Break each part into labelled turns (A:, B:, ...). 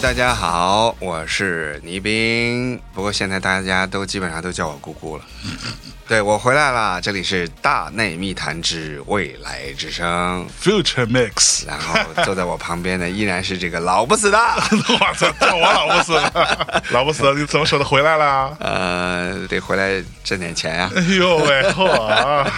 A: 大家好，我是倪兵。不过现在大家都基本上都叫我姑 姑了。对我回来啦，这里是大内密谈之未来之声。
B: Future Mix，
A: 然后坐在我旁边的依然是这个老不死的，
B: 我操，叫我老不死了，老不死了，你怎么舍得回来啦？
A: 呃，得回来挣点钱呀、
B: 哎呦喂，嚯啊！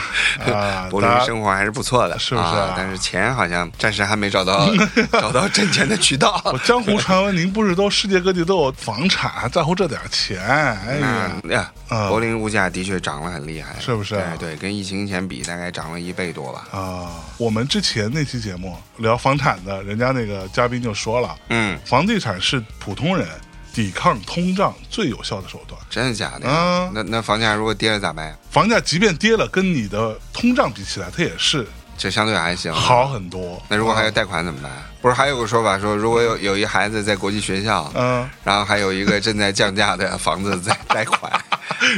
B: 啊
A: 柏林生活还是 不错的，
B: 是不是啊
A: 但是钱好像暂时还没找 到找到挣钱的渠道。
B: 我江湖传闻，您不是都世界各地都有房产，还在乎这点钱？ 哎呀，
A: 嗯呀，
B: 嗯
A: 柏林物价的确涨了很厉害，
B: 是不是啊
A: 对对，跟疫情前比，大概涨了一倍多吧。
B: 啊！我们之前那期节目聊房产的，人家那个嘉宾就说了，
A: 嗯，
B: 房地产是普通人抵抗通胀最有效的手段。
A: 真的假的？
B: 嗯
A: 那那房价如果跌了咋办？
B: 房价即便跌了，跟你的通胀比起来，它也是
A: 这相对还行。
B: 好很多。
A: 那如果还有贷款怎么办？不是还有个说法说，如果有有一孩子在国际学校，
B: 嗯，
A: 然后还有一个正在降价的房子在贷 款，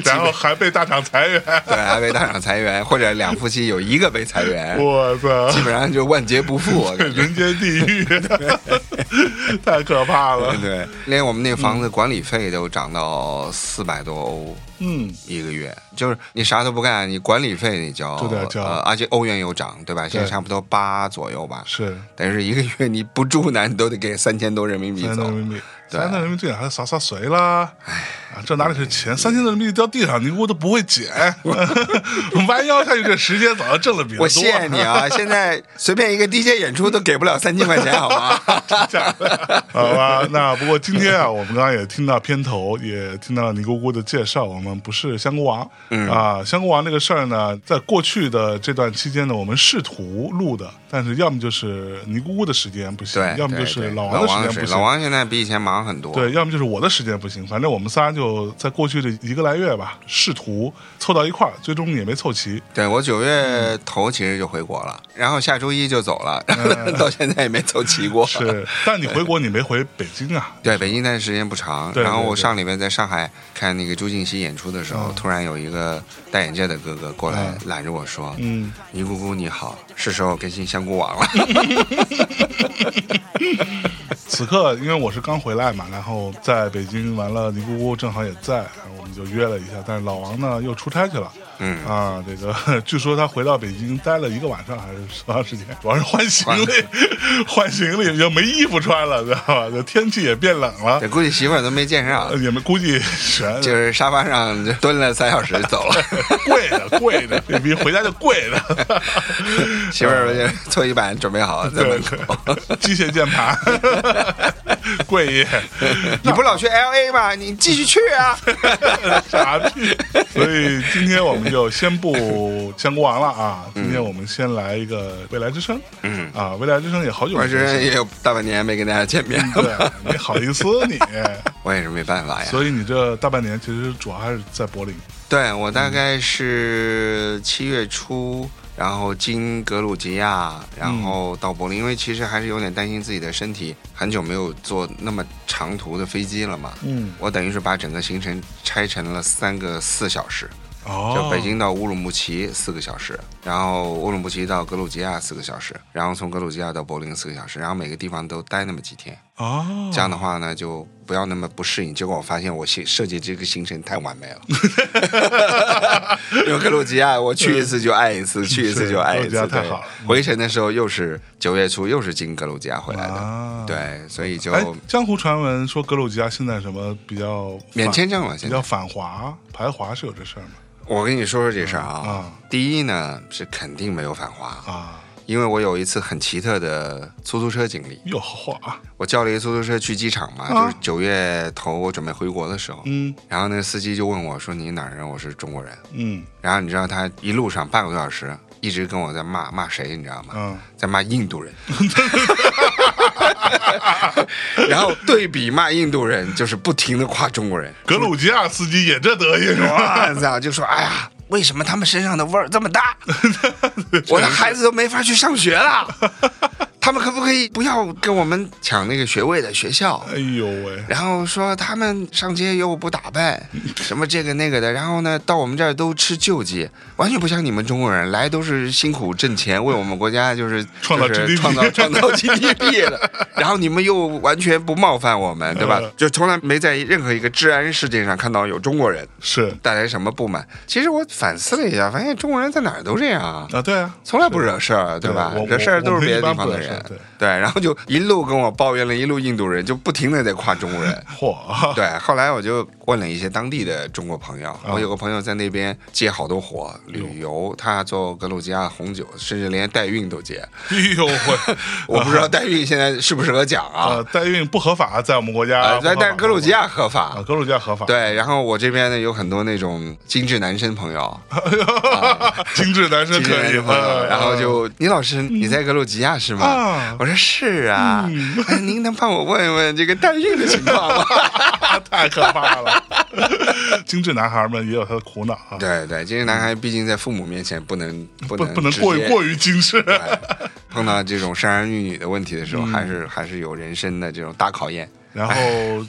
B: 然后还被大厂裁员，
A: 对，还被大厂裁员，或者两夫妻有一个被裁员，
B: 我操
A: 基，本上就万劫不复。我感觉
B: 人间地狱， 太可怕了。
A: 对，连我们那房子管理费都涨到四百多欧
B: 嗯，
A: 一个月，就是你啥都不干，你管理费你交，
B: 就得交
A: 呃，而且欧元有涨，对吧？现在差不多八左右吧，
B: 是
A: 等于是一个月你不住呢，你都得给三千多人民币
B: 三千
A: 走
B: 多人。民币，
A: 对
B: 三千多人民币还洒洒水啦！啊，这哪里是钱？三千多人民币掉地上，你我都不会 捡，弯腰下去，这时间早就挣了别的多。
A: 我谢你 啊！现在随便一个 DJ 演出都给不了三千块钱，好 吗？
B: 假的，好吧。那不过今天啊，我们刚刚也听到片头，也听到了尼姑姑的介绍。我们不是香菇王，嗯啊，香菇王这个事儿呢，在过去的这段期间呢，我们试图录的，但是要么就是尼姑姑的时间不行
A: 对，，
B: 要么就
A: 对对
B: 是
A: 老
B: 王的时
A: 王
B: 间不
A: 老
B: 行。
A: 王现在比以前忙很多。
B: 对，要么就是我的时间不行，反正我们仨就在过去的一个来月吧，试图凑到一块儿，最终也没凑齐。
A: 对我九
B: 嗯
A: 月头其实就回国了，然后下周一就走了，然后 到现在也没凑齐过。
B: 嗯是，但你回国你没回北京啊？
A: 对，北京待的时间不长。
B: 对对嗯
A: 然后我上礼拜在上海看那个朱静熙演出的时候，突然有一个戴眼镜的哥哥过来揽着我说：“
B: 嗯，
A: 尼姑姑你好，是时候更新香菇网了。
B: 此刻，因为我是刚回来嘛，然后在北京完了，尼姑姑正好也在，我们就约了一下。但是老王呢又出差去了，
A: 嗯
B: 啊，这个 据说他回到北京待了一个晚上还是多长时间，主要是换行李，换行李就没衣服穿了，知道吧？这天气也变冷了
A: 这，估计媳妇儿都没见上
B: 呃，也没估计是
A: 就是沙发上就蹲了三小时走了。
B: 贵的贵的，比回家就贵的，
A: 媳妇儿就搓衣板准备好在
B: 对
A: 门口。
B: 对，机械键盘， 贵 一点。
A: 你不老去 L A 吗？你继续去啊！
B: 傻逼。所以今天我们就先不香菇王了啊，
A: 嗯
B: 今天我们先来一个未来之声，嗯啊，未来之声也好久
A: 我
B: 没
A: 这
B: 更
A: 人
B: 新
A: 也有大半年没跟大家见面，
B: 了，对，你好意思 你？
A: 我也是没办法呀。
B: 所以你这大半年其实主要还是在柏林，
A: 对我大
B: 嗯
A: 概是七月初，然后经格鲁吉亚，然后到柏林，因为其实还是有点担心自己的身体，很久没有坐那么长途的飞机了嘛。
B: 嗯，
A: 我等于是把整个行程拆成了三个四小时，
B: 哦，
A: 就北京到乌鲁木齐四个小时，然后乌鲁木齐到格鲁吉亚四个小时，然后从格鲁吉亚到柏林四个小时，然后每个地方都待那么几天。
B: 哦，
A: 这样的话呢，就不要那么不适应。结果我发现我设设计这个行程太完美了， 因为格鲁吉亚我去一次就爱一次，去一次就爱一
B: 格鲁吉亚
A: 次，
B: 太
A: 对
B: 好了。
A: 回程的时候又是九月初，又是经格鲁吉亚回来的，
B: 啊，。
A: 对，所以就
B: 哎，江湖传闻说格鲁吉亚现在什么比较
A: 免
B: 反
A: 签证了。现在
B: 比较反华排华是有这事儿吗？
A: 我跟你说说这事儿啊
B: 啊，
A: 第一呢是肯定没有反华，
B: 啊，
A: 因为我有一次很奇特的出租车经历。
B: 又好啊，
A: 我叫了一出租车去机场嘛，
B: 啊
A: 就是九月头我准备回国的时候，
B: 嗯
A: 然后那司机就问我说：“你哪儿人？”我是中国人。
B: 嗯
A: 然后你知道他一路上半个多小时一直跟我在骂骂谁，你知道吗？
B: 嗯，
A: 在骂印度人。 然后对比骂印度人，就是不停的夸中国人。
B: 格鲁吉亚司机也这德行啊！
A: 我操，就说哎呀，为什么他们身上的味儿这么 大？我的孩子都没法去上学了。他们可不可以不要跟我们抢那个学位的学校？
B: 哎呦喂，
A: 然后说他们上街又不打 扮，什么这个那个的，然后呢，到我们这儿都吃救济，完全不像你们中国人来都是辛苦挣钱，为我们国家就是
B: 创造
A: 就是
B: GDP
A: 创造创造 GDP 的。然后你们又完全不冒犯我们，对吧？
B: 嗯
A: 就从来没在任何一个治安事件上看到有中国人
B: 是
A: 带来什么不满。其实我反思了一下，发现中国人在哪儿都这样啊，
B: 啊，对啊，
A: 从来不惹事儿，对吧
B: 对我？
A: 惹事儿都
B: 我
A: 是
B: 们
A: 别的
B: 一般
A: 地
B: 不
A: 方的
B: 惹事儿
A: 人，
B: 对
A: 然后就一路跟我抱怨了一路印度人，就不停的在夸中国人。
B: 嚯，
A: 对，后来我就问了一些当地的中国朋友，
B: 啊
A: 我有个朋友在那边接好多活，旅游，他做格鲁吉亚红酒，甚至连代孕都 接。
B: 哎呦喂，
A: 我不知道代孕现在适不适合讲啊
B: 呃，，代孕不合法，在我们国家
A: 呃，，但但是格鲁吉
B: 亚
A: 亚合
B: 啊，
A: 法。
B: 格鲁吉亚合法，，
A: 对，然后我这边呢有很多那种精致男生朋 友，
B: 精致男生
A: 啊精致
B: 可
A: 男
B: 以
A: 生，朋友，
B: 呃
A: 然后就倪老师你在格鲁吉亚是吗
B: 啊？嗯
A: 我说是啊，哎您能帮我问问这个代孕的情况吗？
B: 啊 太可怕了， 精致男孩们也有他的苦恼啊，
A: 对对，精致男孩毕竟在父母面前不能不
B: 不
A: 能
B: 不能过于
A: 直接
B: 过于精致，
A: 对哎碰到这种生儿育女的问题的时候，还是还是有人生的这种大考验。
B: 然后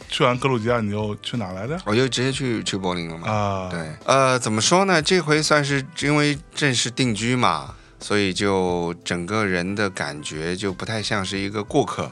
B: 去完格鲁吉亚，你又去哪来着？
A: 我就直接去去柏林了嘛。
B: 啊，
A: 哎对，呃，怎么说呢？这回算是因为正式定居嘛，所以就整个人的感觉就不太像是一个过客。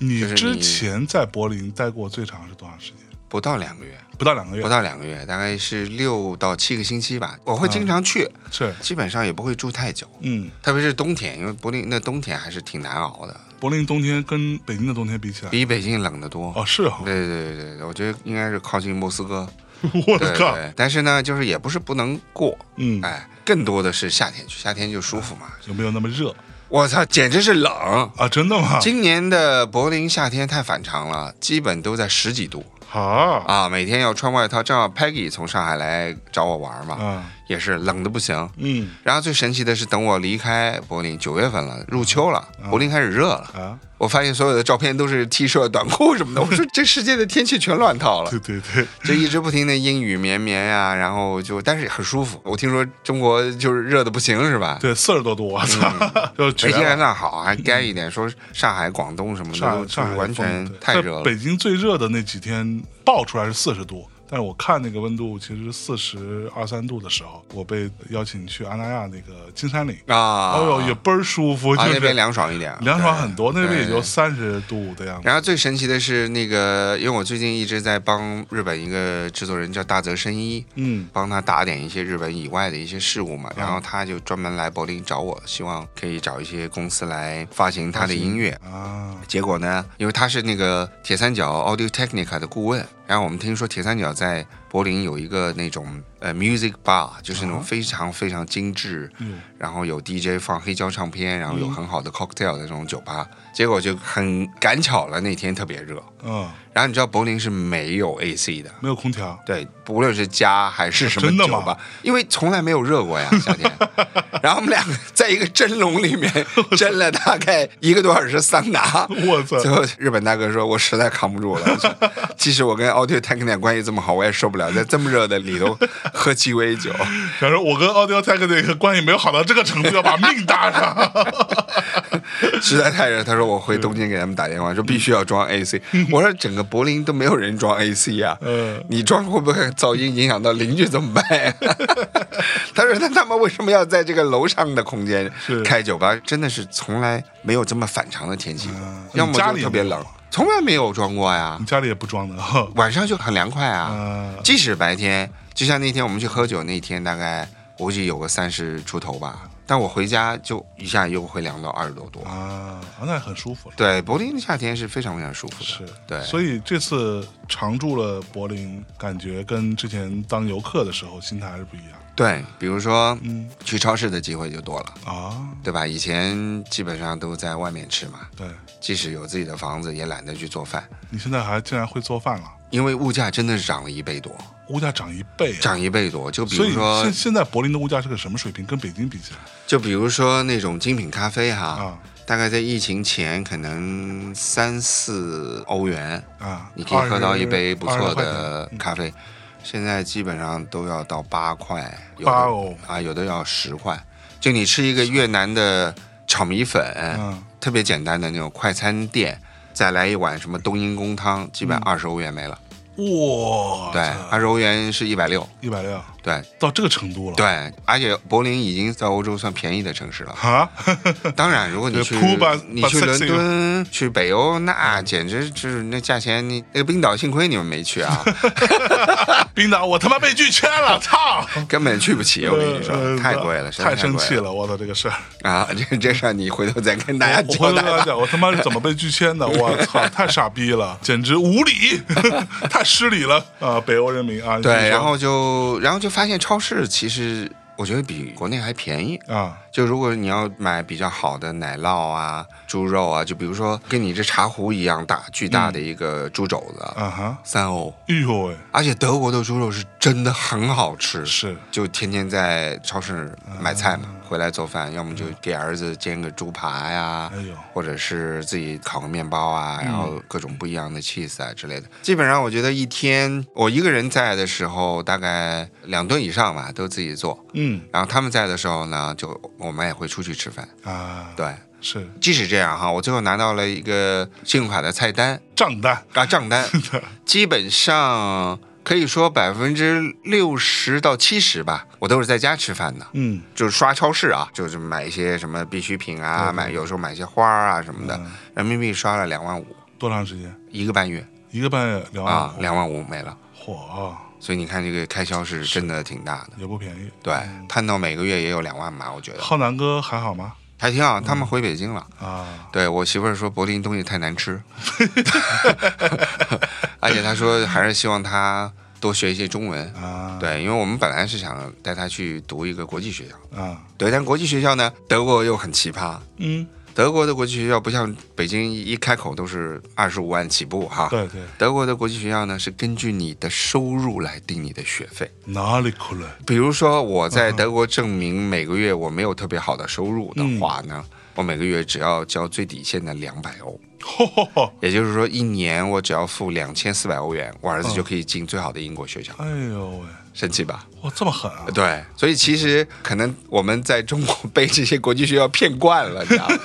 A: 就
B: 你
A: 是
B: 之
A: 你
B: 前在柏林待过最长是多长时间？
A: 不到两个月，
B: 不到两个月
A: 不，到两个月，大概是六到七个星期吧。我会经常去，
B: 是，
A: 基本上也不会住太久，
B: 嗯，
A: 特别是冬天，因为柏林那冬天还是挺难熬的，
B: 柏林冬天跟北京的冬天比起来，
A: 比北京冷得多。
B: 哦，是哈，
A: 对对对对，我觉得应该是靠近莫斯科。
B: 我
A: 对
B: 的靠，
A: 对，但是呢，就是也不是不能过，
B: 嗯，
A: 哎，更多的是夏天去，夏天就舒服嘛。
B: 有没有那么热
A: 我操，简直是冷！
B: 啊？真的吗？
A: 今年的柏林夏天太反常了，基本都在十几度
B: 好
A: 啊，每天要穿外套。正好 Peggy 从上海来找我玩嘛，
B: 啊，
A: 也是冷的不行。
B: 嗯
A: 然后最神奇的是，等我离开柏林，九月份了，入秋了，柏林开始热了。
B: 啊，
A: 我发现所有的照片都是 T 恤、短裤什么的。我说这世界的天气全乱套了。
B: 对对对，
A: 就一直不停的阴雨绵绵呀、然后就但是很舒服。我听说中国就是热的不行是吧？
B: 对，四十多度，我操， 就是绝
A: 嗯北京还
B: 了。
A: 算好，还干一点。说上海、广东什么的
B: 上
A: 都
B: 海
A: 就
B: 上海
A: 是完全
B: 风对
A: 太热
B: 在
A: 了。
B: 北京最热的那几天爆出来是四十度，但是我看那个温度其实四十二三度的时候，我被邀请去阿那亚那个金山岭，
A: 啊，
B: 哦呦也倍儿舒服，就
A: 啊
B: 是
A: 那边凉爽一点，
B: 凉爽很多，
A: 对
B: 那边也就
A: 对
B: 三十度的样子。
A: 然后最神奇的是那个，因为我最近一直在帮日本一个制作人叫大泽伸一，
B: 嗯，
A: 帮他打点一些日本以外的一些事物嘛，然后他就专门来柏林找我，希望可以找一些公司来发行他的音乐。
B: 啊，
A: 结果呢，因为他是那个铁三角 Audio Technica 的顾问，然后我们听说铁三角在柏林有一个那种呃 music bar，就是那种非常非常精致，
B: 哦嗯
A: 然后有 DJ 放黑胶唱片，然后有很好的 cocktail 的这种酒吧。结果就很赶巧了，那天特别热。
B: 嗯，
A: 然后你知道柏林是没有 AC 的，
B: 没有空调，
A: 对，不论是家还是什么
B: 真的
A: 酒
B: 吗
A: 吧，因为从来没有热过呀，夏 天。然后我们两个在一个蒸笼里面蒸了大概一个多小时桑拿。
B: 我操
A: 最后日本大哥说：“我实在扛不住了。我说”即使我跟 Audio Technica 关系这么好，我也受不了在这么热的里头喝鸡尾酒。
B: 想说我跟 Audio Tech 那个关系没有好到这个程度，要把命 搭上。
A: 实在太热，他说我回东京给他们打电话，说必须要装 AC。我说整个柏林都没有人装 AC 啊，
B: 嗯
A: 你装会不会噪音影响到邻居怎么办呀？ 他说那他们为什么要在这个楼上的空间
B: 是
A: 开酒吧？真的是从来没有这么反常的天气过，
B: 嗯
A: 要么
B: 你家
A: 就
B: 里
A: 特别
B: 没有
A: 冷，从来没有装过呀
B: 你。家里也不装的，呵
A: 晚上就很凉快啊，
B: 呃，
A: 即使白天，就像那天我们去喝酒那天，大概我估计有个三十出头吧，但我回家就一下又会凉到二十多度。
B: 啊，那很舒服了。
A: 对，柏林的夏天是非常非常舒服的。
B: 是，
A: 对
B: 所以这次常住了柏林，感觉跟之前当游客的时候心态还是不一样。
A: 对，比如说
B: 嗯
A: 去超市的机会就多了，
B: 啊，
A: 对吧？以前基本上都在外面吃嘛，
B: 对，
A: 即使有自己的房子，也懒得去做饭，
B: 你现在还竟然会做饭了，
A: 因为物价真的是涨了一倍多，
B: 物价涨一倍、啊，
A: 涨一倍多。就比
B: 所
A: 如
B: 以
A: 说
B: 现，现在柏林的物价是个什么水平？跟北京比起来
A: 就比如说那种精品咖啡哈，
B: 啊
A: 大概在疫情前可能三四欧元，
B: 啊，
A: 你可以喝到一杯
B: 20
A: 不错
B: 20块钱嗯
A: 的咖啡。现在基本上都要到八块，有
B: 八
A: 的
B: 欧
A: 啊，有的要十块。就你吃一个越南的炒米粉，
B: 嗯
A: 特别简单的那种快餐店，再来一碗什么冬阴
B: 嗯
A: 功汤，基本二十欧元没了。
B: 哇，
A: 对，二十欧元是一百六，
B: 一百六，
A: 对
B: 到这个程度了。
A: 对，而且柏林已经在欧洲算便宜的城市了。
B: 啊，
A: 当然，如果你
B: 对
A: 去
B: 铺吧
A: 你
B: 把
A: 去
B: 塞
A: 伦
B: 塞
A: 敦、去北欧，那简直就是那价钱，你那个冰岛，幸亏你们没去 啊，
B: 冰岛，我他妈被拒签了， 操！
A: 根本去不起。我跟你
B: 呃
A: 说，太贵了，实在
B: 太生气
A: 贵
B: 了，我操这个事儿！
A: 啊！这这事儿你回头再跟大家
B: 我
A: 交
B: 回头
A: 代
B: 跟他
A: 吧。
B: 讲，我他妈是怎么被拒签 的？我操，太傻逼了，简直无理， 太失礼了啊！北欧人民啊，你继续
A: 对，
B: 说
A: 然后就然后就发现超市其实我觉得比国内还便宜。
B: 啊，
A: 就如果你要买比较好的奶酪啊、猪肉啊，就比如说跟你这茶壶一样大、巨大的
B: 嗯
A: 一个猪肘子，
B: 啊哈，
A: 三欧。
B: 哎呦喂，
A: 而且德国的猪肉是真的很好吃，
B: 是
A: 就天天在超市
B: 嗯
A: 买菜嘛，回来做饭，要么就给儿子煎个猪扒呀
B: 哎呦，嗯
A: 或者是自己烤个面包啊，然后各种不一样的 cheese 啊之类的。基本上我觉得一天我一个人在的时候，大概两顿以上吧，都自己做。
B: 嗯
A: 然后他们在的时候呢，就我们也会出去吃饭。
B: 啊，
A: 对，
B: 是
A: 即使这样哈，我最后拿到了一个信用卡的菜单
B: 账单，
A: 啊账单，
B: 对
A: 基本上可以说百分之六十到七十吧，我都是在家吃饭的，
B: 嗯
A: 就是刷超市啊，就是买一些什么必需品啊，买有时候买一些花儿啊什么的，人民币刷了两万五，
B: 多长时间？
A: 一个半月
B: 一个半月两万
A: 啊，
B: 五，
A: 两万五没了。
B: 嚯，
A: 所以你看，这个开销是真的挺大的。
B: 也不便宜。
A: 对，摊到每个月也有两万吧，我觉得
B: 浩南哥还好吗？
A: 还挺好。他们回北京了，
B: 啊，
A: 对我媳妇儿说柏林东西太难吃， 而且她说还是希望她多学一些中文。
B: 啊，
A: 对，因为我们本来是想带他去读一个国际学校，
B: 啊，
A: 对，但国际学校呢，德国又很奇葩。
B: 嗯，
A: 德国的国际学校不像北京一开口都是二十五万起步哈，
B: 对对，
A: 德国的国际学校呢是根据你的收入来定你的学费。
B: 哪里哭了？
A: 比如说我在德国证明每个月我没有特别好的收入的话呢，我每个月只要交最底线的两百欧，
B: 吼吼吼！
A: 也就是说一年我只要付两千四百欧元，我儿子就可以进最好的英国学校，
B: 哎呦喂，
A: 神奇吧？
B: 哇，这么狠啊！
A: 对，所以其实可能我们在中国被这些国际学校骗惯了，你知道吗？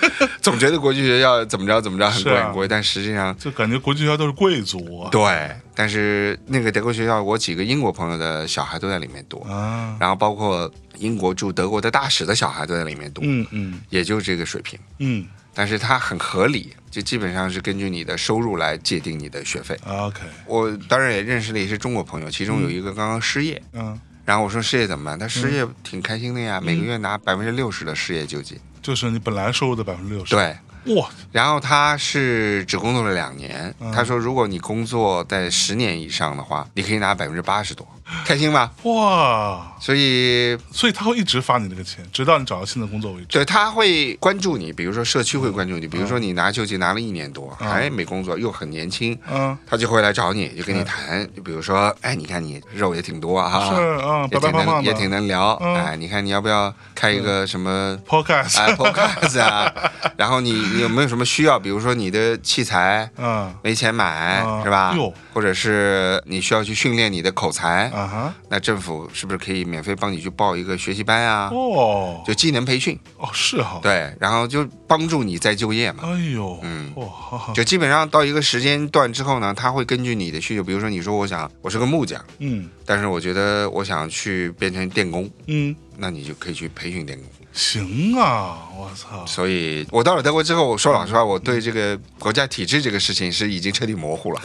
A: 总觉得国际学校怎么着怎么着很
B: 是
A: 贵
B: 啊
A: 很贵，但实际上
B: 就感觉国际学校都是贵族啊。
A: 对。但是那个德国学校，我几个英国朋友的小孩都在里面读，
B: 啊，
A: 然后包括英国驻德国的大使的小孩都在里面读，
B: 嗯嗯
A: 也就这个水平。
B: 嗯
A: 但是它很合理，就基本上是根据你的收入来界定你的学费。
B: ，OK，
A: 我当然也认识了一些中国朋友，其中有一个刚刚失业，
B: 嗯，
A: 然后我说失业怎么办？他失业挺开心的呀，每个月拿百分之六十的失业救济。
B: 就是你本来收入的百分之六十。，
A: 对，
B: 哇，
A: 然后他是只工作了两年，
B: 嗯
A: 他说如果你工作在十年以上的话，你可以拿百分之八十多，开心吧？
B: 哇，
A: 所以
B: 所以他会一直发你这个钱，直到你找到新的工作为止。
A: 对他会关注你，比如说社区会关注你，比
B: 嗯
A: 如说你拿救济拿了一年多，还没工作又很年轻。
B: 嗯，
A: 他就会来找你，就跟你谈，就比如说，哎，你看你肉也挺多啊，
B: 是
A: 哈
B: 啊，
A: 也
B: 白白
A: 挺
B: 胖
A: 能
B: 胖
A: 也挺
B: 的。
A: 能聊，
B: 嗯
A: 哎，你看你要不要开一个什么
B: Podcast，
A: 哎 podcast 啊，然后你你有没有什么需要？比如说你的器材
B: 嗯
A: 没钱买、
B: 啊
A: 是吧
B: 哟？
A: 或者是你需要去训练你的口才，
B: 啊哈，
A: 那政府是不是可以免费帮你去报一个学习班啊？
B: 哦
A: 就技能培训，
B: 哦是哈。，
A: 对，然后就帮助你再就业嘛。
B: 哎呦，
A: 嗯
B: 哇，哈哈
A: 就基本上到一个时间段之后呢，他会根据你的需求，比如说你说我想我是个木匠，
B: 嗯
A: 但是我觉得我想去变成电工，
B: 嗯，
A: 那你就可以去培训电工。
B: 行啊，我操，
A: 所以我到了德国之后，我说老实话，我对这个国家体制这个事情是已经彻底模糊 了。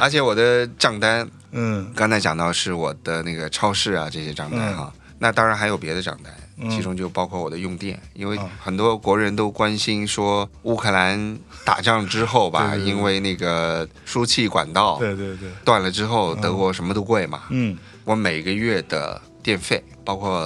A: 而且我的账单，
B: 嗯
A: 刚才讲到是我的那个超市啊这些账单哈、那当然还有别的账单，
B: 嗯
A: 其中就包括我的用电，因为
B: 啊
A: 很多国人都关心说乌克兰打仗之后吧，
B: 对对对
A: 因为那个输气管道
B: 对对对，
A: 断了之后，德国什么都贵嘛，
B: 嗯
A: 我每个月的电费，包括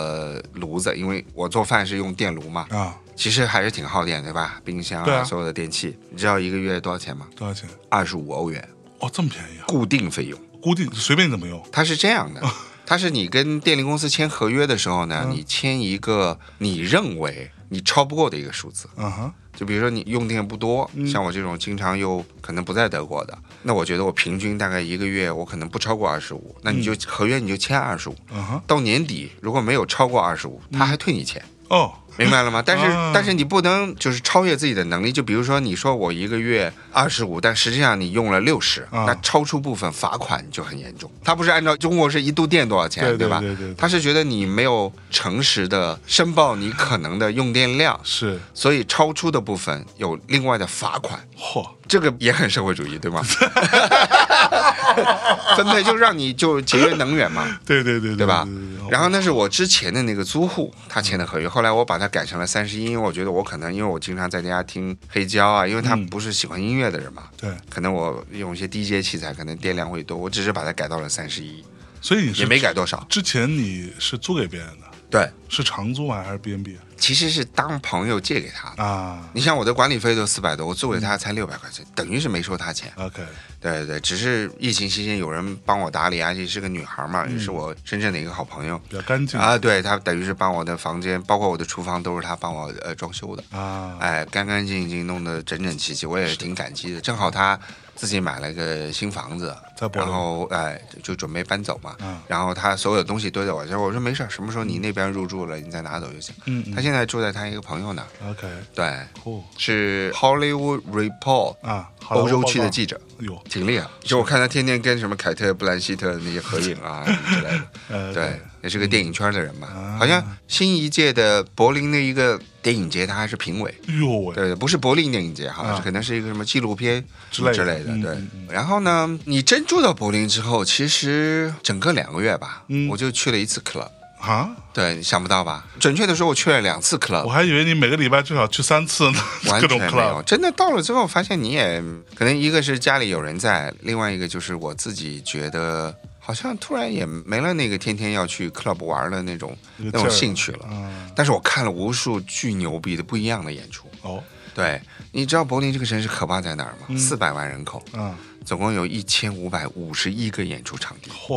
A: 炉子，因为我做饭是用电炉嘛，
B: 啊，
A: 其实还是挺耗电，对吧？冰箱
B: 对
A: 啊，
B: 啊
A: 所有的电器，你知道一个月多少钱吗？
B: 多少钱？
A: 二十五欧元，
B: 哦，这么便宜啊！
A: 固定费用。
B: 固定随便你怎么用
A: 它是这样
B: 哦
A: 的，它是你跟电力公司签合约的时候
B: 嗯
A: 呢，你签一个你认为你超不过的一个数字。
B: 啊哈，
A: 就比如说你用电不多，
B: 嗯
A: 像我这种经常又可能不在德国的，那我觉得我平均大概一个月我可能不超过二十
B: 嗯
A: 五，那你就合约你就签二十五，
B: 啊哈，
A: 到年底如果没有超过二十五，他还退你钱。
B: 哦，
A: 明白了吗？但是、
B: 啊
A: 但是你不能就是超越自己的能力，就比如说你说我一个月二十五，但实际上你用了六十、
B: 啊
A: 那超出部分罚款就很严重。他不是按照中国是一度电多少钱，
B: 对对
A: 吧？
B: 对对对
A: 他是觉得你没有诚实的申报你可能的用电量，
B: 是，
A: 所以超出的部分有另外的罚款。
B: 嚯，
A: 这个也很社会主义，对吗？ 真的就让你就节约能源嘛，
B: 对对对
A: 对吧？然
B: 后
A: 后那是我之前的那个租户，他签的合约，后来我把它改成了三十一，因为我觉得我可能因为我经常在家听黑胶啊，因为他
B: 嗯
A: 不是喜欢音乐的人嘛，
B: 对，
A: 可能我用一些 DJ 器材，可能电量会多，我只是把它改到了三十一，
B: 所以你是
A: 也没改多少。
B: 之前你是租给别人的，
A: 对，
B: 是长租吗？还是 B N B
A: 其实是当朋友借给他的。
B: 啊
A: 你像我的管理费都四百多，我租给他才六百块钱，等于是没收他钱。
B: ？OK，
A: 对对对，只是疫情期间有人帮我打理，而且是个女孩嘛，
B: 嗯
A: 也是我深圳的一个好朋友。
B: 比较干净
A: 啊，对，她等于是帮我的房间，包括我的厨房，都是她帮我呃装修的，
B: 啊
A: 哎，干干净净，弄得整整齐齐，我也挺感激的。正好她自己买了个新房子
B: 在，柏
A: 然
B: 林
A: 后哎就准备搬走嘛，
B: 啊
A: 然后她所有东西都在我这儿，我说没事儿，什么时候你那边入住了，你再拿走就行。
B: 嗯
A: 她现在住在她一个朋友那儿，
B: ，OK，
A: 对，
B: 酷
A: 是 Hollywood Report
B: 啊，好了
A: 欧洲
B: 我报
A: 区的
B: 告
A: 记者。
B: 有
A: 挺厉害。就我看他天天跟什么凯特·布兰希特那些合影啊什么之类的。
B: 呃
A: 对，也是个电影圈的人嘛
B: 啊，
A: 好像新一届的柏林的一个电影节，他还是评委。
B: 哎呦喂，
A: 对，不是柏林电影节，好像
B: 啊
A: 是可能是一个什么纪录片
B: 之类的
A: 之类的。
B: 嗯
A: 对
B: 嗯，
A: 然后呢，你真住到柏林之后，其实整个两个月吧，
B: 嗯
A: 我就去了一次 club。
B: 啊，
A: 对，想不到吧？准确的说，我去了两次 club
B: 我。还以为你每个礼拜最少去三次呢，
A: 完
B: 各
A: 全
B: 种
A: 没有
B: club，，
A: 真的到了之后，发现你也可能一个是家里有人在，另外一个就是我自己觉得好像突然也没了那个天天要去 club 玩的那种
B: 那
A: 那
B: 个劲
A: 种
B: 儿
A: 兴趣了。
B: 啊，
A: 但是我看了无数巨牛逼的不一样的演出。
B: 哦，
A: 对，你知道柏林这个城市可怕在哪儿
B: 嗯
A: 吗？四百、万人口，
B: 啊，
A: 总共有一千五百五十一个演出场地，
B: 嚯，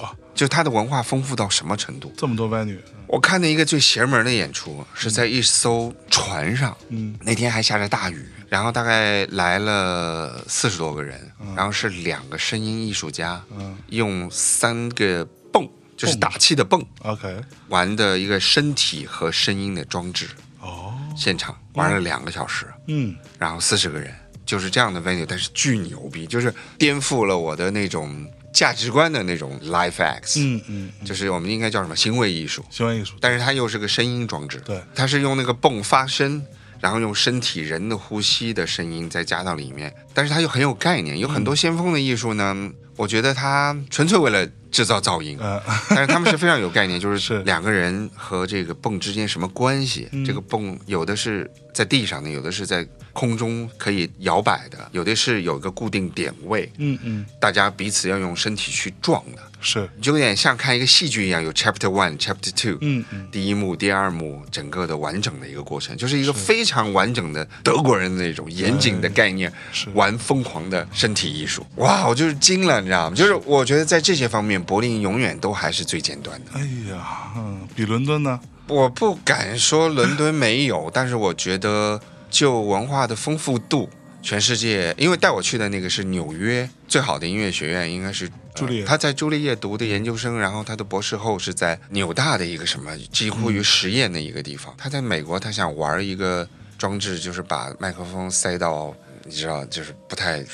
A: 就它的文化丰富到什么程度？
B: 这么多 venue，
A: 我看的一个最邪门的演出是在一艘船上，
B: 嗯，
A: 那天还下着大雨，然后大概来了四十多个人，然后是两个声音艺术家，
B: 嗯
A: 用三个泵，就是打气的泵，
B: ，OK，
A: 玩的一个身体和声音的装置，
B: 哦，
A: 现场玩了两个小时，
B: 嗯，
A: 然后四十个人，就是这样的 venue，但是巨牛逼，就是颠覆了我的那种价值观的那种 live acts，、
B: 嗯嗯，
A: 就是我们应该叫什么行为艺术，
B: 行为艺术，
A: 但是它又是个声音装置，
B: 对
A: 它是用那个泵发声，然后用身体人的呼吸的声音再加到里面，但是它又很有概念，有很
B: 嗯
A: 多先锋的艺术呢，我觉得它纯粹为了制造噪音，
B: 呃，
A: 但是他们是非常有概念，就是
B: 是嗯
A: 两个人和这个泵之间什么关系？这个泵有的是在地上的，有的是在空中可以摇摆的，有的是有一个固定点位，
B: 嗯嗯，
A: 大家彼此要用身体去撞的。
B: 是，
A: 就有点像看一个戏剧一样，有 Chapter One、Chapter Two，
B: 嗯嗯，
A: 第一幕、第二幕，整个的完整的一个过程，就是一个非常完整的德国人的那种严谨的概念，
B: 哎是
A: 玩疯狂的身体艺术。哇，我就是惊了，你知道吗？就是我觉得在这些方面，柏林永远都还是最尖端的。
B: 哎呀，嗯，比伦敦呢，
A: 我不敢说伦敦没有，但是我觉得就文化的丰富度，全世界，因为带我去的那个是纽约最好的音乐学院，应该是呃
B: 朱丽叶
A: 他在朱丽叶读的研究生，然后他的博士后是在纽大的一个什么几乎于实验的一个地方。他在美国，他想玩一个装置，就是把麦克风塞到。你知道，就是不太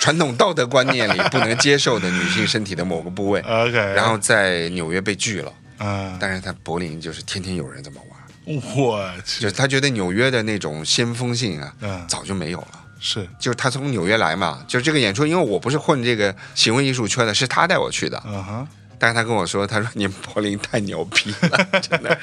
A: 传统道德观念里不能接受的女性身体的某个部位，
B: ，OK，
A: 然后在纽约被拒了。
B: 啊，
A: 但是他柏林就是天天有人这么玩，
B: 我去
A: 就，是他觉得纽约的那种先锋性啊，
B: 嗯，
A: 早就没有了。
B: 是
A: 就是他从纽约来嘛，就是这个演出，因为我不是混这个行为艺术圈的，是他带我去的。
B: 啊哈，
A: 但是他跟我说，他说你们柏林太牛逼 了，真的。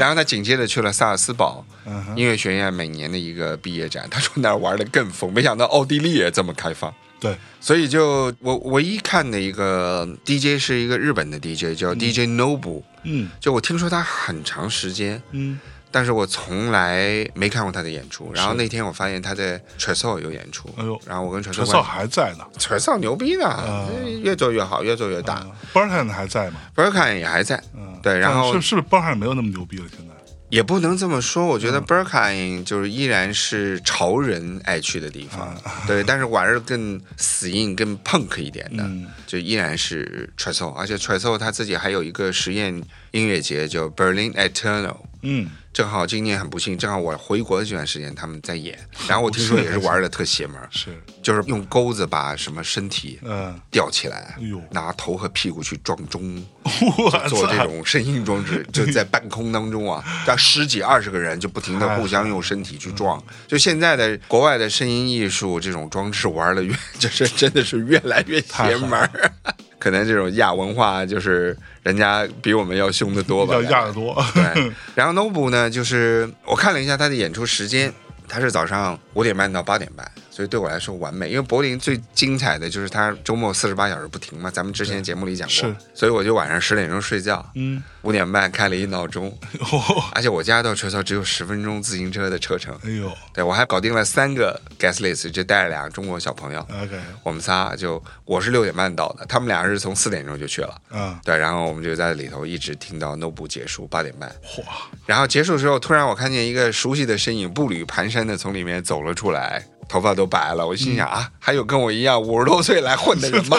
A: 然后他紧接着去了萨尔斯堡
B: 嗯哼
A: 音乐学院每年的一个毕业展，他说那儿玩的更疯，没想到奥地利也这么开放。
B: 对，
A: 所以就我唯一看的一个 DJ 是一个日本的 DJ，叫 DJ Noble，、
B: 嗯
A: 就我听说他很长时间
B: 嗯，
A: 但是我从来没看过他的演出。然后那天我发现他在 t r e s o 有演出，
B: 哎呦
A: 然后我跟 t r e s
B: 陈
A: o
B: 少还在呢
A: t r e s o 牛逼呢，
B: 啊
A: 越做越好，越做越大。
B: b e r t a n 还在嘛，
A: b e r k a n 也还在，
B: 嗯，
A: 对然后
B: 但是是不是 b e r t a n 没有那么牛逼了？现在
A: 也不能这么说。我觉
B: 啊
A: 得 b e r k a n 就是依然是潮人爱去的地方，
B: 啊
A: 对，但是玩的更死硬、更 punk 一点的，
B: 嗯
A: 就依然是 t r e s o 而且 t r e s o 他自己还有一个实验音乐节叫 Berlin Eternal。
B: 嗯，
A: 正好今年很不幸，正好我回国的这段时间他们在演，然后我听说也是玩的特邪门儿，
B: 是，
A: 就是用钩子把什么身体
B: 嗯，
A: 吊起来
B: 哎呦，啊
A: 拿头和屁股去撞钟，
B: 我
A: 做这
B: 操，
A: 种身心装 置，就在半空当中啊，大十几二十个人就不停
B: 哎
A: 的互相用身体去撞。就现在的国外的声音艺术这种装置玩的越， 就是真的是越来越邪门儿。 可能这种亚文化就是人家比我们要凶得多吧。
B: 要压得多，
A: 对，然后 Nobu 呢，就是我看了一下他的演出时间，他是早上五点半到八点半，所以对我来说完美。因为柏林最精彩的就是他周末四十八小时不停嘛，咱们之前节目里讲过
B: 是，
A: 所以我就晚上十点钟睡觉，
B: 嗯，
A: 五点半开了一闹钟，
B: 哦，
A: 而且我家到学校只有十分钟自行车的车程。
B: 哎呦
A: 对我还搞定了三个 guest list，就带了俩中国小朋友，
B: ，OK，
A: 我们仨就我是六点半到的，他们俩是从四点钟就去了。
B: 啊，
A: 对，然后我们就在里头一直听到 Nobu 结束八点半，
B: 嚯，
A: 然后结束之后，突然我看见一个熟悉的身影，步履蹒跚的从里面走了出来，头发都白了。我心想、啊，还有跟我一样五十多岁来混的 人吗？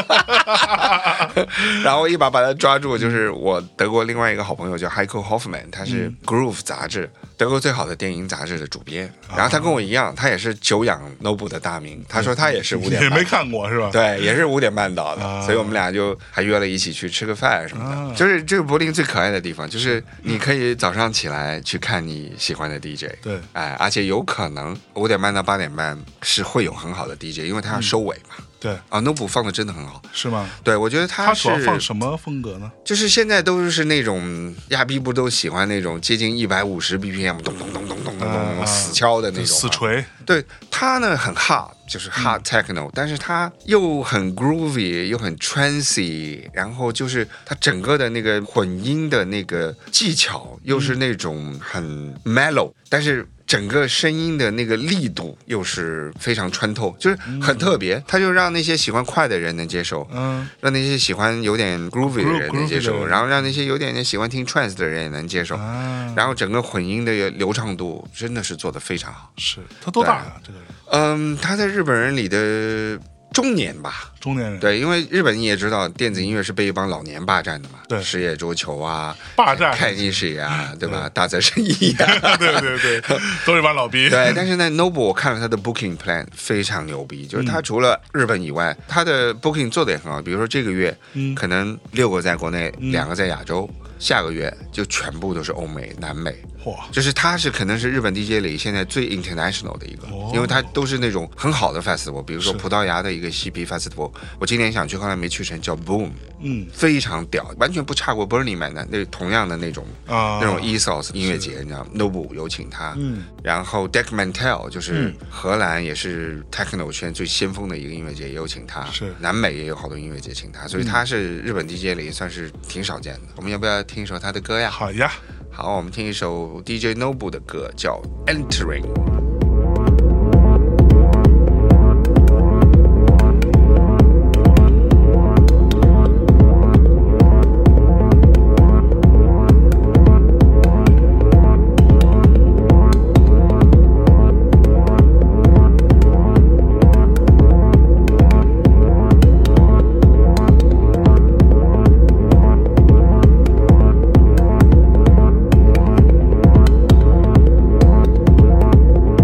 A: 然后一把把他抓住，就是我德国另外一个好朋友叫 Heiko Hoffman，他是
B: 嗯
A: Groove 杂志，德国最好的电影杂志的主编。
B: 啊
A: 然后他跟我一样，他也是久仰 Nobu 的大名，他说他也是五点
B: 也
A: 半
B: 没看过是吧？
A: 对，也是五点半到的，
B: 啊
A: 所以我们俩就还约了一起去吃个饭什么的。
B: 啊
A: 就是这个柏林最可爱的地方，就是你可以早上起来去看你喜欢的 DJ，
B: 对
A: 哎，而且有可能五点半到八点半是会有很好的 DJ，因为
B: 嗯
A: 他要收尾嘛。
B: 对，
A: 啊 n o b u 放的真的很好，
B: 是吗？
A: 对我觉得他
B: 他
A: 是
B: 主要放什么风格呢？
A: 就是现在都是那种亚逼不都喜欢那种接近一百五十 BPM 咚咚咚咚咚咚咚
B: 啊
A: 咚死敲的那种嘛
B: 死锤，
A: 对它呢很 hard，就是 hard techno，、但是它又很 groovy，又很 trancy，然后就是它整个的那个混音的那个技巧，又是那种很 mellow，、但是。整个声音的那个力度又是非常穿透，就是很特别，它就让那些喜欢快的人能接受，
B: 嗯，
A: 让那些喜欢有点 groovy 的人能接
B: groovy 的
A: 受，
B: 人
A: 然后让那些有点喜欢听 trance 的人也能接受，
B: 啊，
A: 然后整个混音的流畅度真的是做得非常好。
B: 是他多
A: 啊
B: 大呀？这个人
A: 嗯，他在日本人里的中年吧，
B: 中年人，
A: 对，因为日本你也知道，电子音乐是被一帮老年霸占的嘛，
B: 对嗯
A: 矢野卓球啊，
B: 霸占
A: 看一史啊，对吧？大泽伸一啊。
B: 对 对对，都是一帮老逼，
A: 对，但是呢，Noble 我看了他的 Booking Plan 非常牛逼，就是
B: 嗯
A: 他除了日本以外，他的 Booking 做的也很好。比如说这个月，
B: 嗯
A: 可能六个在国内，两个在亚洲，下个月就全部都是欧美、南美，
B: 嚯，
A: 就是他是可能是日本 DJ 里现在最 international 的一个，
B: 哦
A: 因为他都是那种很好的 festival，比如说葡萄牙的一个嬉皮 festival，我今年想去，后来没去成，叫 Boom，
B: 嗯
A: 非常屌，完全不差过 Burning Man 的那同样的那种、
B: 啊，
A: 那种 e s o s 音乐节，你知道吗，Nobu 有请他，
B: 嗯
A: 然后 Deckmantel 就是
B: 嗯
A: 荷兰也是 techno 圈最先锋的一个音乐节，也有请他，
B: 是嗯
A: 南美也有好多音乐节请他，所以他是日本 DJ 里算是挺少见的。我们要不要听一首他的歌呀？
B: 好呀，
A: 好，我们听一首 DJ Nobu 的歌，叫《Entering》。
C: Thank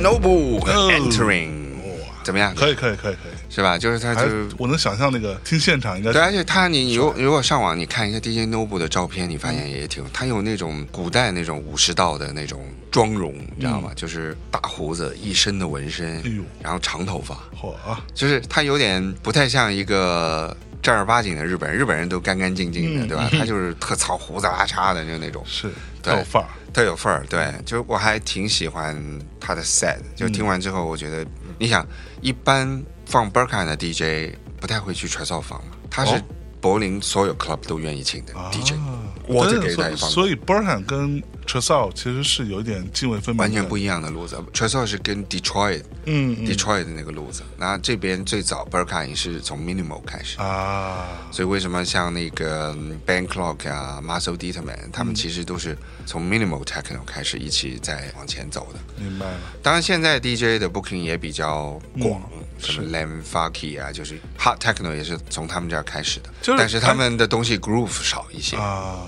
A: Noble
B: 哦
A: Entering，怎么样？
B: 可以可以可以可以，
A: 是吧？就是它
B: 还
A: 就。
B: 我能想象那个听现场应该
A: 对，而且它你如如果上网你看一下 DJ Noble 的照片，你发现也挺，他有那种古代那种武士道的那种妆容，你知道吗？就是大胡子，一身的纹身
B: 嗯哎呦，
A: 然后长头发，
B: 火啊，
A: 就是他有点不太像一个正儿八经的日本人，日本人都干干净净的，
B: 嗯
A: 对 吧？他就是特草胡子拉碴的，就那种，
B: 是
A: 对
B: 有范儿，
A: 特有范儿。对，就是我还挺喜欢他的 set，就听完之后，我觉得，你想，一般放 Burkan 的 DJ 不太会去传哨房嘛，他是
B: 哦
A: 柏林所有 club 都愿意请的
B: 啊
A: DJ，、我只
B: 真的
A: 给他一
B: 所
A: 方
B: 以。所以 Burhan 跟 t r e s a l 其实是有点泾渭分明，
A: 完全不，一样的路子，传哨是跟 Detroit、
B: 嗯嗯
A: Detroit 的那个路子，那这边最早 Burkan 是从 Minimal 开始，
B: 啊，
A: 所以为什么像那个嗯 Ben Clock 啊、Muscle Dieterman，他们
B: 嗯
A: 其实都是从 minimal techno 开始一起在往前走的。
B: 明白了，
A: 当然，现在 DJ 的 booking 也比较广，什么
B: 嗯是
A: Lam Funky 啊，就是 hard techno 也是从他们这儿开始的。
B: 就是
A: 但是他
B: 他
A: 们的东西 groove 少一些。
B: 啊，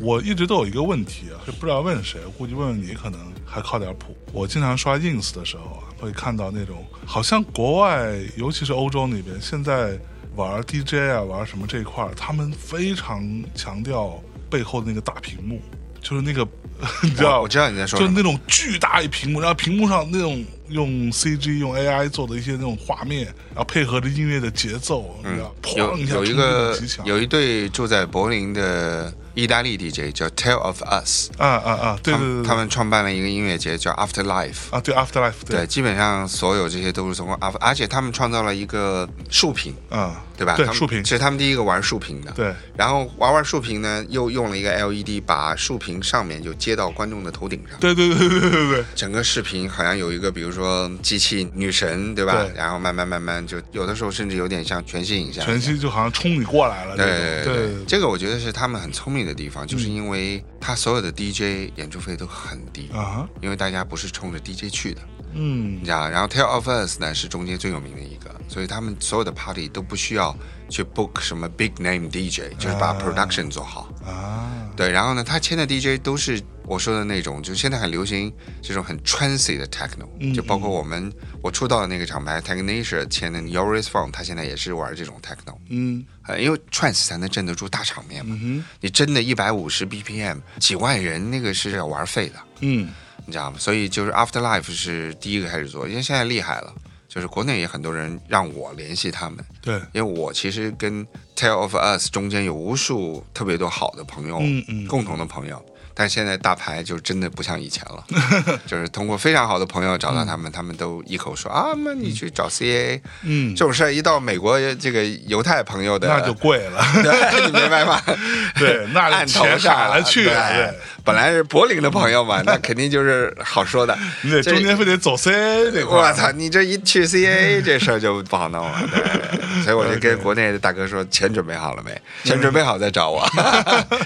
B: 我一直都有一个问题啊，就不知道问谁，估计问问你可能还靠点谱。我经常刷 ins 的时候啊，会看到那种好像国外，尤其是欧洲那边，现在玩 DJ 啊，玩什么这一块儿，他们非常强调背后的那个大屏幕，就是那个你知
A: 我
B: 道
A: 我。知道你在说
B: 就
A: 什
B: 是
A: 么。
B: 那种巨大一屏幕，然后屏幕上那种用 CG 用 AI 做的一些那种画面，然后配合着音乐的节奏，你知道，
A: 有
B: 砰一下
A: 有一
B: 冲击力
A: 个
B: 极强
A: 有一对住在柏林的意大利 DJ 叫 Tale of Us，
B: 啊啊啊，对
A: 他
B: 对
A: 们
B: 对对，
A: 他们创办了一个音乐节叫 Afterlife。
B: 啊，对 Afterlife，
A: 对，基本上所有这些都是从阿，而且他们创造了一个竖屏，
B: 啊，
A: 对吧？
B: 对
A: 他们
B: 竖屏
A: 其，实他们第一个玩竖屏的，。
B: 对，
A: 然后玩玩竖屏呢，又用了一个 LED 把竖屏上面就接到观众的头顶上。
B: 对对对对对对对，
A: 整个视频好像有一个，比如说机器女神，对吧？
B: 对
A: 然后慢慢慢慢就有的时候甚至有点像全息影像一样。
B: 全息就好像冲你过来了，
A: 对
B: 这种对嗯
A: 对，这个我觉得是他们很聪明的地方，就是因为他所有的 DJ 演出费都很低，
B: 对啊，
A: 因为大家不是冲着 DJ 去的。
B: 嗯
A: 你，知道，然后 Tale of Us 呢是中间最有名的一个，所以他们所有的 party 都不需要去 book 什么 big name DJ，就是把
B: 啊
A: production 做好。
B: 啊，
A: 对，然后呢，他签的 DJ 都是我说的那种，就现在很流行这种很 trancy 的 techno，、
B: 嗯
A: 就包括我们我出道的那个厂牌 Technasia 签的 Yoris f o n 他现在也是玩这种 techno，
B: 嗯
A: 呃，因为 trance 才能镇得住大场面嘛，
B: 嗯
A: 你真的一百五十 BPM 几万人那个是要玩废的。
B: 哼，嗯，
A: 你知道吗？所以就是 Afterlife 是第一个开始做，因为现在厉害了，就是国内也很多人让我联系他们，
B: 对，
A: 因为我其实跟 Tale of Us 中间有无数特别多好的朋友，
B: 嗯嗯
A: 共同的朋友。但现在大牌就真的不像以前 了，就是通过非常好的朋友找到他们，他们都一口说啊，那你去找 CA
B: 嗯
A: 这，种事儿，一到美国这个犹太朋友的，
B: 那就贵了，
A: 对，你明白吗？
B: 对那
A: 按头
B: 钱
A: 上
B: 哪来去啊
A: 对
B: 对，
A: 本来是柏林的朋友嘛，那肯定就是好说 的。
B: 你得
A: 这
B: 中间非得走 CA 这块
A: 我
B: 儿，
A: 操，你这一去 CAA 这事儿就不好弄了。对，所以我就跟国内的大哥说，钱准备好了
B: 嗯
A: 没？钱准备好再找我，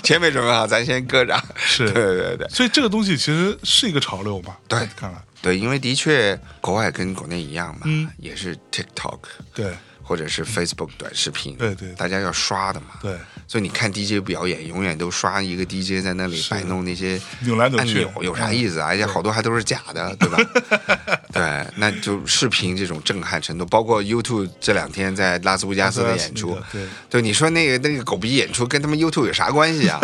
A: 钱没准备好咱先搁着。
B: 是
A: 对对对
B: 所以这个东西其实是一个潮流嘛，
A: 对
B: 看来，
A: 对，因为的确国外跟国内一样嘛，
B: 嗯
A: 也是 TikTok
B: 对
A: 或者是 Facebook 短视频，
B: 对对
A: 大家要刷的嘛。
B: 对，
A: 所以你看 DJ 表演，永远都刷一个 DJ 在那里摆弄那些
B: 扭来扭
A: 按
B: 去嗯
A: 钮，有啥意思啊？而且好多还都是假的，对 吧？对，那就视频这种震撼程度，包括 YouTube 这两天在拉斯维加斯的演出
B: 拉斯维加斯那个，
A: 对，你说那个那个狗逼演出跟他们 YouTube 有啥关系啊？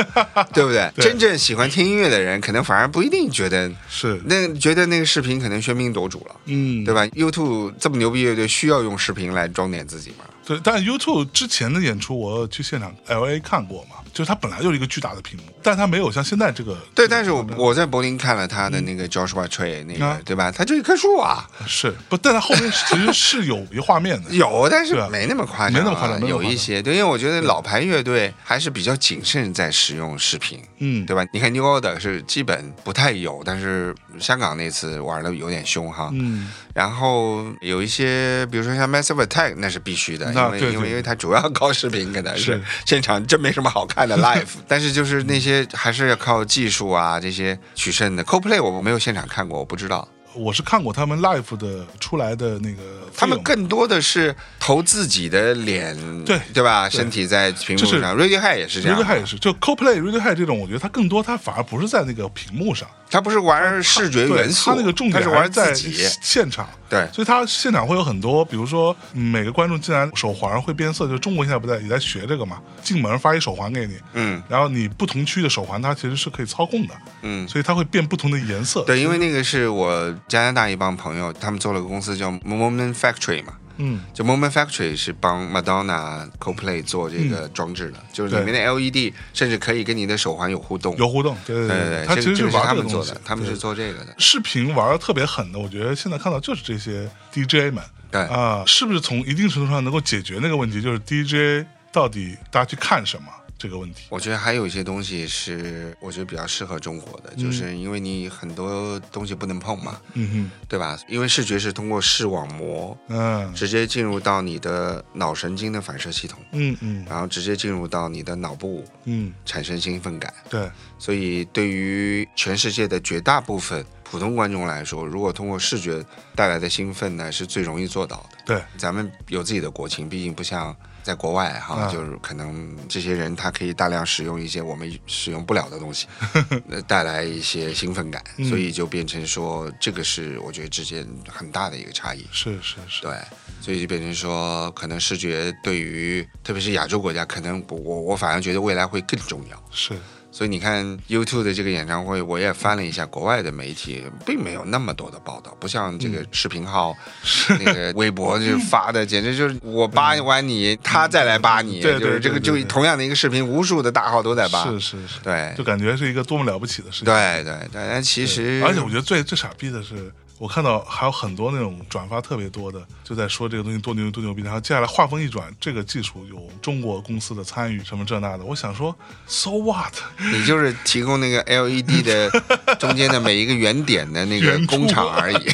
A: 对不对？
B: 对
A: 真正喜欢听音乐的人，可能反而不一定觉得
B: 是，
A: 那觉得那个视频可能喧宾夺主了。
B: 嗯，
A: 对吧？YouTube 这么牛逼乐队需要用视频来装点自己吗？
B: 对，但 YouTube 之前的演出我去现场 LA 看过嘛，就是它本来就是一个巨大的屏幕，但它没有像现在这个
A: 对，但是我我在柏林看了他的那个 Joshua Tree 那个
B: 嗯啊，
A: 对吧？他就一棵树啊，
B: 是不，但它后面其实是 有一画面的，
A: 有，但是
B: 是吧
A: 没那么夸张啊，
B: 没那么夸张没那么
A: 有
B: 夸张
A: 一些对，因为我觉得老牌乐队还是比较谨慎在使用视频，
B: 嗯，
A: 对吧？你看 New Order 是基本不太有，但是香港那次玩的有点凶哈。
B: 嗯，
A: 然后有一些，比如说像 Massive Attack，那是必须的，
B: 那
A: 因为
B: 对对
A: 因为
B: 对
A: 因为它主要靠视频，可能是
B: 是
A: 现场真没什么好看的 live。但是就是那些还是要靠技术啊这些取胜的。Coldplay 我没有现场看过，我不知道。
B: 我是看过他们 live 的出来的那个，
A: 他们更多的是投自己的脸，
B: 对
A: 对吧？
B: 对
A: 身体在屏幕
B: 就是
A: 上，Radiohead 也是这样
B: Radiohead 也是，就 CoPlay Radiohead 这种，我觉得它更多它反而不是在那个屏幕上，
A: 他不是玩视觉元素，
B: 他那个重点
A: 它是
B: 还
A: 玩
B: 在
A: 自己。
B: 现场。
A: 对
B: 所以他现场会有很多，比如说嗯每个观众进来手环会变色，就中国现在不在也在学这个嘛，进门发一手环给你，
A: 嗯
B: 然后你不同区的手环它其实是可以操控的，
A: 嗯，
B: 所以它会变不同的颜色。
A: 对，因为那个是我加拿大一帮朋友，他们做了个公司叫 Moment Factory 嘛，
B: 嗯，
A: 就 Moment Factory 是帮 Madonna、Coldplay 做这个
B: 嗯
A: 装置的，就是里面的 LED 甚至可以跟你的手环有互动。
B: 有互动，对对
A: 对对对，
B: 它
A: 这
B: 其实
A: 这个是
B: 玩
A: 他
B: 这
A: 们
B: 个
A: 做
B: 东西
A: 的，，他们是
B: 对
A: 做这个的。
B: 视频玩的特别狠的，我觉得现在看到就是这些 DJ 们
A: 对
B: 啊，是不是从一定程度上能够解决那个问题，就是 DJ 到底大家去看什么这个问题？
A: 我觉得还有一些东西是我觉得比较适合中国的，就是因为你很多东西不能碰嘛，
B: 嗯
A: 对吧？因为视觉是通过视网膜
B: 哼，嗯
A: 直接进入到你的脑神经的反射系统，
B: 嗯嗯
A: 然后直接进入到你的脑部
B: 嗯，
A: 产生兴奋感。
B: 对，
A: 所以，对于全世界的绝大部分普通观众来说，如果通过视觉带来的兴奋呢，是最容易做到的。
B: 对，
A: 咱们有自己的国情，毕竟不像在国外哈，
B: 啊
A: 就是可能这些人他可以大量使用一些我们使用不了的东 西，呃带来一些兴奋感，
B: 嗯
A: 所以就变成说，这个是我觉得之间很大的一个差异。
B: 是是是，
A: 对，所以就变成说，可能视觉对于特别是亚洲国家，可能我我我反而觉得未来会更重要。
B: 是
A: 所以你看 YouTube 的这个演唱会，我也翻了一下国外的媒体，并没有那么多的报道，不像这
B: 嗯
A: 个视频号、那个微博就发的，简直就是我扒完你，他再来扒你，
B: 对对
A: 就是这
B: 对
A: 个
B: 对
A: 就
B: 对
A: 同样的一个视频，无数的大号都在扒，
B: 是是是，
A: 对
B: 就感觉是一个多么了不起的事情。
A: 对对对，但其实
B: 而且我觉得最最傻逼的是，我看到还有很多那种转发特别多的，就在说这个东西多牛多牛逼，然后接下来话锋一转，这个技术有中国公司的参与，什么这那的，我想说，so what，
A: 你就是提供那个 LED 的中间的每一个圆点的那个
B: 圆柱
A: 工厂而 已。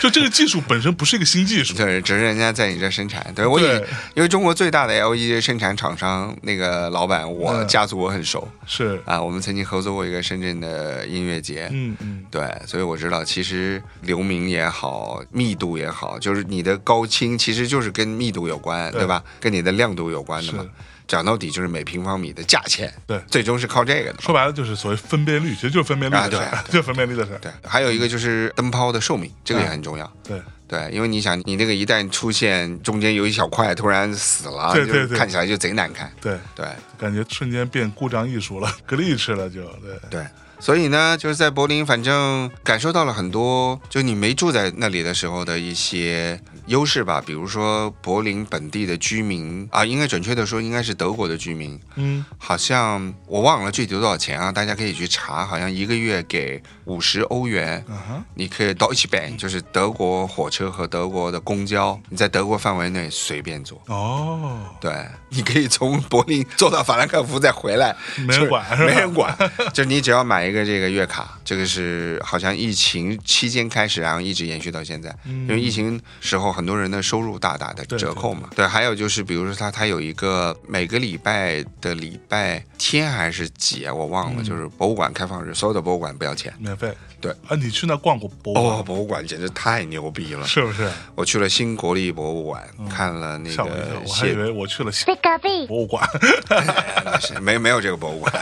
B: 就这个技术本身不是一个新技 术，
A: 对，只是人家在你这生产。对我以
B: 对
A: 因为中国最大的 LED 生产厂商那个老板，我
B: 嗯
A: 家族我很熟，
B: 是，
A: 啊，我们曾经合作过一个深圳的音乐节，
B: 嗯嗯，
A: 对，所以我知道，其实流明也好，密度也好，就是你的高清其实就是跟密度有关，
B: 对
A: 对吧？跟你的亮度有关的嘛
B: 是。
A: 讲到底就是每平方米的价钱，
B: 对
A: 最终是靠这个的嘛。
B: 说白了就是所谓分辨率，其实就是分辨率
A: 啊
B: 的事儿，
A: 对
B: 就是分辨率的事儿，
A: 对，还有一个就是灯泡的寿命，这个
B: 嗯
A: 也很重要。
B: 对
A: 对，因为你想，你那个一旦出现中间有一小块突然死了，
B: 对对
A: 就
B: 对
A: 看起来就贼难看。
B: 对，
A: 对，
B: 感觉瞬间变故障艺术了，glitch 了就，对，
A: 对，所以呢，就是在柏林，反正感受到了很多，就你没住在那里的时候的一些优势吧，比如说柏林本地的居民啊，应该准确的说，应该是德国的居民，
B: 嗯，
A: 好像我忘了具体多少钱啊，大家可以去查，好像一个月给五十欧元。
B: 啊哈，
A: 你可以 Deutsche Bahn，就是德国火车和德国的公交，你在德国范围内随便坐。
B: 哦，
A: 对，你可以从柏林坐到法兰克福再回来，
B: 没人管
A: 就是是
B: 吧
A: 没人管。 就是你只要买一个这个月卡，这个是好像疫情期间开始，然后一直延续到现在。
B: 嗯
A: 因为疫情时候很多人的收入大大的折扣嘛。对还有就是比如说它它有一个每个礼拜的礼拜天还是几啊，我忘了，
B: 嗯
A: 就是博物馆开放日，所有的博物馆不要钱。
B: 免费，
A: 对
B: 啊，你去那逛过博物
A: 哦，
B: 馆
A: 博物馆简直太牛逼了！
B: 是不是？
A: 我去了新国立博物馆，看了那
B: 哦吓我一跳
A: 个，
B: 我还以
A: 谢
B: 为我去了西
C: Pick a bee.
B: 博物馆，
A: 那是没没有这个博物馆，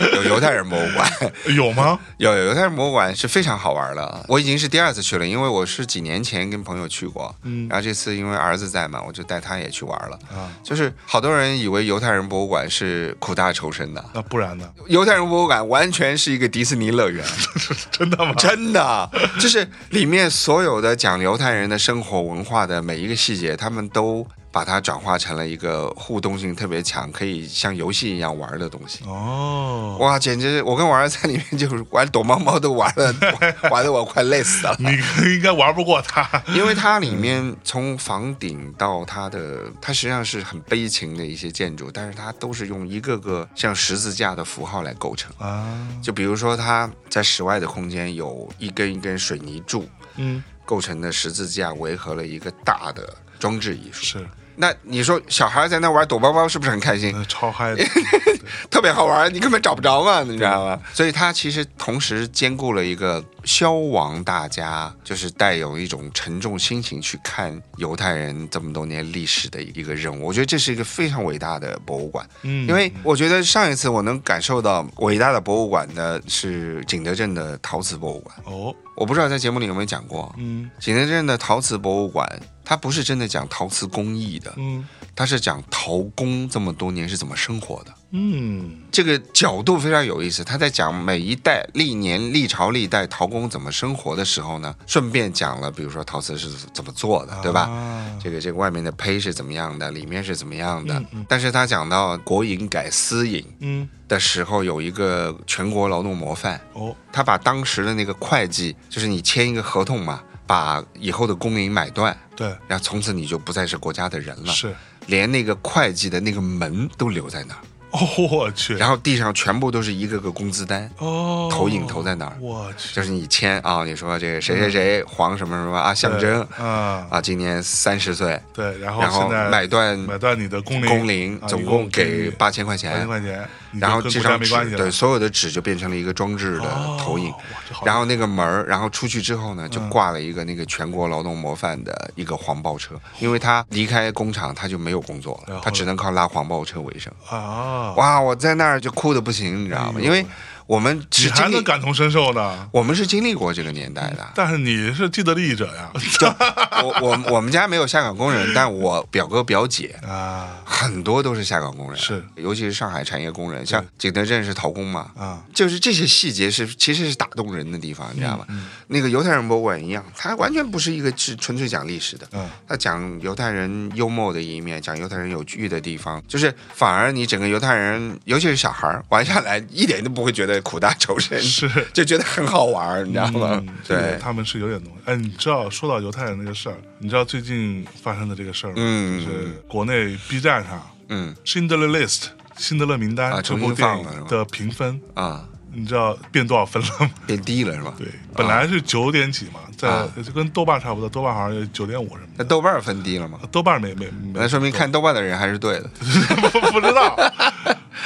A: 有犹太人博物馆，
B: 有吗？
A: 有有犹太人博物馆是非常好玩的。啊我已经是第二次去了，因为我是几年前跟朋友去过，
B: 嗯
A: 然后这次因为儿子在嘛，我就带他也去玩了。
B: 啊，
A: 就是好多人以为犹太人博物馆是苦大仇深的，
B: 那不然 呢？
A: 犹太人博物馆完全是一个迪士尼乐园，
B: 真的吗？
A: 真的，就是里面所有的讲犹太人的生活文化的每一个细节，他们都把它转化成了一个互动性特别强，可以像游戏一样玩的东西。
B: 哦，
A: 哇，简直！我跟我儿子在里面就是玩躲猫猫都玩了，玩玩的我快累死了。
B: 你应该玩不过他。
A: 因为它里面从房顶到它的，它实际上是很悲情的一些建筑，但是它都是用一个个像十字架的符号来构成。
B: 啊，
A: 就比如说，它在室外的空间有一根一根水泥柱
B: 嗯，
A: 构成的十字架，围合了一个大的装置艺术。
B: 是，
A: 那你说小孩在那玩躲包包是不是很开心？
B: 那超 嗨的，
A: 特别好玩，你根本找不着 嘛，你知道吗？所以它其实同时兼顾了一个消亡大家，就是带有一种沉重心情去看犹太人这么多年历史的一个任务。我觉得这是一个非常伟大的博物馆，
B: 嗯
A: 因为我觉得上一次我能感受到伟大的博物馆的是景德镇的陶瓷博物馆，
B: 哦，
A: 我不知道在节目里有没有讲过，
B: 嗯
A: 景德镇的陶瓷博物馆，它不是真的讲陶瓷工艺的，
B: 嗯
A: 它是讲陶工这么多年是怎么生活的。
B: 嗯
A: 这个角度非常有意思，他在讲每一代、历年、历朝、历代陶工怎么生活的时候呢，顺便讲了，比如说陶瓷是怎么做的，对吧？
B: 啊
A: 这个这个外面的胚是怎么样的，里面是怎么样的？
B: 嗯嗯
A: 但是他讲到国营改私营
B: 嗯
A: 的时候，有一个全国劳动模范，
B: 哦
A: 他把当时的那个会计，就是你签一个合同嘛，把以后的工龄买断，
B: 对
A: 然后从此你就不再是国家的人了，
B: 是
A: 连那个会计的那个门都留在那儿，
B: 哦我去
A: 然后地上全部都是一个个工资单，
B: 哦
A: 投影投在哪儿
B: 我去
A: 就是你签啊，你说这个谁谁谁黄什么什么啊，象征
B: 嗯对啊
A: 啊，今年三十岁，
B: 对，然后
A: 然后
B: 现在
A: 买断
B: 买断你的工龄
A: 工龄，
B: 啊
A: 总
B: 一
A: 共给
B: 给
A: 八千块
B: 八千
A: 钱，
B: 块钱，你就
A: 然后
B: 跟
A: 这
B: 国家
A: 张
B: 没
A: 纸
B: 关系了
A: 对所有的纸就变成了一个装置的投影
B: 哦。哇这好嗯
A: 然后那个门儿，然后出去之后呢，就挂了一个那个全国劳动模范的一个黄包车，因为他离开工厂他就没有工作
B: 然
A: 了
B: 后，
A: 他只能靠拉黄包车为生。
B: 啊，
A: 哇，我在那儿就哭的不行，你知道吗？
B: 哎呦
A: 因为我们
B: 你
A: 是
B: 还
A: 经
B: 能
A: 历，
B: 感同身受呢。
A: 我们是经历过这个年代 的。
B: 但是你是既得利益者 呀，
A: 我我我们家没有下岗工 人，但我表哥表姐
B: 啊
A: 很多都是下岗工人，啊
B: 是，
A: 尤其是上海产业工人，像景德镇是陶工嘛，
B: 啊，
A: 就是这些细节是其实是打动人的地方，你知道吗？
B: 嗯
A: 那个犹太人博物馆一样，它完全不是一个是纯粹讲历史的，
B: 嗯
A: 它讲犹太人幽默的一面，讲犹太人有趣的地方，就是反而你整个犹太人，尤其是小孩儿玩下来，一点都不会觉得苦大仇深，
B: 是，
A: 就觉得很好玩儿，你知道吗？
B: 嗯这个
A: 对，
B: 他们是有点东西。哎，你知道说到犹太人那个事儿，你知道最近发生的这个事儿吗？
A: 嗯
B: 就是国内 B 站上
A: 嗯
B: 《Schindler List》辛德勒名单
A: 啊
B: 这
A: 重新
B: 部电
A: 放了是吧
B: 影的评分，
A: 啊，
B: 你知道变多少分了吗？
A: 变低了是吧？
B: 对，本来是九点几嘛，在
A: 啊
B: 就跟豆瓣差不多，豆瓣好像有九点五什么
A: 那
B: 的。
A: 豆瓣儿分低了吗？
B: 豆瓣没没没，
A: 嗯那说明看豆瓣的人还是对 的。
B: 不不知道。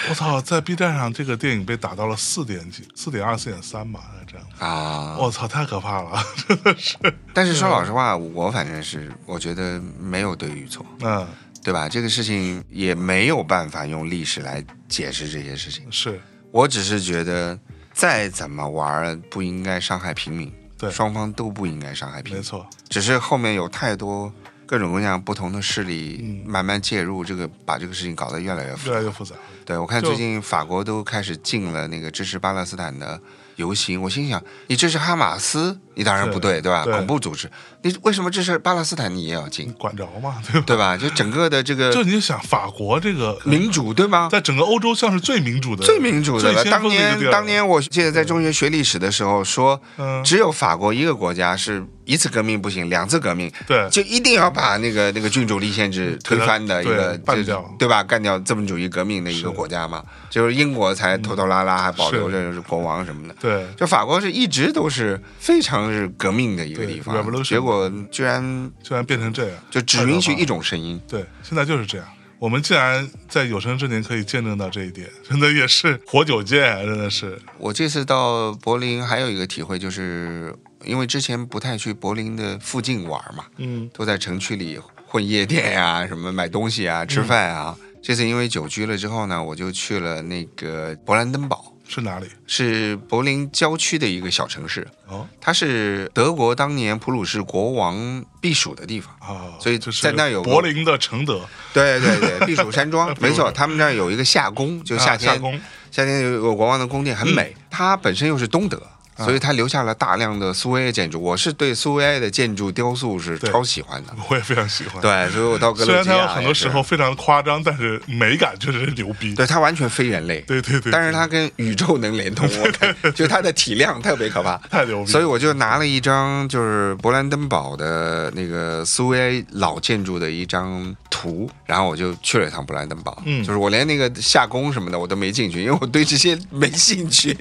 B: 我操，在 B 站上这个电影被打到了四点几，四点二、四点三吧，这样。
A: 啊，
B: 我操，太可怕了， 真的是。
A: 但是说
B: 啊
A: 老实话，我反正是我觉得没有对与错，
B: 嗯，
A: 对吧？这个事情也没有办法用历史来解释这些事情。
B: 是
A: 我只是觉得，再怎么玩儿不应该伤害平民，
B: 对
A: 双方都不应该伤害平
B: 没
A: 民。
B: 错。
A: 只是后面有太多各种各样不同的势力
B: 嗯
A: 慢慢介入，这个把这个事情搞得越来越复
B: 越
A: 杂
B: 来。越复杂。
A: 对，我看
B: 就
A: 最近法国都开始禁了那个支持巴勒斯坦的游行，我心想，你支持哈马斯，你当然不对，对吧？
B: 对
A: 恐怖组织，你为什么支持巴勒斯坦，你也要禁，
B: 管着嘛， 对吧？
A: 对吧？就整个的这个
B: 就你想，法国这个
A: 民主，对吗？
B: 在整个欧洲算是最民主的、
A: 最民主的了。
B: 最先
A: 当
B: 锋的一个地
A: 年，
B: 儿
A: 当年我记得在中学学历史的时候说，
B: 嗯
A: 只有法国一个国家是一次革命不行，两次革命
B: 对
A: 就一定要把那个那个君主立宪制推翻的一
B: 嗯对
A: 个
B: 办
A: 就是
B: 掉
A: 对吧？干掉资本主义革命的一个国家嘛，就是英国才拖拖拉拉还保留着国王什么的。
B: 对
A: 就法国是一直都是非常是革命的一个
B: 对
A: 地方，
B: revolution
A: 结果居然
B: 居然变成这样，
A: 就只
B: 太可
A: 允许
B: 怕
A: 一种声音，
B: 对，现在就是这样。我们竟然在有生之年可以见证到这一点，真的也是活久见，啊真的是
A: 我这次到柏林还有一个体会，就是因为之前不太去柏林的附近玩嘛，
B: 嗯，
A: 都在城区里混夜店呀、什么买东西啊、吃饭啊。这次因为久居了之后呢，我就去了那个勃兰登堡，
B: 是哪里？
A: 是柏林郊区的一个小城市，
B: 哦
A: 它是德国当年普鲁士国王避暑的地方。
B: 啊，
A: 所以
B: 就是
A: 在那有个
B: 柏林的承德
A: 对对对， 避暑山庄，没
B: 避暑山
A: 错，
B: 庄
A: 他们那儿有一个夏宫，嗯就夏天、
B: 啊、夏宫
A: 夏天有个国王的宫殿很美，它本身又是东德。所以它留下了大量的苏维埃建筑，我是对苏维埃的建筑雕塑是
B: 对
A: 超喜欢的。
B: 我也非常喜欢。，
A: 对，所以我到格鲁
B: 虽然
A: 吉
B: 它
A: 亚也
B: 有
A: 是，
B: 很多时候非常夸张，但是美感确实是牛逼。
A: 对它完全非人类，
B: 对对对，
A: 但是它跟宇宙能连通，我看 就它的体量特别可怕。
B: 太牛逼了，
A: 所以我就拿了一张就是勃兰登堡的那个苏维埃老建筑的一张图，途，然后我就去了一趟勃兰登堡，
C: 嗯
A: 就是我连那个夏宫什么的我都没进去，因为我对这些 没兴趣。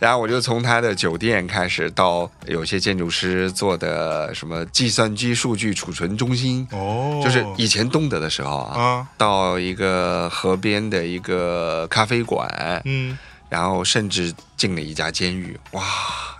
A: 然后我就从他的酒店开始，到有些建筑师做的什么计算机数据储存中心，
B: 哦，
A: 就是以前东德的时候啊，
B: 啊，
A: 到一个河边的一个咖啡馆，
C: 嗯，
A: 然后甚至进了一家监狱，哇，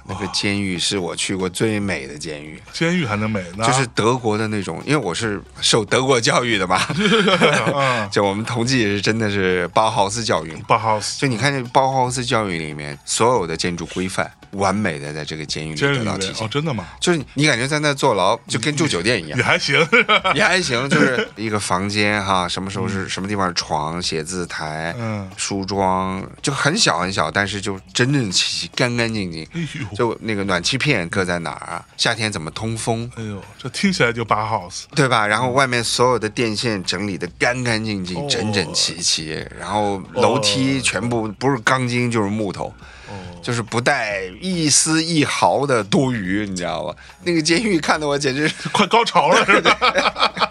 A: 那个监狱是我去过最美的监狱。
B: 监狱还能美呢，
A: 就是德国的那种，因为我是受德国教育的 嘛，
B: 嗯，
A: 就我们同济也是真的是包豪斯教育。
B: 不好，
A: 就你看这包豪斯教育里面所有的建筑规范，完美的在这个监狱里
B: 监狱
A: 得
B: 里
A: 到
B: 面
A: 体
B: 哦，
A: 现。
B: 真的吗？
A: 就是你感觉在那坐牢，就跟住酒店一样
B: 也，还行，
A: 也还行，就是一个房间哈，什么时候是什么地方是床、写字台、
B: 嗯，
A: 梳妆，就很小很小，但是就整整齐齐、干干净净。
B: 哎呦，
A: 就那个暖气片搁在哪儿，啊夏天怎么通风，
B: 哎呦，这听起来就八 house，
A: 对吧？然后外面所有的电线整理的干干净净、
B: 嗯哦
A: 整整齐齐，然后楼梯全部不是钢筋就是木头，
B: 哦，
A: 就是不带一丝一毫的多余，你知道吧？那个监狱看得我简直是……
B: 快高潮了是吧？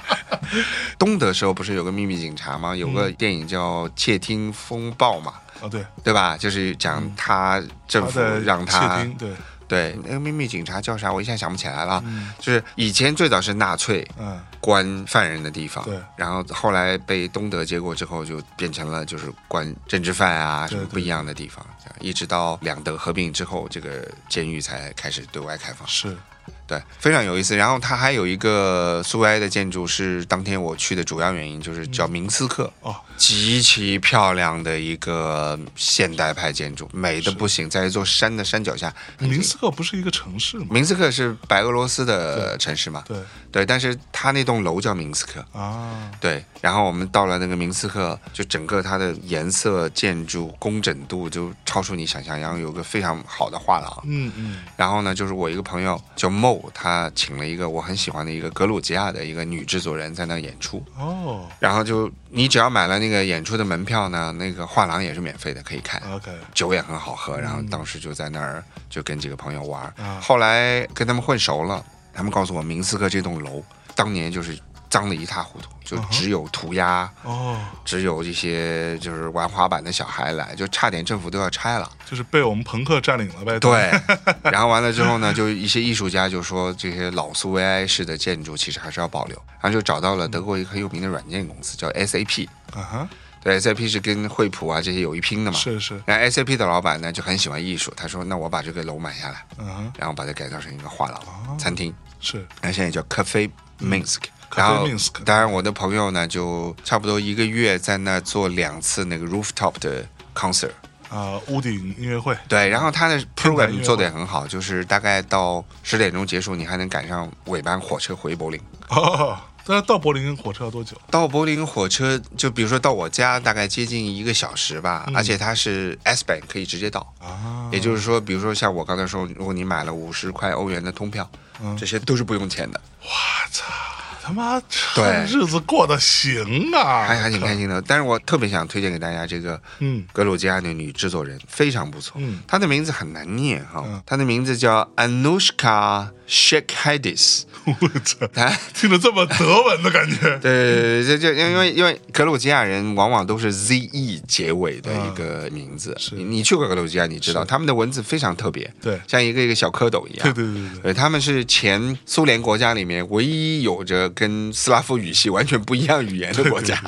A: 东德时候不是有个秘密警察吗？有
B: 嗯
A: 个电影叫《窃听风暴》嘛，
B: 啊，对，
A: 对吧？就是讲他政
B: 嗯他
A: 府
B: 在
A: 让他
B: 窃听，对，
A: 对那个秘密警察叫啥，我一下想不起来了。就是以前最早是纳粹，
B: 嗯，
A: 关犯人的地方，
B: 对
A: 然后后来被东德接过之后，就变成了就是关政治犯啊什么
B: 对对
A: 不一样的地方，这样一直到两德合并之后，这个监狱才开始对外开放，
B: 是，
A: 对，非常有意思。然后它还有一个苏维埃的建筑是当天我去的主要原因，就是叫明斯克，
B: 哦，
A: 极其漂亮的一个现代派建筑，美的不行，在一座山的山脚下。
B: 明斯克不是一个城市吗？
A: 明斯克是白俄罗斯的城市嘛？
B: 对，
A: 对，但是它那栋楼叫明斯克。
B: 啊，
A: 对，然后我们到了那个明斯克，就整个它的颜色、建筑工整度就超出你想象，然后有个非常好的画廊。
B: 嗯嗯，
A: 然后呢，就是我一个朋友叫 Mo，他请了一个我很喜欢的一个格鲁吉亚的一个女制作人在那演出。
B: 哦
A: 然后就你只要买了那个演出的门票呢，那个画廊也是免费的，可以看。
B: ，OK，
A: 酒也很好喝，然后当时就在那儿就跟几个朋友玩儿，
B: 啊
A: 后来跟他们混熟了，他们告诉我明斯克这栋楼当年就是脏的一塌糊涂，就
B: 啊哈
A: 只有涂鸦，
B: 哦，
A: 只有一些就是玩滑板的小孩来，就差点政府都要拆了。
B: 就是被我们朋克占领了呗，
A: 对，然后完了之后呢，就一些艺术家就说这些老苏维埃式的建筑其实还是要保留，然后就找到了德国一个很有名的软件公司叫 SAP，
B: 啊哈，
A: 对，SAP 是跟惠普啊这些有一拼的嘛。
B: 是是，
A: 然后 SAP 的老板呢就很喜欢艺术，他说那我把这个楼买下来，
B: 嗯哼，
A: 然后把它改造成一个画廊、餐厅，
B: 是，
A: 然后现在叫 Cafe Minsk。
B: 哦嗯 Cafe
A: 然后
B: Minsk，
A: 当然我的朋友呢，就差不多一个月在那做两次那个 rooftop 的 concert。
B: 啊，屋顶音乐会，
A: 对，然后他的
B: 音乐
A: program
B: 会
A: 做的也很好，就是大概到十点钟结束，你还能赶上尾班火车回柏林。
B: 哦，那到柏林火车要多久？
A: 到柏林火车，就比如说到我家，大概接近一个小时吧，而且它是 S 版可以直接到。
B: 嗯啊，
A: 也就是说，比如说像我刚才说，如果你买了五十块欧元的通票，
B: 嗯
A: 这些都是不用钱的，
B: 我操，他妈这
A: 对
B: 日子过得行啊，
A: 还还挺开心的。但是我特别想推荐给大家这个
B: 嗯
A: 格鲁吉亚的女制作人，非常不错。
B: 嗯
A: 她的名字很难念哈
B: 嗯，
A: 她的名字叫 Anushka Shekhidis。
B: 我操，
A: 她
B: 听着这么德文的感觉，
A: 哎对，这这因
B: 嗯
A: 为因为格鲁吉亚人往往都是 Z E 结尾的一个名字。
B: 嗯是
A: 你你去过格鲁吉亚，你知道他们的文字非常特别，
B: 对
A: 像一个一个小蝌蚪一样。
B: 对对对对对，
A: 对，他们是前苏联国家里面唯一有着跟斯拉夫语系完全不一样语言的国 家。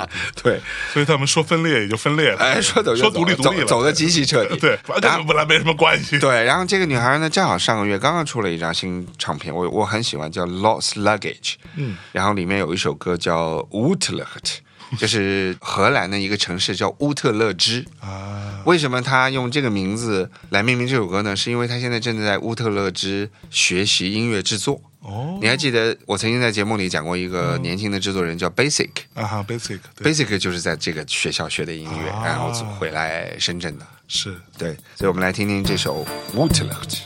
A: 对，
B: 所以他们说分裂也就分裂 了，
A: 哎，说走就
B: 说
A: 走
B: 独立独立
A: 走
B: 了，
A: 走的极其彻底。
B: 对，反正跟
A: 然后
B: 我们本来没什么关系，
A: 对，然后这个女孩呢，正好上个月刚刚出了一张新唱片，我我很喜欢，叫《Lost Luggage》。
B: 嗯，
A: 然后里面有一首歌叫《乌特勒特》，就是荷兰的一个城市叫乌特勒支。
B: 啊，
A: 为什么他用这个名字来命名这首歌呢？是因为他现在正在乌特勒支学习音乐制作。
B: 哦，
A: 你还记得我曾经在节目里讲过一个年轻的制作人叫 Basic。
B: 啊哈，basic，对，
A: Basic 就是在这个学校学的音乐，
B: 啊
A: 然后回来深圳的。
B: 是，
A: 对，所以我们来听听这首《乌特勒支》。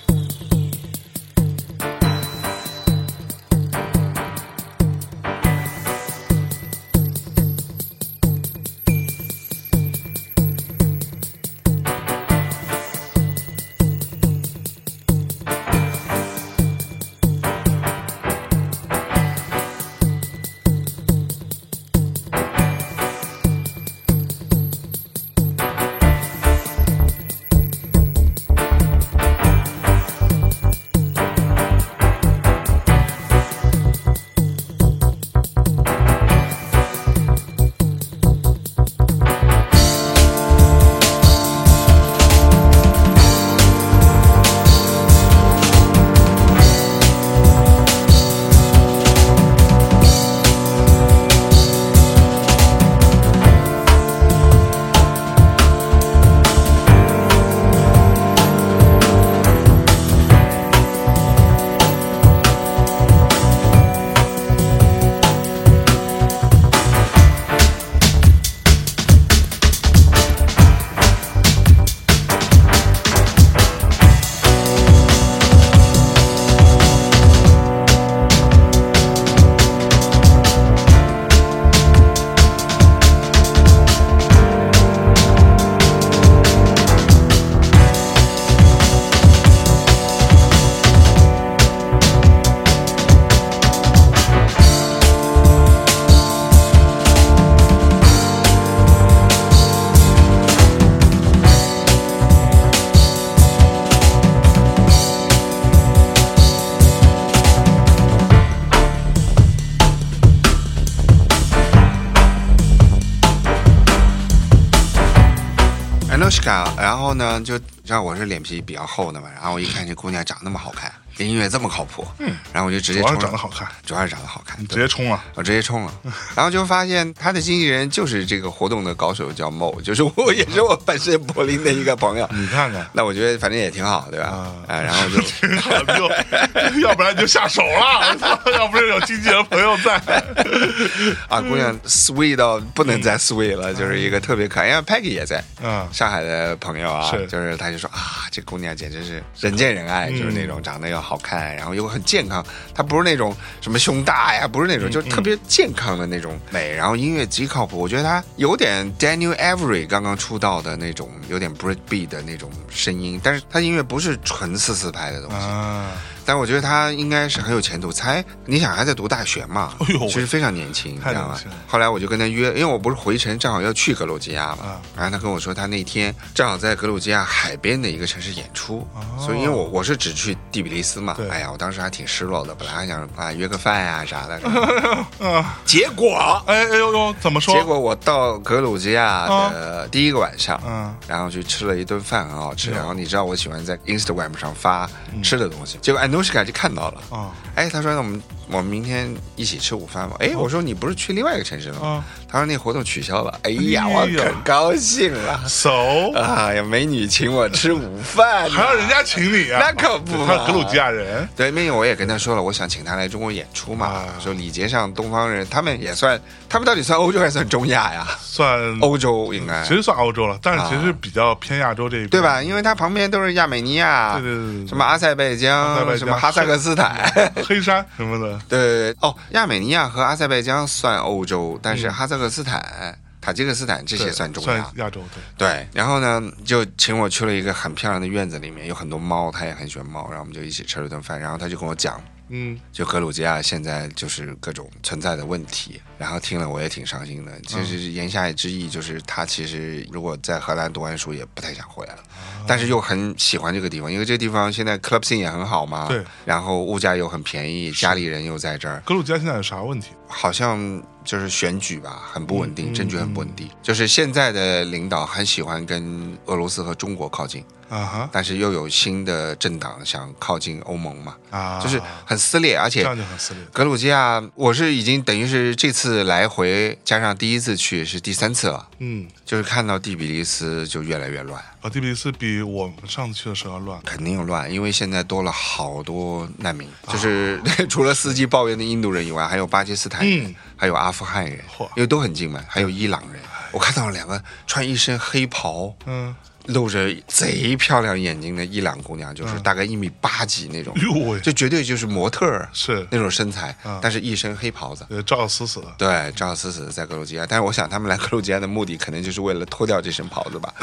D: Thank
A: 哎长，然后呢，就让我是脸皮比较厚的嘛，然后我一看这姑娘长那么好看，这音乐这么靠谱，嗯，然后我就直接
B: 主要
A: 冲
B: 是长得好看，
A: 主要是长得好看，
B: 直接冲了。
A: 我直接冲了， 然后就发现他的经纪人就是这个活动的高手叫 Mo，就是我也是我本身柏林的一个朋友。
B: 你 看看，
A: 那我觉得反正也挺好，对吧？
B: 嗯啊
A: 啊，然 后就
B: 就要不然你就下手了，我操要不是有经纪人朋友 在，
A: 啊，姑娘 sweet 到不能再 sweet 了，就是一个特别可爱。因为 Peggy 也在，
B: 啊
A: 上海的朋友啊，
B: 是
A: 就是他就说啊，这姑娘简直是人见人爱，就是那种长得又好看，然后又很健康。她不是那种什么胸大呀，不是那种，就是特别健康的那种美。然后音乐极靠谱，我觉得她有点 Daniel Avery 刚刚出道的那种，有点 breakbeat 的那种声音，但是她音乐不是纯四四拍的东西。
B: 啊，
A: 但我觉得他应该是很有前途，才你想还在读大学嘛，
B: 哎呦喂
A: 其实非常年轻，你
B: 太
A: 知道吗
B: 年轻了？
A: 后来我就跟他约，因为我不是回程正好要去格鲁吉亚嘛，
B: 啊
A: 然后他跟我说他那天正好在格鲁吉亚海边的一个城市演出，
B: 哦
A: 所以因为我我是只去第比利斯嘛
B: 对，
A: 哎呀，我当时还挺失落的，本来还想啊约个饭呀、啥的，
B: 啊
A: 结果
B: 哎哎呦呦，怎么说
A: 结？果我到格鲁吉亚的第一个晚上，
B: 啊嗯，啊
A: 然后去吃了一顿饭，很好吃。然后你知道我喜欢在 Instagram 上发吃的东西，结果 Anushka 就看到了。
B: 嗯啊嗯
A: 哎，他说那我们我们明天一起吃午饭吧。哎，我说你不是去另外一个城市了吗？
B: 啊
A: 他说那活动取消了。哎呀，
B: 哎
A: 我
B: 呀
A: 可高兴了。
B: ，so
A: 哎呀，美女请我吃午饭、啊
B: 还让人。家请你啊？
A: 那可不嘛
B: 他是格鲁吉亚人，
A: 对，因为我也跟他说了，我想请他来中国演出嘛
B: 啊。
A: 说礼节上，东方人他们也算，他们到底算欧洲还是算中亚呀？
B: 算
A: 欧洲应该
B: 其实算欧洲了，但是
A: 哦啊
B: 其实比较偏亚洲这一边，
A: 对？吧？因为它旁边都是亚美尼亚，
B: 对对对对
A: 什么阿塞拜
B: 阿塞拜
A: 疆，
B: 疆
A: 什么哈萨克斯坦。
B: 黑山什么的，
A: 对对对，哦，亚美尼亚和阿塞拜疆算欧洲，但是哈萨克斯坦、呃塔吉克斯坦这
B: 嗯对
A: 些算中
B: 算
A: 亚。
B: 亚洲，对，
A: 对，然后呢，就请我去了一个很漂亮的院子，里面有很多猫，他也很喜欢猫，然后我们就一起吃了顿饭，然后他就跟我讲，
B: 嗯，
A: 就格鲁吉亚现在就是各种存在的问题，然后听了我也挺伤心的。其
B: 嗯
A: 实言下之意就是，他其实如果在荷兰读完书也不太想回来了，但是又很喜欢这个地方，因为这个地方现在 club scene 也很好嘛，
B: 对，
A: 然后物价又很便宜，家里人又在这儿，
B: 格鲁吉亚现在有啥问题？
A: 好像就是选举吧，很不稳
B: 嗯
A: 定，政局很不稳定。就是现在的领导很喜欢跟俄罗斯和中国靠近，
B: 啊
A: 但是又有新的政党想靠近欧盟嘛，
B: 哈啊，
A: 就是很撕裂，而
B: 这
A: 且
B: 样就很撕裂，
A: 格鲁吉亚，我是已经等于是这次来回加上第一次去是第三次了，
B: 嗯。
A: 就是看到第比利斯就越来越乱，
B: 啊，第比利斯比我们上次去的时候要乱。
A: 肯定乱，因为现在多了好多难民，就是 除了司机抱怨的印度人以外，还有巴基斯坦人，
B: 啊嗯
A: 还有阿富汗人
B: 嚯，
A: 因为都很近嘛，还有伊朗人。我看到了两个穿一身黑袍、
B: 嗯，
A: 露着贼漂亮眼睛的伊朗姑娘，
B: 嗯
A: 就是大概一米八几那种，
B: 哎呦喂，
A: 就绝对就是模特儿
B: 是
A: 那种身材
B: 嗯，
A: 但是一身黑袍子。
B: 呃照死死的。
A: 对，正好死死地在格鲁吉亚，但是我想他们来格鲁吉亚的目的，可能就是为了脱掉这身袍子吧。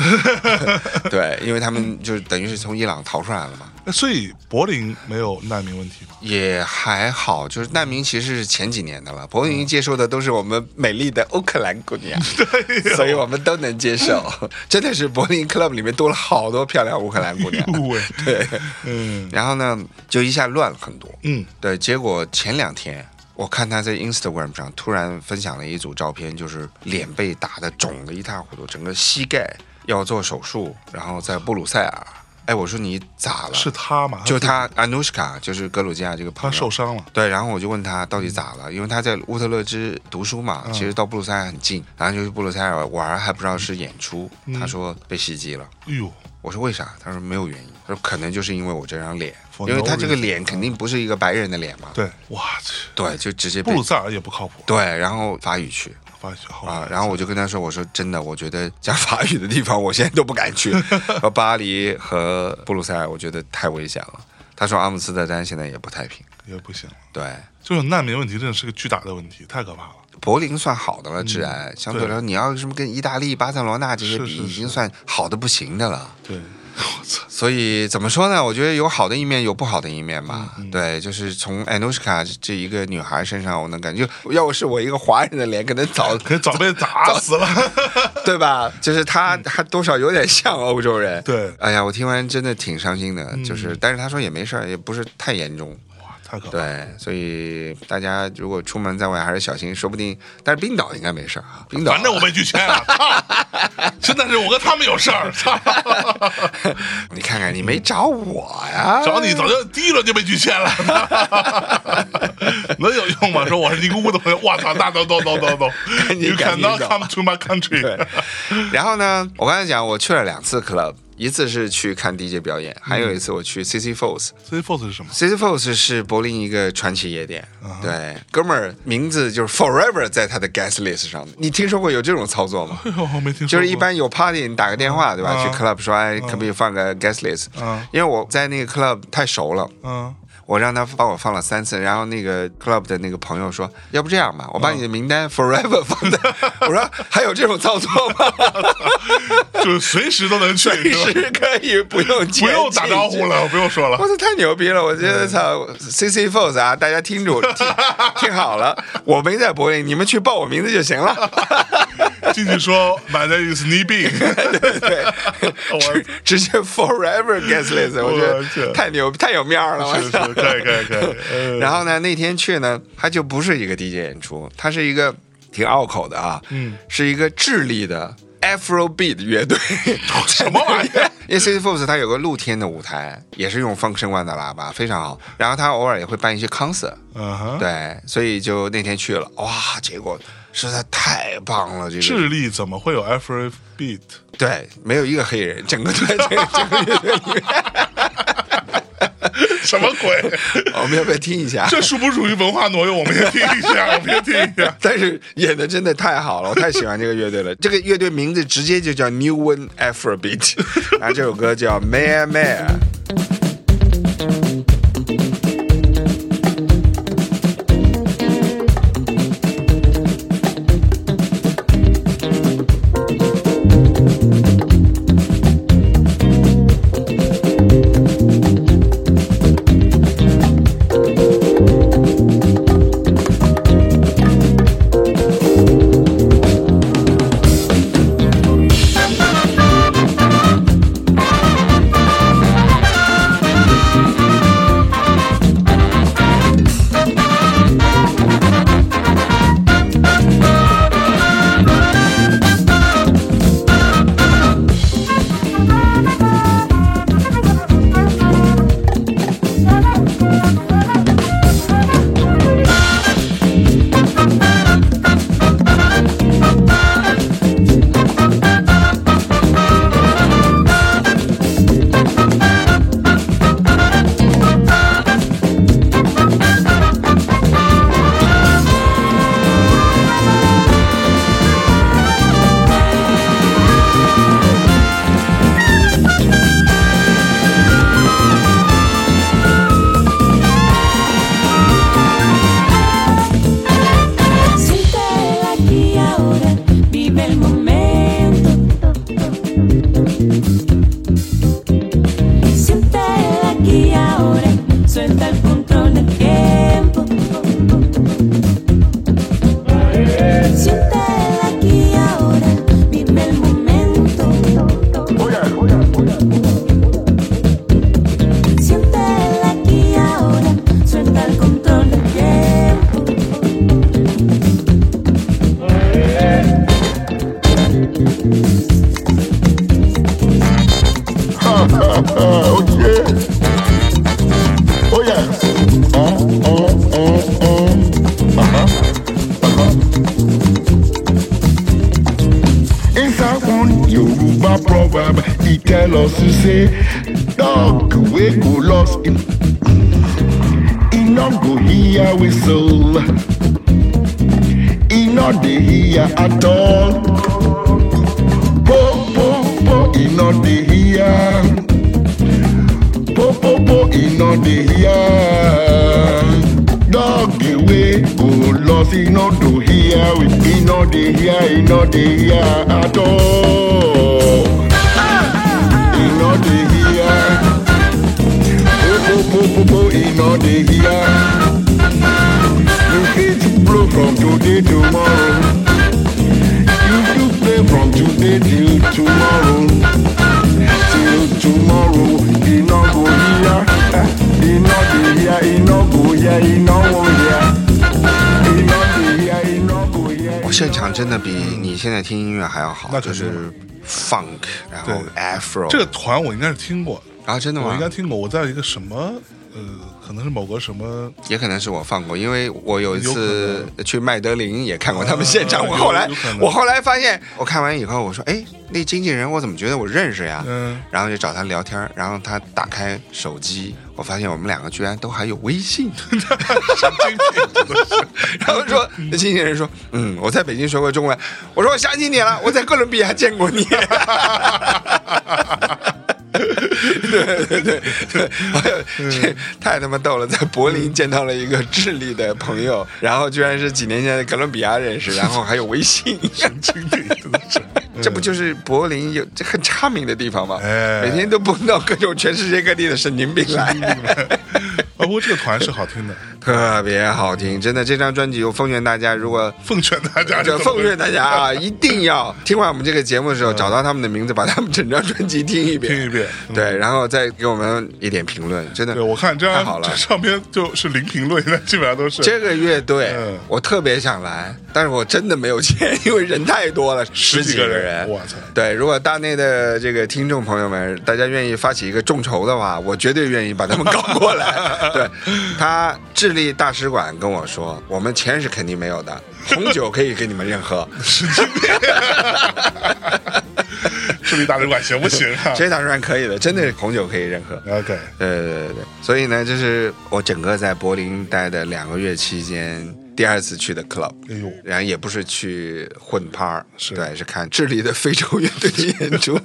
A: 对，因为他们就是等于是从伊朗逃出来了嘛，
B: 哎所以柏林没有难民问题 吗？
A: 也还好。就是难民其实是前几年的了，柏林接收的都是我们美丽的乌克兰姑娘，对、所以我们都能接受。真的是柏林 club 里面多了好多漂亮乌克兰姑娘。
B: 喂，
A: 对，
B: 嗯
A: 然后呢，就一下乱了很多。
B: 嗯，
A: 对，结果前两天我看他在 Instagram 上突然分享了一组照片，就是脸被打得肿得一塌糊涂，整个膝盖要做手术，然后在布鲁塞尔。哎，我说你咋了？
B: 是他嘛？
A: 就
B: 自己，
A: 他 Anushka，就是格鲁吉亚这个朋
B: 他
A: 友。
B: 嗯受伤了。
A: 对，然后我就问他到底咋了，因为他在乌特勒支读书嘛，
B: 嗯
A: 其实到布鲁塞尔很近，然后就去布鲁塞尔玩，还不知道是演出。
B: 嗯
A: 他说被袭击了。
B: 哎呦，
A: 我说为啥？他说没有原因，他说可能就是因为我这张脸，
B: For
A: 因为
B: no
A: 他这个
B: reason 嗯
A: 脸肯定不是一个白人的脸嘛。
B: 对，我去，
A: 对，就直接
B: 布
A: 被
B: 鲁塞尔也不靠谱，
A: 对，然后法语去
B: 发现好
A: 啊
B: 吧，
A: 然后我就跟他说，我说真的，我觉得讲法语的地方，我现在都不敢 去，和巴黎和布鲁塞尔，我觉得太危险了。他说阿姆斯特丹现在也不太平，
B: 也不行了。
A: 对，
B: 就是难民问题真的是个巨大的问题，太可怕了。
A: 柏林算好的了，治安、相对来说，你要什么跟意大利、巴塞罗那这些
B: 嗯是
A: 比，
B: 是
A: 已
B: 是
A: 经算好的不行的了。
B: 对，我操，
A: 所以怎么说呢？我觉得有好的一面，有不好的一面吧。
B: 嗯
A: 对，就是从 Anushka 这这一个女孩身上，我能感觉，要是我一个华人的脸，可能 早
B: 可早被打 死了。
A: 对吧？就是他，他多少有点像欧洲人。
B: 对嗯
A: 哎呀，我听完真的挺伤心的，就是，但是他说也没事儿，也不是太严重。
B: 哇，太可怕了。
A: 对，所以大家如果出门在外还是小心，说不定。但是冰岛应该没事儿啊，冰岛
B: 反正我没拒签啊， 操！现在是我跟他们有事儿，操！
A: 你看看，你没找我呀？
B: 找你早就第一轮就被 拒签了，能有用吗？说我是尼姑姑的朋友，我操，那都都都都 都
A: 赶紧
B: ，You
A: 赶紧
B: cannot
A: 走
B: come to my
A: 对
B: country。，
A: 然后呢，我刚才讲我去了两次 club，一次是去看 DJ 表演，还有一次我去 CC Falls。
B: C Force 是什么？
A: CC Falls 是柏林一个传奇夜店，对，哥们儿名字就是 Forever 在他的 guest list 上的。你听说过有这种操作吗？
B: 哎呦，我没听说过。
A: 就是一般有 party，你打个电话，对吧？
B: 啊
A: 去 club 说，哎，可不可以放个 guest list？
B: 啊
A: 因为我在那个 club 太熟了，
B: 嗯，
A: 我让他帮我放了三次，然后那个 club 的那个朋友说，要不这样吧，我把你的名单 forever 放在， 我说还有这种操作吗？
B: 就是随时都能去，
A: 随
B: 是吧
A: 时可以不用
B: 不
A: 不
B: 用打招呼。了，不用说了
A: 我。操，太牛逼了！我觉得操，C C Force 啊，大家听住， 听听好了，我没在柏林，你们去报我名字就行了。
B: 进去说 My name is Ni b
A: 对对，
B: 我
A: 直接 forever guest list，我觉
B: 我去
A: 得太牛，太有面儿了。我
B: 是是，
A: 操
B: 可以可以可以。呃
A: 然后呢，那天去呢，它就不是一个 DJ 演出，它是一个挺拗口的啊，
B: 嗯，
A: 是一个智利的 Afrobeat 乐 队，什
B: 么玩意儿？
A: 因为 City Fox 它有个露天的舞台，也是用 function one 的喇叭，非常好。然后它偶尔也会办一些 concert，
B: 嗯哼，
A: 对，所以就那天去了，哇，结果实在太棒了，这个
B: 智利怎么会有 Afro beat？
A: 对，没有一个黑人，整个队整个整个乐队 里面，
B: 什么鬼？
A: 我们要不要听一下？
B: 这属不属于文化挪用？我们先听一下，我们先听一 下。
A: 但是演的真的太好了，我太喜欢这个乐队了。这个乐队名字直接就叫 New One Afrobeat，然 后这首歌叫 Mare Mare。
C: Siente el aquí y ahora, vive el momento. Siente el aquí y ahora, suelta el control del tiempo. Siente el aquí y ahora, vive el momento. Siente el aquí y ahora, suelta el control del tiempo.
D: Inside one Yoruba proverb, he tell us to say, dog we go lost him. He not go hear whistle. He not dey hear at all. Po po po, he not dey hear. Po po po, he not dey hear. Dog we go lost, he not do hear. we- He not dey hear, he not dey hear at all. He not dey hear. Po po po po po, he not dey hear. You fit blow from today tomorrow. You do play from today till tomorrow. Till tomorrow, e no go hear. E no dey hear, e no go hear he no go hear. He no dey hear, he no go hear.
A: 哇，哦现场真的比你现在听音乐还要好，
B: 那
A: 就
B: 肯定
A: 是 funk，然后
B: 对
A: afro，
B: 这个团我应该是听过，
A: 啊真的
B: 我
A: 吗
B: 应？该听过。我在一个什么呃，可能是某个什么
A: 也可能是我放过，因为我有一次
B: 有
A: 去麦德林也看过他们现场。
B: 啊
A: 我后来
B: 有有可能
A: 我后来发现，我看完以后我说，哎，那经纪人我怎么觉得我认识呀？
B: 嗯
A: 然后就找他聊天，然后他打开手机，我发现我们两个居然都还有微信。
B: 神经病真的是，
A: 然后说，那经纪人说，嗯，我在北京学过中文。我说我相信你了，我在哥伦比亚见过你。 对对对对，哎呦这太他妈逗了！在柏林见到了一个智利的朋友，然后居然是几年前在哥伦比亚认识，然后还有微信，
B: 经病真的是。
A: 这不就是柏林有这很差名的地方吗？
B: 哎
A: 每天都碰到各种全世界各地的神经病来。
B: 啊，不过这个团是好听的，
A: 特别好听，真的！这张专辑我奉劝大家，如果
B: 奉劝大 家，
A: 这奉劝大家啊，一定要听完我们这个节目的时候，找到他们的名字，把他们整张专辑听一遍，
B: 听一遍嗯
A: 对，然后再给我们一点评论，真的。
B: 对，我看这
A: 太好
B: 张
A: 了
B: 这。唱片就是零评论，现在基本上都是
A: 这个乐队
B: 嗯
A: 我特别想来，但是我真的没有钱，因为人太多了，十
B: 几
A: 个
B: 个
A: 人。
B: 人哇塞
A: 对，如果大内的这个听众朋友们，大家愿意发起一个众筹的话，我绝对愿意把他们搞过 来。对他智利大使馆跟我说，我们钱是肯定没有的，红酒可以给你们任 喝。
B: 智利大使馆行不行啊
A: 这打算可以的，真的是红啊酒可以任喝。
B: ？OK，
A: 对对对对对，所以呢，这是我整个在柏林待的两个月期间第二次去的 club。
B: 哎呦
A: 然后也不是去混趴儿，
B: 是
A: 对，是看智利的非洲乐队的演 出，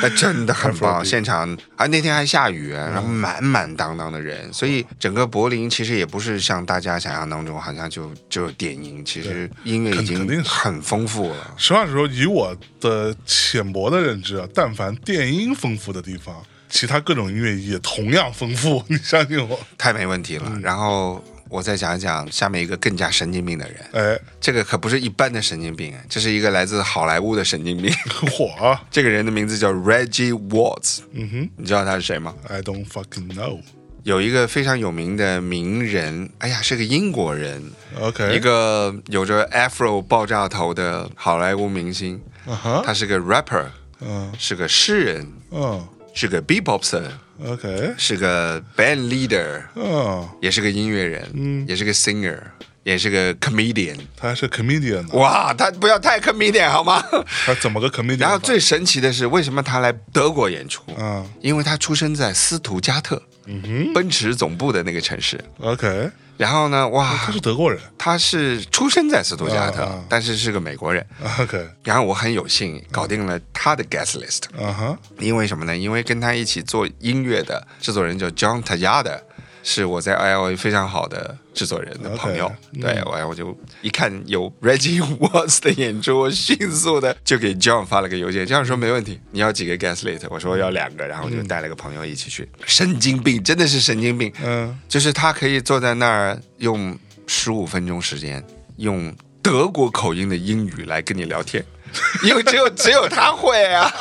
A: 那真的很棒。
B: Afrobeat
A: 现场啊，那天还下雨，
B: 嗯
A: 然后满满当当的人，所以整个柏林其实也不是像大家想象当中，好像就就电音，其实音乐已
B: 肯肯
A: 经
B: 定是
A: 很丰富了。
B: 实话实说，以我的浅薄的认知啊，但凡电音丰富的地方，其他各种音乐也同样丰富，你相信我？
A: 太没问题
B: 嗯
A: 了。然后我再讲一讲下面一个更加神经病的人，
B: 哎，
A: 这个可不是一般的神经病，啊这是一个来自好莱坞的神经病。
B: 火啊
A: 这个人的名字叫 Reggie Watts，
B: 嗯哼
A: 你知道他是谁吗？
B: ，I don't fucking know。
A: 有一个非常有名的名人，哎呀，是个英国人，
B: OK，
A: 一个有着 Afro 爆炸头的好莱坞明星，
B: 啊哈，
A: 他是个 rapper，
B: 嗯
A: 是个诗人，
B: 嗯
A: 是个 bebopser，
B: ，OK，
A: 是个 band leader，
B: 嗯，
A: 也是个音乐人，也是个 singer，也是个 comedian。
B: 他还是 comedian 呢，
A: 哇，他不要太 comedian 好吗？
B: 他怎么个 comedian？
A: 然后
B: 法
A: 最神奇的是，为什么他来德国演出？
B: 嗯
A: 因为他出生在斯图加特，奔驰总部的那个城市。
B: OK，
A: 然后呢，哇
B: 他，是德国人
A: 哦他是嗯出生在斯图加特，
B: 啊啊
A: 但是是个美国人。
B: ，OK，
A: 然后我很有幸搞定了他的 guest list，
B: 啊哈，
A: 因为什么呢？因为跟他一起做音乐的制作人叫 John Tayada，是我在 LA 非常好的制作人的朋友。
B: OK，嗯
A: 对，我我就一看有 Reggie Watts 的演出，我迅速的就给 John 发了个邮件，John 说没问题，你要几个 guest list？我说我要两个，然后我就带了个朋友一起去。神经病，真的是神经病。
B: 嗯，
A: 就是他可以坐在那儿用十五分钟时间，用德国口音的英语来跟你聊天，因为只有只有他会啊，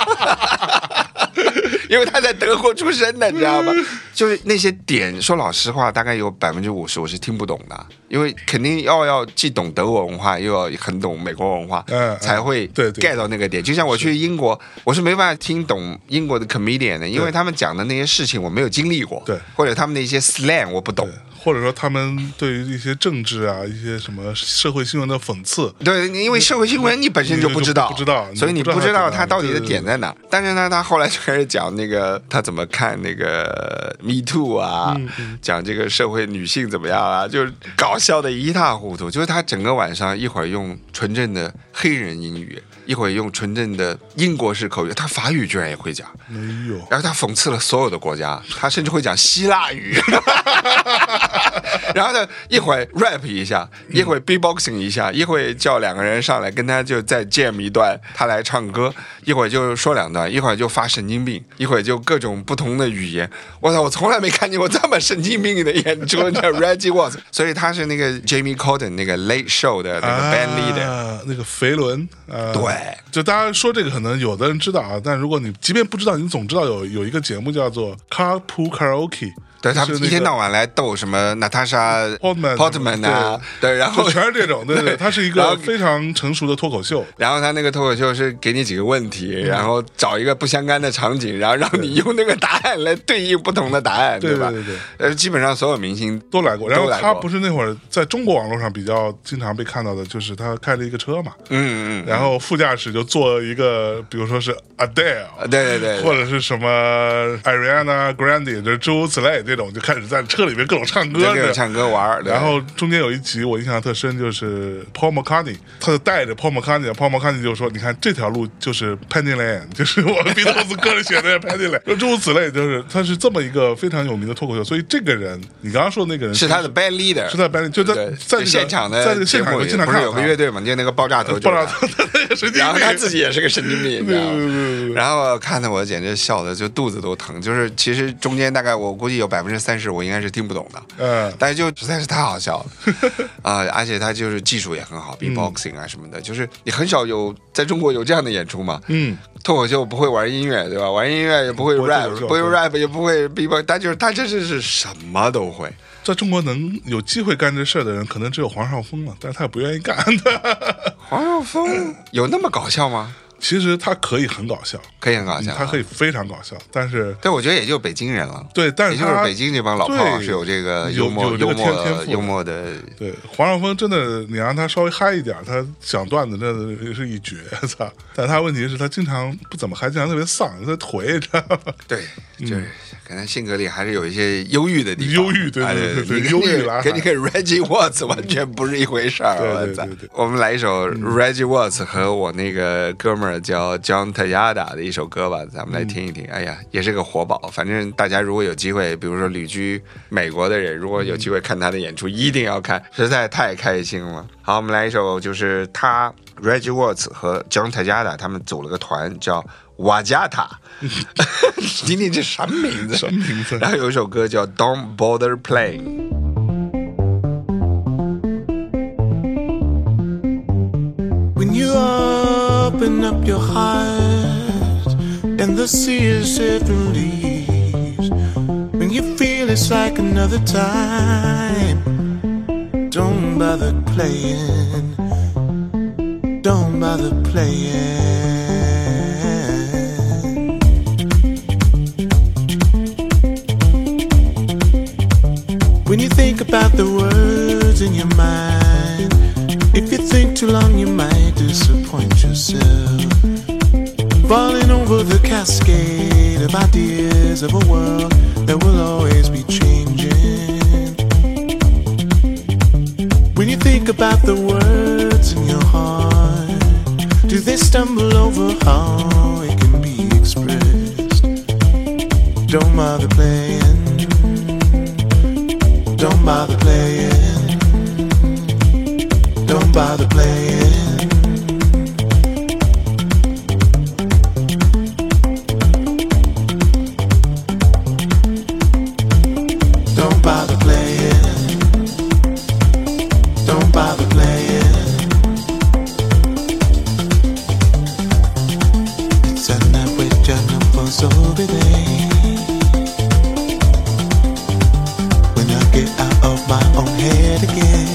A: 因为他在德国出生的，你知道吗？就是那些点，说老实话，大概有百分之五十我是听不懂的，因为肯定要要既懂德国文化，又要很懂美国文化，
B: 嗯嗯
A: 才会
B: 对对
A: get 到那个点。就像我去英国，我是没办法听懂英国的 comedian 的，因为他们讲的那些事情我没有经历过，
B: 对
A: 或者他们的一些 slang 我不懂
B: 对。，或者说他们对于一些政治啊、一些什么社会新闻的讽刺，
A: 对，因为社会新闻你本身就不知道，
B: 你就不知道
A: 所以你
B: 你不
A: 不
B: 知道
A: 知道
B: 它
A: 他到底的
B: 对
A: 点在哪儿。但是呢，他后来就开始讲那个他怎么看那个 Me Too 啊，
B: 嗯
A: 讲这个社会女性怎么样啊，就是搞笑的一塌糊涂。就是他整个晚上一会儿用纯正的黑人英语，一会儿用纯正的英国式口语，他法语居然也会讲。
B: 哎呦，
A: 然后他讽刺了所有的国家，他甚至会讲希腊语。 然后呢，一会 rap 一下，一会 beatboxing 一下，一会叫两个人上来跟他就再 jam 一段，他来唱歌，一会儿就说两段，一会儿就发神经病，一会儿就各种不同的语言。我操，我从来没看见过这么神经病的演出，你知道 Reggie Watts，所以他是那个 Jamie Corden 那个 Late Show 的那个 band leader，、
B: 啊、那个肥伦，啊，
A: 对，
B: 就大家说这个，可能有的人知道啊，但如果你即便不知道，你总知道有有一个节目叫做 Carpool Karaoke，
A: 对他
B: 就
A: 们
B: 是那
A: 一天
B: 个
A: 到晚来逗什么娜塔莎
B: Portman
A: 啊，对，然后
B: 就全是这种，对 对，它是一
A: 然
B: 个
A: 后
B: 非常成熟的脱口秀，
A: 然后他那个脱口秀是给你几个问题，
B: 嗯
A: 然后找一个不相干的场景，然后让你用那个答案来对应不同的答案，
B: 对
A: 吧？
B: 对对对
A: 呃，基本上所有明星
B: 都来过。然后
A: 都来
B: 他
A: 过
B: 不是那会儿在中国网络上比较经常被看到的，就是他开了一个车嘛，
A: 嗯嗯
B: 然后副驾驶就坐一个，比如说是 Adele，
A: 嗯，对对对
B: 或
A: 对，
B: 者是什么 Ariana Grande，这诸如此类这种，就开始在车里面各种唱歌
A: 就给我
B: 的。
A: 唱歌玩儿，对
B: 然后中间有一集我印象特深，就是 Paul McCartney，他就带着 Paul McCartney，Paul McCartney 就说：“你看这条路就是 Penny Lane，就是 我们 b e a t 歌里写的 Penny Lane。”就诸如此类，就是他是这么一个非常有名的脱口秀。所以这个人，你刚刚说的那个人
A: 是他的 band leader，
B: 是在 Penny，就在
A: 对
B: 在那个
A: 现场
B: 在
A: 的
B: 那个现
A: 节
B: 场
A: 目
B: 我
A: 里
B: 经常
A: 不
B: 看
A: 是
B: 到
A: 有个
B: 他
A: 乐队嘛，就那个爆炸头，
B: 爆炸头，他那个神经病，
A: 然后他自己也是个神经病，你知道
B: 对对对对
A: 吗
B: 对？
A: 然后看的我简直笑的就肚子都疼，就是其实中间大概我估计有百分之三十我应该是听不懂的，
B: 嗯
A: 但是就实在是太好笑了啊、而且他就是技术也很好，beatboxing
B: 嗯
A: 啊什么的，就是你很少有在中国有这样的演出嘛。
B: 嗯，
A: 脱口秀不会玩音乐对吧？玩音乐也不会
B: 不会
A: rap，
B: 脱口秀
A: 不会
B: 对
A: rap 也不会 beatbox，但就是他真是是什么都会。
B: 在中国能有机会干这事儿的人，可能只有黄少峰了，但是他也不愿意干。
A: 黄晓峰有那么搞笑吗？
B: 其实他可以很搞笑，
A: 可以很搞笑、啊，
B: 嗯他可以。非常搞笑，但是
A: 对，我觉得也就北京人了。
B: 对，但
A: 也
B: 是
A: 就
B: 他
A: 是北京这帮老炮儿
B: 对
A: 是有这个幽
B: 有
A: 默、
B: 有这
A: 幽
B: 个天天
A: 默、
B: 赋的
A: 幽默的。
B: 对黄少峰真的，你让他稍微嗨一点，他讲段子真的是一绝， 操！但他问题是，他经常不怎么嗨，经常特别丧，他 颓，你知道吗？
A: 对，就是可能性格里还是有一些忧郁的地方。
B: 嗯忧郁对
A: 哎
B: 对对对
A: 你
B: 忧
A: 跟那
B: 郁
A: 个
B: 男孩
A: 跟那 个 Reggie Watts 完全不是一回事儿。
B: 对对
A: 我操
B: 对对嗯
A: 我们来一首 Reggie Watts 和我那个哥们儿叫 John Tayada 的一首歌吧，咱们来听一听。
B: 嗯
A: 哎呀，也是个活宝。反正大家如果有机会，比如说旅居美国的人，如果有机会看他的演出，一定要看，实在太开心了。好，我们来一首，就是他 Reggie Watts 和 John Tayada 他们组了个团叫。瓦加 塔，听听这什么名字？
B: 什么名字
A: 然后有一首歌叫《Don't Bother Playing》。
E: When you open up your heart and the sea is seven leaves, when you feel it's like another time, don't bother playing, don't bother playing. When you think about the words in your mind, if you think too long, you might disappoint yourself. Falling over the cascade of ideas of a world that will always be changing. When you think about the words in your heart, do they stumble over how it can be expressed? Don't bother playing. Don't bother playing. Don't bother playing. Don't bother playing. Don't bother playing. It's a night with your numbers over there. When I get out of my own head again.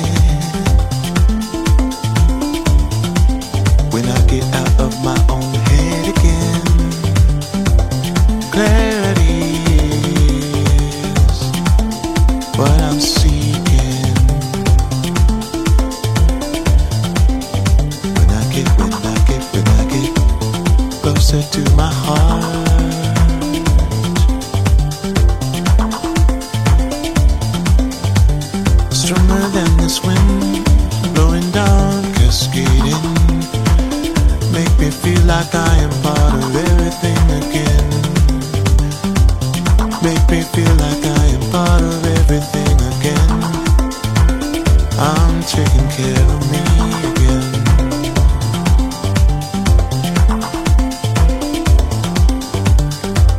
E: When I get out of my own head again. Clarity is what I'm seeking. When I get, when I get, when I get closer to my heart. stronger than this wind blowing down, cascading. Make me feel like I am part of everything again. Make me feel like I am part of everything again. I'm taking care of me again.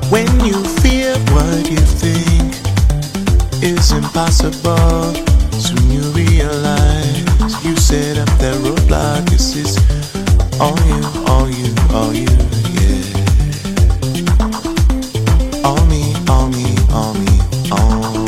E: When you feel what you think is impossible. Soon you realize you set up that roadblock. This is all you, all you, all you, yeah. All me, all me, all me, all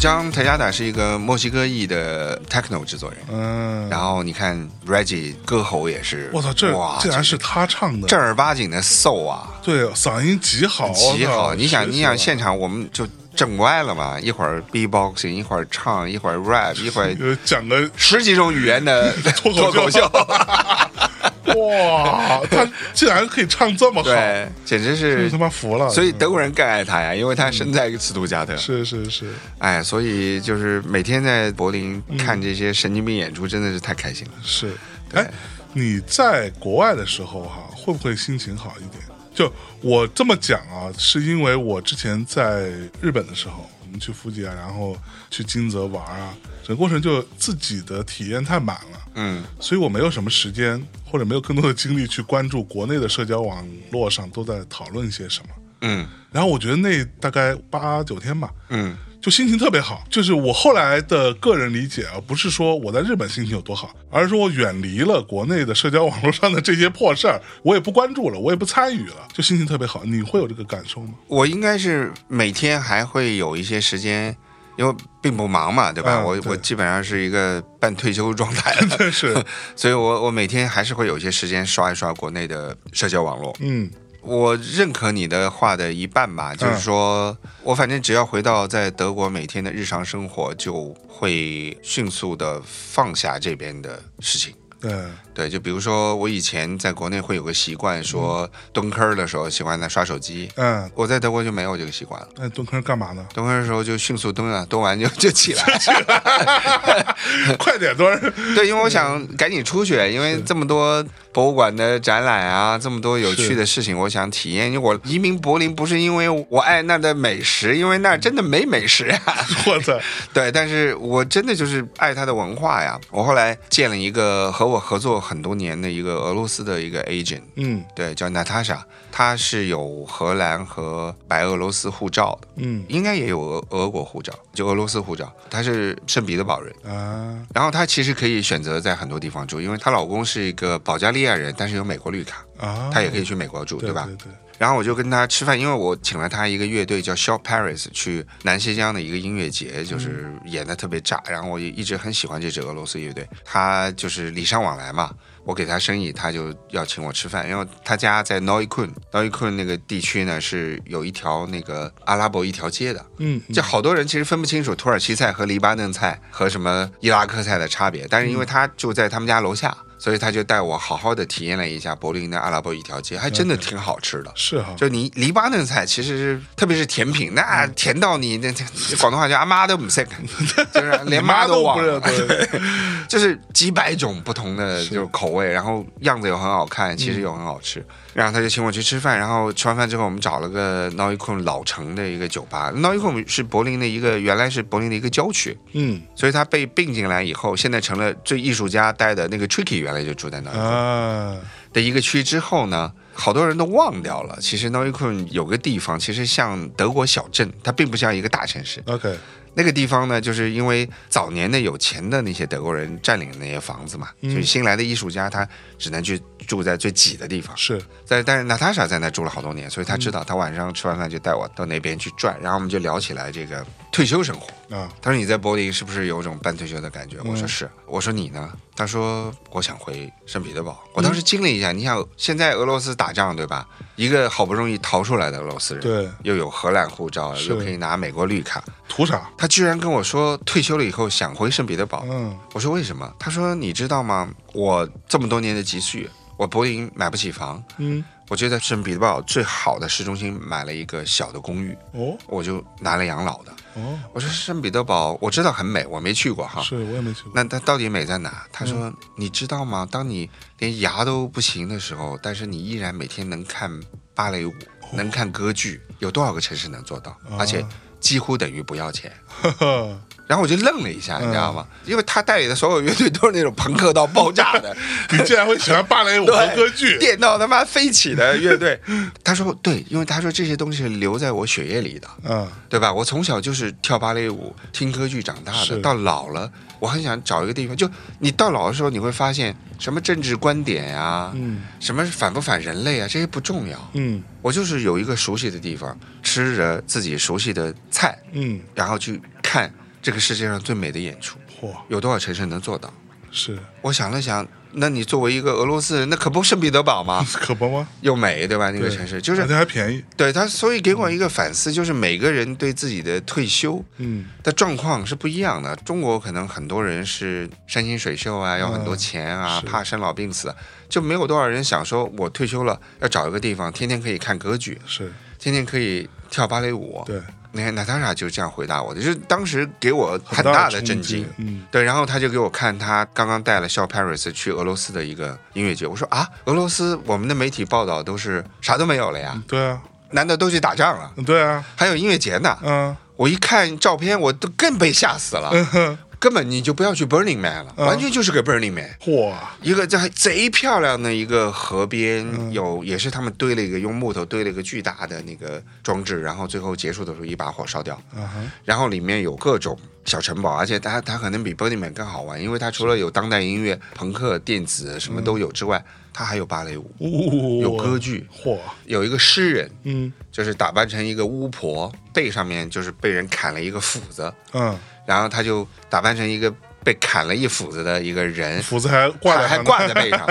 A: 张 Tejada 是一个墨西哥裔的 techno 制作人，
B: 嗯，
A: 然后你看 Reggie 歌喉也是，
B: 我操，这
A: 哇，
B: 竟然是他唱的，
A: 正儿八经的 soul 啊，
B: 对嗓音极好，
A: 极
B: 我
A: 好。
B: 操啊
A: 你想，
B: 哦是
A: 你想
B: 是
A: 现场我们就整歪了嘛，一会儿 B-boxing，一会儿唱，一会儿 rap，一会儿
B: 呃讲个
A: 十几种语言的
B: 脱口秀
A: 脱口秀，
B: 哇，他竟然可以唱这么好，
A: 对，简直是
B: 真他妈服了。
A: 所以德国人更爱他呀，因为他身在斯图加特，
B: 是是是，
A: 哎，所以就是每天在柏林看这些神经病演出，真的是太开心了。
B: 嗯是，哎，你在国外的时候哈、会不会心情好一点？就我这么讲啊，是因为我之前在日本的时候，我们去富吉啊，然后去金泽玩啊，整个过程就自己的体验太满了，
A: 嗯，
B: 所以我没有什么时间或者没有更多的精力去关注国内的社交网络上都在讨论些什么。
A: 嗯
B: 然后我觉得那大概八九天吧，
A: 嗯
B: 就心情特别好。就是我后来的个人理解啊，不是说我在日本心情有多好，而是说我远离了国内的社交网络上的这些破事儿，我也不关注了，我也不参与了，就心情特别好。你会有这个感受 吗？
A: 我应该是每天还会有一些时间，因为并不忙嘛，对吧？
B: 嗯
A: 我
B: 对
A: 我基本上是一个半退休状态 了，
B: 但是，
A: 所以我我每天还是会有一些时间刷一刷国内的社交网络。
B: 嗯
A: 我认可你的话的一半吧，就是说、我反正只要回到在德国每天的日常生活，就会迅速的放下这边的事情。
B: 嗯
A: 对，就比如说我以前在国内会有个习惯，说蹲坑儿的时候喜欢在刷手机，
B: 嗯，
A: 我在德国就没有这个习惯了。？
B: 那蹲坑干嘛呢
A: 蹲坑儿的时候就迅速蹲啊，蹲完就就起来。
B: 快点 蹲儿！
A: 对，因为我想赶紧出去，因为这么多博物馆的展览啊，这么多有趣的事情，我想体验。因为我移民柏林不是因为我爱那儿的美食，因为那儿真的没美食呀、
B: 我操，
A: 对，但是我真的就是爱它的文化呀。我后来见了一个和我合作很多年的一个俄罗斯的一个 agent，
B: 嗯
A: 对，叫娜塔莎，她是有荷兰和白俄罗斯护照的，
B: 嗯
A: 应该也有俄俄国护照，就俄罗斯护照。她是圣彼得堡人。
B: 啊，
A: 然后她其实可以选择在很多地方住，因为她老公是一个保加利亚人，但是有美国绿卡，
B: 啊
A: 她也可以去美国住，
B: 对
A: 吧？
B: 对对，
A: 然后我就跟她吃饭，因为我请了她一个乐队叫 Shop Paris 去南西江的一个音乐节，就是
B: 嗯
A: 演的特别炸。然后我也一直很喜欢这支俄罗斯乐队，她就是礼尚往来嘛。我给她生意，她就要请我吃饭。然后她家在 n o i k u n n o i k u n 那个地区呢是有一条那个阿拉伯一条街的，
B: 嗯
A: 就好多人其实分不清楚土耳其菜和黎巴嫩菜和什么伊拉克菜的差别，但是
B: 嗯
A: 因为他就在他们家楼下，所以他就带我好好的体验了一下柏林的阿拉伯一条街，还真
B: 嗯
A: 的挺好吃的。
B: 是啊哈，
A: 就你黎巴嫩菜其实是，特别是甜品，那
B: 嗯
A: 甜到你那那广东话叫阿妈都不识， 就是连妈
B: 都
A: 忘
B: 不
A: 了
B: 认。对
A: 就是几百种不同的就是口味，然后样子又很好看，
B: 嗯
A: 其实又很好吃。然后他就请我去吃饭，然后吃完饭之后，我们找了个 n o i k u n 老城的一个酒吧 n o i k u n 是柏林的一个原来是柏林的一个郊区，
B: 嗯
A: 所以它被并进来以后，现在成了最艺术家待的那个 Tricky 原来就住在那儿
B: 啊，
A: 的一个区之后呢。好多人都忘掉了，其实 n o i k u n 有个地方，其实像德国小镇，它并不像一个大城市。
B: OK，
A: 那个地方呢，就是因为早年的有钱的那些德国人占领了那些房子嘛，所以新来的艺术家他只能去住在最挤的地方。
B: 是
A: 但但是娜塔莎在那住了好多年，所以她知道，她晚上吃完饭就带我到那边去转，然后我们就聊起来这个退休生活。
B: 啊，
A: 她说你在柏林是不是有种半退休的感
B: 嗯
A: 觉？我说是。我说你呢？她说我想回圣彼得堡。我
B: 嗯
A: 当时惊了一下，你想现在俄罗斯打仗对吧？一个好不容易逃出来的俄罗斯人，
B: 对
A: 又有荷兰护照，
B: 是
A: 又可以拿美国绿卡，
B: 图啥？
A: 他居然跟我说退休了以后想回圣彼得堡。
B: 嗯
A: 我说为什么？他说你知道吗？我这么多年的积蓄，我柏林买不起房，
B: 嗯，
A: 我就在圣彼得堡最好的市中心买了一个小的公寓，
B: 哦
A: 我就拿了养老的。
B: 哦，
A: 我说圣彼得堡我知道很美，我没去过哈。
B: 是嗯我也没去过。
A: 那它到底美在哪？他说：“你知道吗？当你连牙都不行的时候，但是你依然每天能看芭蕾舞，
B: 哦
A: 能看歌剧，有多少个城市能做到？
B: 啊
A: 而且几乎等于不要钱。” 然后我就愣了一下，
B: 嗯
A: 你知道吗？因为他代理的所有乐队都是那种朋克到爆炸 的，
B: 你竟然会喜欢芭蕾舞和
A: 对，
B: 歌剧？
A: 电到他妈飞起的乐队。他说对，因为他说这些东西是留在我血液里的，
B: 嗯，
A: 对吧？我从小就是跳芭蕾舞、听歌剧长大
B: 是
A: 的，到老了，我很想找一个地方，就你到老的时候，你会发现什么政治观点呀、
B: 嗯
A: 什么反不反人类啊，这些不重要。
B: 嗯
A: 我就是有一个熟悉的地方，吃着自己熟悉的菜，
B: 嗯
A: 然后去看这个世界上最美的演出，
B: 嚯，
A: 有多少城市能做到？
B: 是
A: 我想了想，那你作为一个俄罗斯人，那可不圣彼得堡 吗？
B: 可不吗？
A: 又美，对吧？那个
B: 对
A: 城市就
B: 而
A: 是
B: 且还便宜，
A: 对他，所以给我一个反思，就是每个人对自己的退休
B: 嗯，
A: 的状况是不一样的。中国可能很多人是山清水秀啊，要很多钱啊，
B: 嗯是
A: 怕生老病死，就没有多少人想说，我退休了要找一个地方，天天可以看歌剧，
B: 是
A: 天天可以跳芭蕾舞。
B: 对，
A: 你看娜塔莎就这样回答我的，就是当时给我很
B: 大
A: 大的震
B: 冲
A: 惊
B: 击。，嗯，
A: 对，然后他就给我看他刚刚带了 Shaw Paris 去俄罗斯的一个音乐节，我说啊，俄罗斯我们的媒体报道都是啥都没有了呀，
B: 对啊，
A: 难道都去打 仗了？
B: 对啊，
A: 还有音乐节呢？
B: 嗯
A: 我一看照片，我都更被吓死了。
B: 哼，
A: 根本你就不要去 Burning Man 了，
B: 嗯
A: 完全就是个 Burning Man。
B: 嚯，
A: 一个在贼漂亮的一个河
B: 嗯
A: 边，有也是他们堆了一个用木头堆了一个巨大的那个装置，然后最后结束的时候一把火烧掉，
B: 啊哈，
A: 然后里面有各种小城堡，而且它它可能比 Burning Man 更好玩，因为它除了有当代音乐、朋克、电子什么
B: 嗯
A: 都有之外，它还有芭蕾舞，
B: 呜，
A: 有歌剧，
B: 嚯，
A: 有一个诗人，
B: 嗯
A: 就是打扮成一个巫婆，背上面就是被人砍了一个斧子，
B: 嗯，
A: 然后他就打扮成一个被砍了一斧子的一个人，
B: 斧子还挂在
A: 还
B: 上呢
A: 挂在背上，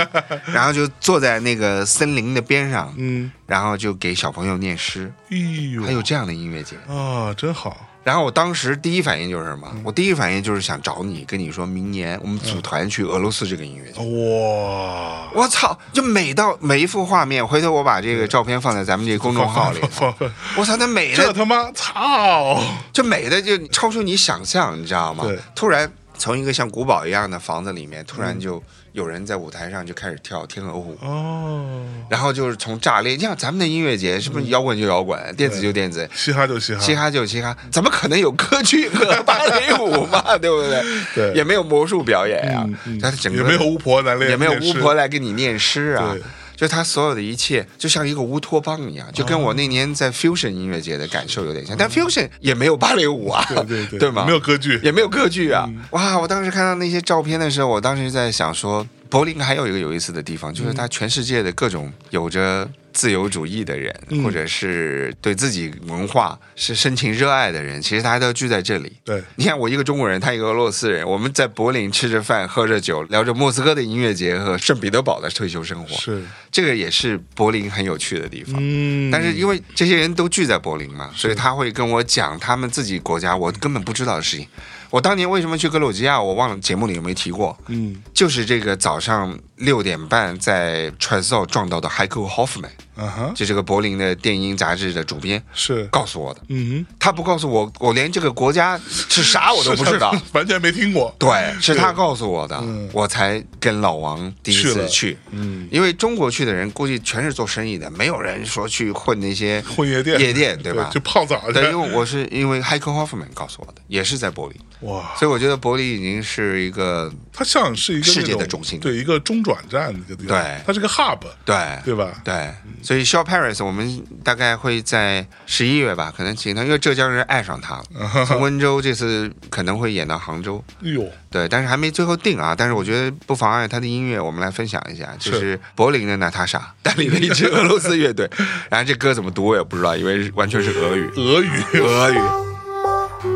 A: 然后就坐在那个森林的边上，
B: 嗯，
A: 然后就给小朋友念诗，
B: 哎呦，
A: 还有这样的音乐节。
B: 啊，真好，
A: 然后我当时第一反应就是什
B: 嗯
A: 么？我第一反应就是想找你，跟你说明年我们组团去俄罗斯这个音乐
B: 哦
A: 节。
B: 哇，
A: 我操！就美到每一幅画面，回头我把这个照片放在咱们这公众号里头。
B: 放放
A: 我操，那美的
B: 这他妈操！
A: 就美的就超出你想象，你知道吗
B: 对？
A: 突然从一个像古堡一样的房子里面，突然
B: 嗯
A: 就有人在舞台上就开始跳《天鹅湖》，
B: 哦，
A: 然后就是从炸裂，你像咱们的音乐节是不是摇滚就摇滚，电子就电子，
B: 嘻哈就嘻哈，
A: 嘻哈就嘻哈，怎么可能有歌剧和芭蕾舞嘛？对不对？
B: 对
A: 也没有魔术表演啊
B: 嗯，嗯
A: 它整个
B: 也没有巫婆来练，
A: 也没有巫婆
B: 来，
A: 来给你念诗啊
B: 对。
A: 就他所有的一切，就像一个乌托邦一样，就跟
B: 哦
A: 我那年在 fusion 音乐节的感受有点像，但 fusion 也没有芭蕾舞啊，
B: 对对 对，
A: 对吗？
B: 没有歌剧，
A: 也没有歌剧
B: 嗯
A: 啊！哇，我当时看到那些照片的时候，我当时在想说，柏林还有一个有意思的地方，
B: 嗯
A: 就是它全世界的各种有着自由主义的人，
B: 嗯
A: 或者是对自己文化是深情热爱的人，其实大家都聚在这里。
B: 对，
A: 你看，我一个中国人，他一个俄罗斯人，我们在柏林吃着饭，喝着酒，聊着莫斯科的音乐节和圣彼得堡的退休生活，
B: 是，
A: 这个也是柏林很有趣的地方。
B: 嗯，
A: 但是因
B: 为
A: 为这些人都聚在柏林嘛，所以他会跟我讲他们自己国家我根本不知道的事情。我当年为什么去格鲁吉亚，我忘了节目里有没有提过，
B: 嗯
A: 就是这个早上六点半在 t r a s o 撞到的 Heiko Hoffman，
B: 啊哈，
A: 就这个柏林的电音杂志的主编
B: 是，
A: 告诉我的。
B: 嗯，
A: 他不告诉我，我连这个国家是啥我都不知 道。，
B: 完全没听过，
A: 对，是他
B: 对
A: 告诉我的，
B: 嗯
A: 我才跟老王第一
B: 去
A: 次
B: 了
A: 去。
B: 嗯，
A: 因为中国去的人估计全是做生意的，没有人说去混那些
B: 混夜店，
A: 夜店对吧？
B: 就泡澡去
A: 对，，因为我是因为 Heiko Hoffman 告诉我的，也是在柏林，
B: 哇，
A: 所以我觉得柏林已经是一个
B: 它像是一个那种
A: 世界的中心
B: 对，一个中转站的一个地方，
A: 对
B: 它是个 hub，
A: 对
B: 对吧？
A: 对，所以 Shaw Paris 我们大概会在十一月吧，可能请他，因为浙江人爱上他了，从温州这次可能会演到杭州，
B: 哎呦，
A: 对，但是还没最后定啊。但是我觉得不妨碍他的音乐，我们来分享一下，就是是柏林的娜塔莎 带领了一支俄罗斯乐队， 然后这歌怎么读我也不知道，因为完全是俄语，
B: 俄语，
A: 俄语。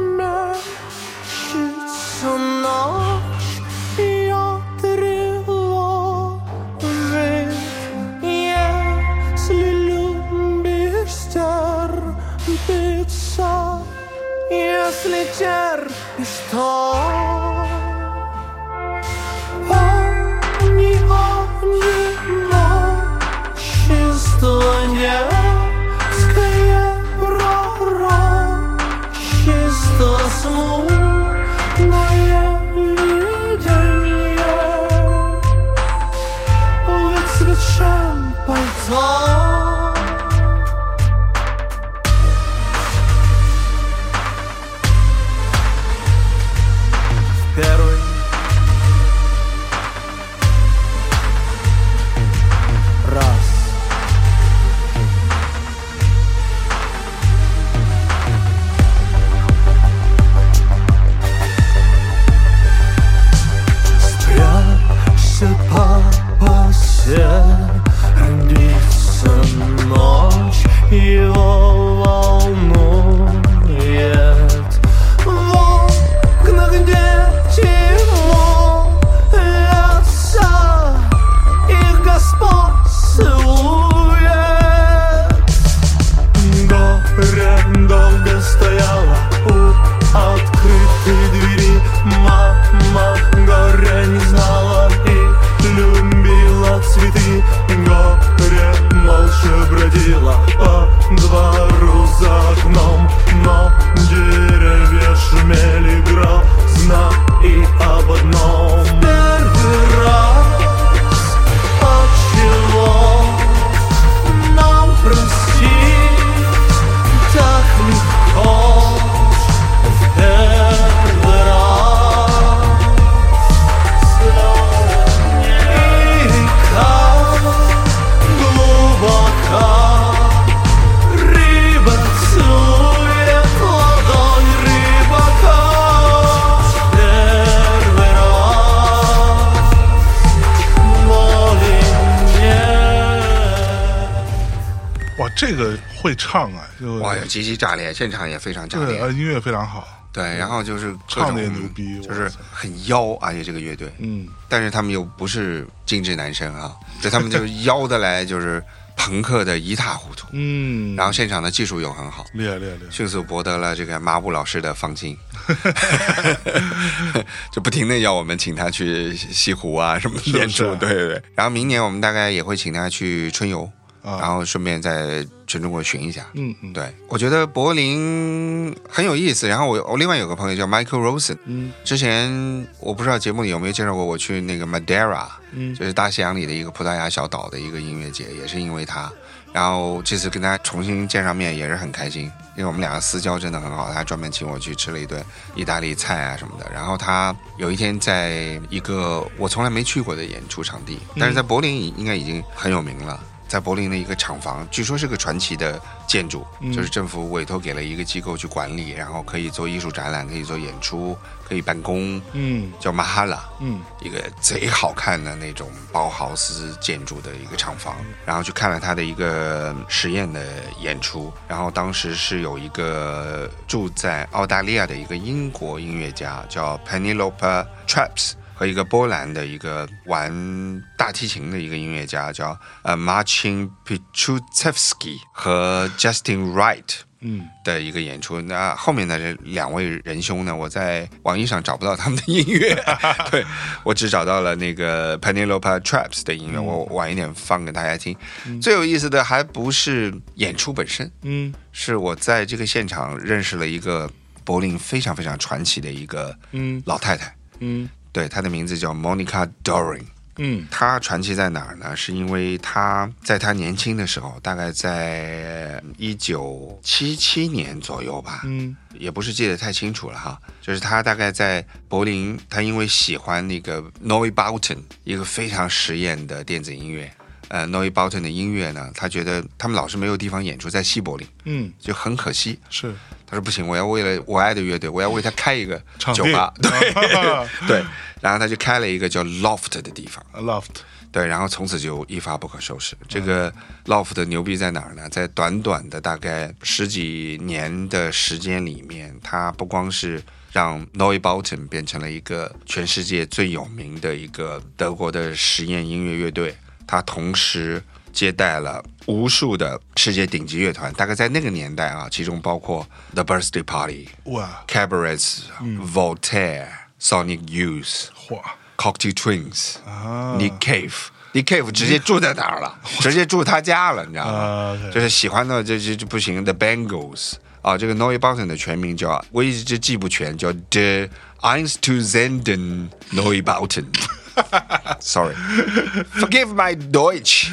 F: Стоя, скорее пророк Tak
B: 这个会唱啊，就
A: 哇，哎极其炸裂，现场也非常炸
B: 这个
A: 裂
B: 呃。音乐非常好，
A: 对，然后就是各
B: 哎唱得也
A: 种
B: 牛逼
A: 就
B: 哇
A: 是
B: 塞
A: 很妖，而且这个乐队，
B: 嗯，
A: 但是他们又不是精致男生啊，就他们就妖的来就是朋克的一塌糊涂，
B: 嗯，
A: 然后现场的技术又很好，
B: 厉害厉害厉害，
A: 迅速博得了这个马武老师的放心， 就不停的要我们请他去西湖啊什么
B: 不是
A: 演出，对对对。然后明年我们大概也会请他去春游，
B: 啊
A: 然后顺便在全中国巡一下。
B: 嗯嗯
A: 对，我觉得柏林很有意思。然后我我另外有个朋友叫 Michael Rosen，
B: 嗯
A: 之前我不知道节目里有没有介绍过，我去那个 Madeira，
B: 嗯
A: 就是大西洋里的一个葡萄牙小岛的一个音乐节，也是因为他。然后这次跟他重新见上面也是很开心，因为我们两个私交真的很好，他还专门请我去吃了一顿意大利菜啊什么的。然后他有一天在一个我从来没去过的演出场地，但是在柏林已应该已经很有名了。在柏林的一个厂房，据说是个传奇的建筑，就是政府委托给了一个机构去管理，然后可以做艺术展览，可以做演出，可以办公，
B: 嗯
A: 叫马哈拉。
B: 嗯，
A: 一个贼好看的那种包豪斯建筑的一个厂房，然后去看了他的一个实验的演出，然后当时是有一个住在澳大利亚的一个英国音乐家叫 Penelope Traps。和一个波兰的一个玩大提琴的一个音乐家叫呃 Marcin Pichutevsky 和 Justin Wright，
B: 嗯
A: 的一个演出。那后面的这两位仁兄呢，我在网易上找不到他们的音乐， 对我只找到了那个 Penelope Traps 的
B: 嗯
A: 音乐，我晚一点放给大家听。最有意思的还不是演出本身，
B: 嗯
A: 是我在这个现场认识了一个柏林非常非常传奇的一个
B: 嗯
A: 老太太，
B: 嗯
A: 对，她的名字叫 Monica Doring。
B: 嗯
A: 他传奇在哪儿呢？是因为他在他年轻的时候，大概在一九七七年左右吧，
B: 嗯
A: 也不是记得太清楚了哈。就是他大概在柏林，他因为喜欢那个 n o i b o t o n 一个非常实验的电子音乐，呃 n o i b o t o n 的音乐呢，他觉得他们老是没有地方演出，在西柏林
B: 嗯，
A: 就很可惜。
B: 是
A: 他说不行，我要为了我爱的乐队，我要为他开一个
B: 场地
A: 酒吧，对
B: 啊
A: 对。然后他就开了一个叫 Loft 的地方。
B: loft，
A: 对，然后从此就一发不可收拾。这个 Loft 的牛逼在哪儿呢？在短短的大概十几年的时间里面，它不光是让 n o i b o t o n 变成了一个全世界最有名的一个德国的实验音乐乐队，它同时接待了无数的世界顶级乐团。大概在那个年代啊，其中包括 The Birthday Party、
B: 哇
A: Cabarets、Voltaire、Sonic Youth、
B: 嚯
A: Cocktail Twins。
B: 啊
A: Nick Cave，Nick Cave 直接住在哪儿 了？直接住他家了，你知道
B: 啊
A: 吗
B: ，OK？
A: 就是喜欢到这这这不行的 Bangles 啊，这个 n o i b o t o n 的全名叫，我一直记不全，叫 The Einstuzenden n o i b o t o n Sorry, forgive my Deutsch 。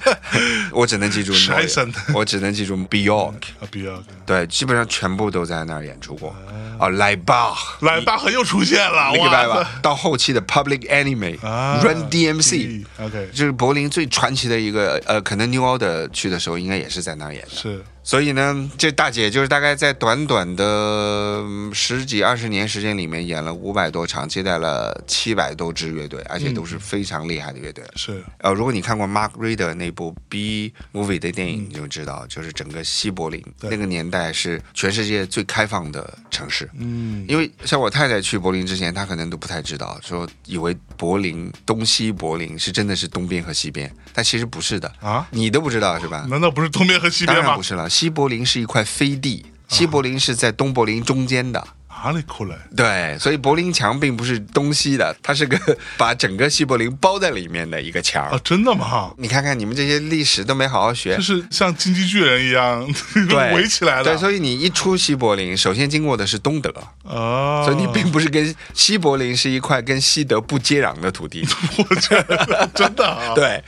A: 我只能 记住 n o i
B: Scheiße
A: 我只能记住 Bjork。
B: 啊，比较
A: 对，基本上全部都在那儿演出过。啊，来吧，
B: 来大河又出现了，
A: 你明白
B: 啊哇
A: 吧
B: 塞，？
A: 到后期的 Public Enemy、
B: 啊
A: Run DMC，
B: OK
A: 就是柏林最传奇的一个呃，可能 New Order 去的时候应该也是在那儿演的。
B: 是
A: 所以呢，这大姐就是大概在短短的嗯十几二十年时间里面，演了五百多场，接待了七百多支乐队，而且都是非常厉害的乐队。
B: 是，
A: 呃，如果你看过 Mark Reader 那部 B Movie 的电影，你就知道，就是整个西柏林
B: 嗯对
A: 那个年代是全世界最开放的城市。
B: 嗯
A: 因为像我太太去柏林之前，她可能都不太知道，说以为柏林东西柏林是真的是东边和西边，但其实不是的
B: 啊
A: 你都不知道是吧？
B: 难道不是东边和西
A: 当
B: 边
A: 然
B: 吗啊
A: 不？是了，西柏林是一块飞地，西柏林是在东柏林中间的。
B: 哪里过来？
A: 对，所以柏林墙并不是东西的，它是个把整个西柏林包在里面的一个墙。
B: 啊，真的吗？
A: 你看看你们这些历史都没好好学
B: 就，是像进击巨人一样
A: 对，
B: 围起来的，
A: 对，所以你一出西柏林，首先经过的是东德，
B: 啊，
A: 所以你并不是跟西柏林是一块跟西德不接壤的土地。
B: 我觉得真的 啊，
A: 对，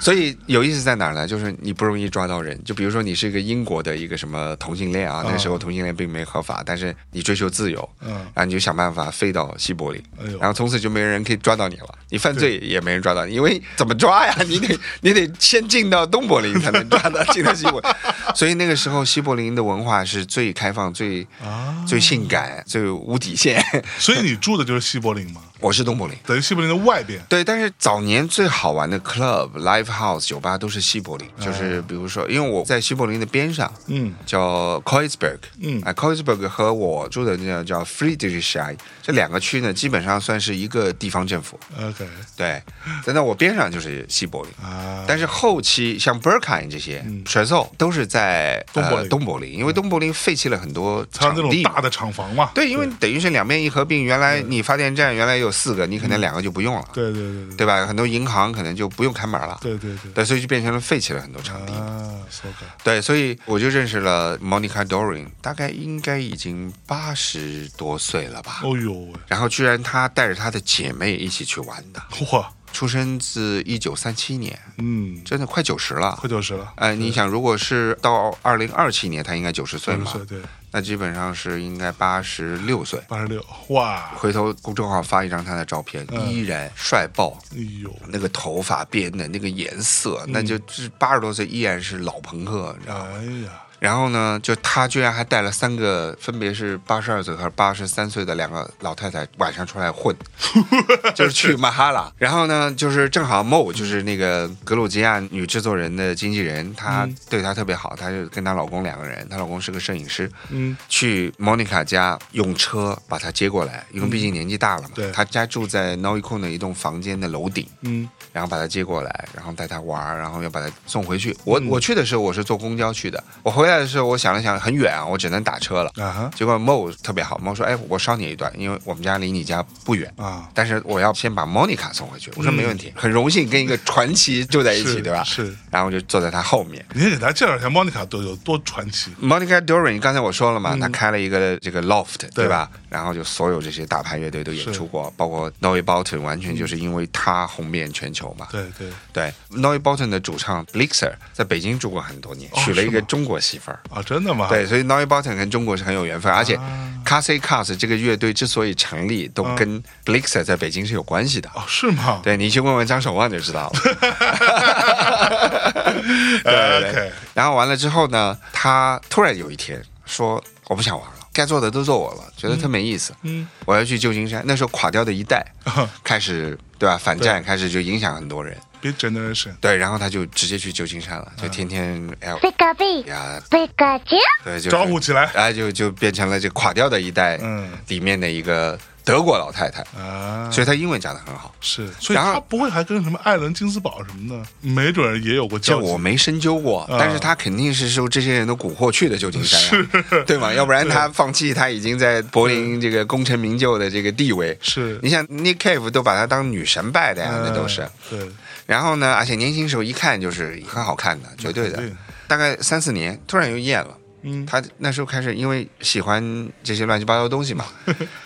A: 所以有意思在哪儿呢？就是你不容易抓到人。就比如说你是一个英国的一个什么同性恋啊，那时候同性恋并没合法，但是你追求自由，
B: 嗯
A: 然后你就想办法飞到西伯利
B: 哎呦，
A: 然后从此就没人可以抓到你了。你犯罪也没人抓到你，因为怎么抓呀？你得 你得先进到东柏林才能抓到进到西 柏林。所以那个时候西柏林的文化是最开放、最
B: 啊
A: 最性感、最无底线。
B: 所以你住的就是西柏林吗？
A: 我是东柏林。
B: 等于西柏林的外边，
A: 对，但是早年最好玩的 club、live house、酒吧都是西柏林，就是比如说，因为我在西柏林的边上，
B: 哎嗯
A: 叫 Kreuzberg，
B: 嗯
A: 啊，Kreuzberg 和我住的那叫叫 Friedrichshain 这两个区呢，基本上算是一个地方政府，
B: ，OK
A: 对，但在我边上就是西柏林。
B: 啊，嗯
A: 但是后期像 Berkheim 这些、水奏都是在
B: 东柏林
A: 呃、东柏林，因为东柏林废弃了很多
B: 它
A: 场
B: 那种
A: 地嘛，
B: 大的厂房嘛，
A: 对，因为等于是两边一合并，原来你发电站原来有四个，你可能两个就不用了，
B: 嗯对对对对
A: 对吧？很多银行可能就不用看门了，
B: 对对对
A: 对，所以就变成了废弃了很多场地。
B: 啊，OK，
A: 对，所以我就认识了 Monica Dorin，大概应该已经八十多岁了吧。
B: 哦呦喂，
A: 然后居然她带着她的姐妹一起去玩的，
B: 哇，
A: 出生自一九三七年，
B: 嗯，
A: 真的快九十了
B: 快。九十了，
A: 呃，你想，如果是到二零二七年，她应该九十岁
B: 九十
A: 嘛
B: 岁，？对，
A: 那基本上是应该八十六岁。
B: 八十六，哇，
A: 回头公众号发一张他的照片，
B: 嗯
A: 依然帅爆，
B: 哎呦，
A: 那个头发编的那个颜色，
B: 嗯
A: 那就是八十多岁依然是老朋克，你知道吗？
B: 哎呀，
A: 然后呢，就他居然还带了三个，分别是八十二岁和八十三岁的两个老太太，晚上出来混，就是去马哈拉。然后呢，就是正好 Mo 就是那个格鲁吉亚女制作人的经纪人，她
B: 嗯
A: 对她特别好，她就跟她老公两个人，她老公是个摄影师，
B: 嗯，
A: 去 Monica 家用车把她接过来，因为毕竟年纪大了嘛
B: 嗯对，
A: 她家住在 Noikon 的一栋房间的楼顶，
B: 嗯，
A: 然后把她接过来，然后带她玩儿，然后要把她送回去。我、
B: 嗯
A: 我去的时候我是坐公交去的，我回来的时候我想了想很远啊，我只能打车了。
B: 啊哈，
A: 结果 Mo 特别好，Mo 说：“哎，我捎你一段，因为我们家离你家不远
B: 啊
A: 但是我要先把 Monica 送回去。”我说：“
B: 嗯
A: 没问题，很荣幸跟一个传奇住在一起，
B: 是
A: 对吧？”
B: 是。
A: 然后我就坐在她后面。
B: 你先给大家介绍一下莫妮卡多有多传奇，
A: Monica Dorin，刚才我说了嘛，她开了一个这个 loft，
B: 嗯对
A: 对吧？然后就所有这些大牌乐队都演出过，包括 n o e Bolton，完全就是因为她红遍全球嘛。
B: 对对，
A: 对 n o e Bolton 的主唱 Blixer 在北京住过很多年，
B: 哦
A: 娶了一
B: 是
A: 个
B: 吗
A: 中国媳妇儿。
B: 啊，真的吗？
A: 对，，所以 n o e Bolton 跟中国是很有缘分，而且 c a s s Cars 这个乐队之所以成立，都
B: 啊
A: 跟 Blixer 在北京是有关系的。
B: 哦，是吗？
A: 对你去问问张守望就知 道了。对对
B: 啊 OK
A: 对。然后完了之后呢，他突然有一天说：“我不想玩了，该做的都做我了，觉得特没意思。
B: 嗯啊
A: 我要去旧金山。”那时候垮掉的一代开始对吧？反战开始就影响很多人。
B: ，Big Generation，
A: 对，然后他就直接去旧金山了，
B: 啊
A: 就天天 L
F: ピカピ
A: 呀，
F: ピカチュウ
A: 对，就是
B: 招呼起来
A: 哎，就就变成了这垮掉的一代
B: 嗯
A: 里面的一个德国老太太，
B: 啊，
A: 所以她英文讲得很好。
B: 是，所以
A: 然后
B: 他不会还跟什么艾伦金斯堡什么的，没准儿也有过
A: 这
B: 交集。
A: 我没深究过，
B: 啊
A: 但是他肯定是受这些人的蛊惑去的旧金山啊，对吗？要不然他放弃他已经在柏林这个功成名就的这个地位。
B: 是
A: 你想，Nick Cave 都把她当女神拜的呀，那都是
B: 哎。对，
A: 然后呢，而且年轻时候一看就是很好看的，绝对的
B: 肯定。
A: 大概三四年，突然又厌了。
B: 嗯，
A: 他那时候开始因为喜欢这些乱七八糟的东西 嘛，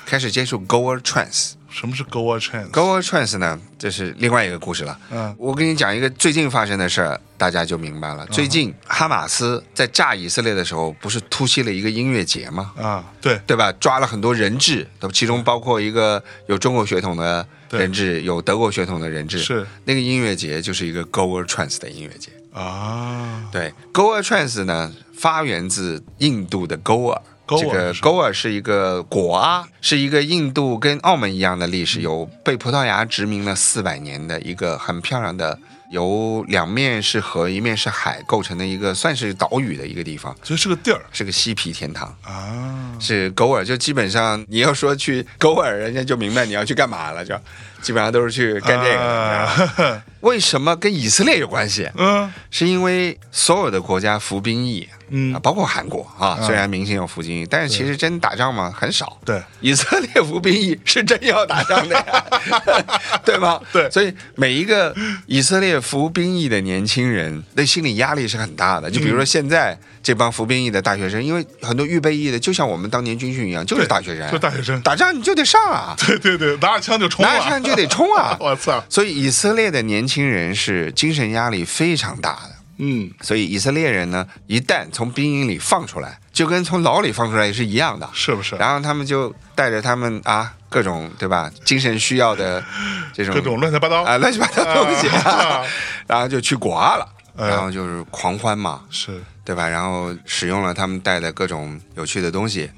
A: 开始接触 Goa Trance。
B: 什么是 Go a Chance？
A: Goa Trance 呢，这是另外一个故事了。
B: 嗯
A: 我跟你讲一个最近发生的事儿，大家就明白了。最近哈马斯在炸以色列的时候，不是突袭了一个音乐节吗？
B: 啊，对，
A: 对吧？抓了很多人质，对吧其中包括一个有中国血统的人质，有德国血统的人质。
B: 是
A: 那个音乐节就是一个 Goa Trance 的音乐节。
B: 啊，
A: 对，Goa Trance 呢，发源自印度的 Goa。
B: Goa
A: 这个
B: 是
A: Goa 是一个国啊，是一个印度跟澳门一样的历史，有被葡萄牙殖民了四百年的一个很漂亮的，由两面是河，一面是海构成的一个算是岛屿的一个地方，
B: 所以是个地儿
A: 是个嬉皮天堂。
B: 啊，
A: 是 Goa，就基本上你要说去 Goa，人家就明白你要去干嘛了，就基本上都是去干这个的。你知道吗
B: 啊
A: 为什么跟以色列有关系？
B: 嗯，
A: 是因为所有的国家服兵役，
B: 嗯
A: 啊，包括韩国啊，虽然明显有服兵役，但是其实真打仗嘛很少。
B: 对
A: 以色列服兵役是真要打仗的 呀，对吗？
B: 对
A: 所以每一个以色列服兵役的年轻人，那心理压力是很大的。就比
B: 嗯
A: 如说现在这帮服兵役的大学生，因为很多预备役的，就像我们当年军训一样，就是
B: 对
A: 大学生，
B: 就是大学生
A: 打仗你就得上啊，
B: 对对对，拿着枪就冲了，！
A: 拿着枪就得冲啊
B: 我操
A: 所以以色列的年轻人是精神压力非常大的。
B: 嗯，
A: 所以以色列人呢，一旦从兵营里放出来，就跟从牢里放出来是一样的，
B: 是不是
A: 然后他们就带着他们啊各种对吧，精神需要的这种
B: 各种乱七八糟
A: 啊乱七八糟的东西，
B: 啊
A: 然后就去国啊了，
B: 哎
A: 然后就是狂欢嘛，
B: 是
A: 对吧？然后使用了他们带的各种有趣的东西，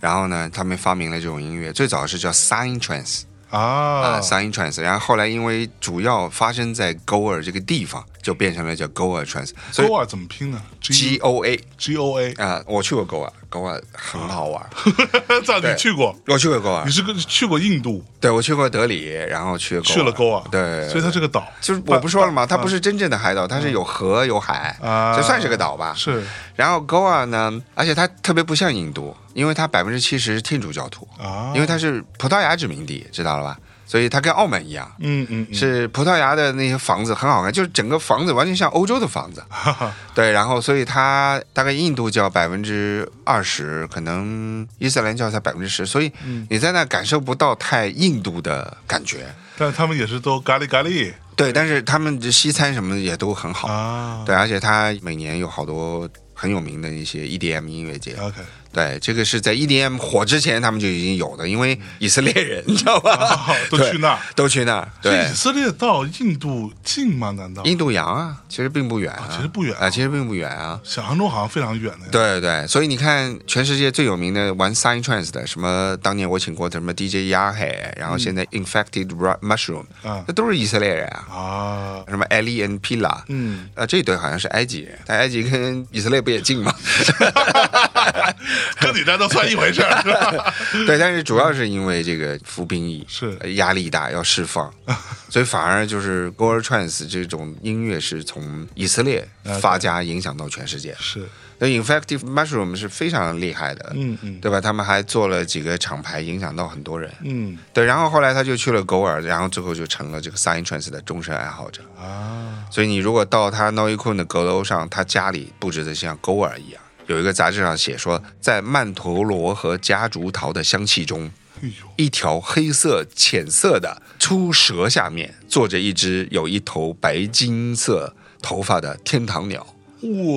A: 然后呢，他们发明了这种音乐，最早是叫 sign trance，
B: 啊
A: 啊、s u n Entrance，然后后来因为主要发生在 Goa 这个地方，就变成了叫 Goa Trance，所以
B: Goa 怎么拼呢
A: G O A
B: G O A，
A: 啊、我去过 Goa，Goa 很好玩儿，
B: 啊这
A: 对啊
B: 你去过？
A: 我去过 Goa，
B: 你是个去过印度，
A: 对我去过德里，然后去 Goa,
B: 去了 Goa，
A: 对，
B: 所以它是个岛，
A: 就是我不说了嘛，
B: 啊
A: 它不是真正的海岛，它是有河有海，
B: 啊
A: 这算是个岛吧？
B: 是
A: 然后 Goa 呢，而且它特别不像印度，因为它百分之七十是天主教徒，
B: 啊，
A: 因为它是葡萄牙殖民地，知道了吧？所以它跟澳门一样，
B: 嗯嗯嗯
A: 是葡萄牙的那些房子很好看，就是整个房子完全像欧洲的房子。对，然后所以它大概印度教百分之二十，可能伊斯兰教才百分之十，所以
B: 嗯
A: 你在那感受不到太印度的感觉。
B: 但他们也是都咖喱咖喱
A: 对，但是他们这西餐什么的也都很好。
B: 啊，
A: 对，而且它每年有好多很有名的一些 EDM 音乐节。
B: ，OK，
A: 对，这个是在 EDM 火之前他们就已经有的，因为以色列人，你知道吧
B: 哦？嗯 都
A: 对
B: 去那儿
A: 都去那儿。
B: 所
A: 对
B: 以以，色列到印度近吗？难道
A: 印度洋啊，其实并不远啊，
B: 啊其实不远啊
A: 啊，其实并不远啊。
B: 想象中好像非常远的？，
A: 对对，所以你看，全世界最有名的玩 Sign Trance 的，什么当年我请过的什么 DJ y a h e 然后现在 Infected Ru- Mushroom，
B: 嗯啊
A: 那都是以色列人啊。
B: 啊，
A: 什么 Ali and Pila，
B: 嗯，
A: 呃，这一对好像是埃及人，但埃及跟以色列不也近吗？
B: 跟你那都算一回事儿，是吧
A: 对，但是主要是因为这个服兵役
B: 是
A: 呃压力大，要释 放，所以反而就是 Goa Trance 这种音乐是从以色列发家影响到全世界。
B: 是
A: 那 Infective Mushroom 是非常厉害的，
B: 嗯嗯
A: 对吧？他们还做了几个厂牌，影响到很多人。
B: 嗯
A: 对，然后后来他就去了 Goa，然后最后就成了这个 Sign Trance 的终身爱好者。
B: 啊，
A: 所以你如果到他 n o i k u n 的阁楼上，他家里布置的像勾尔一样。有一个杂志上写说，在曼陀罗和夹竹桃的香气中，
B: 哎呦，
A: 一条黑色浅色的出蛇下面坐着一只有一头白金色头发的天堂鸟。
B: 哇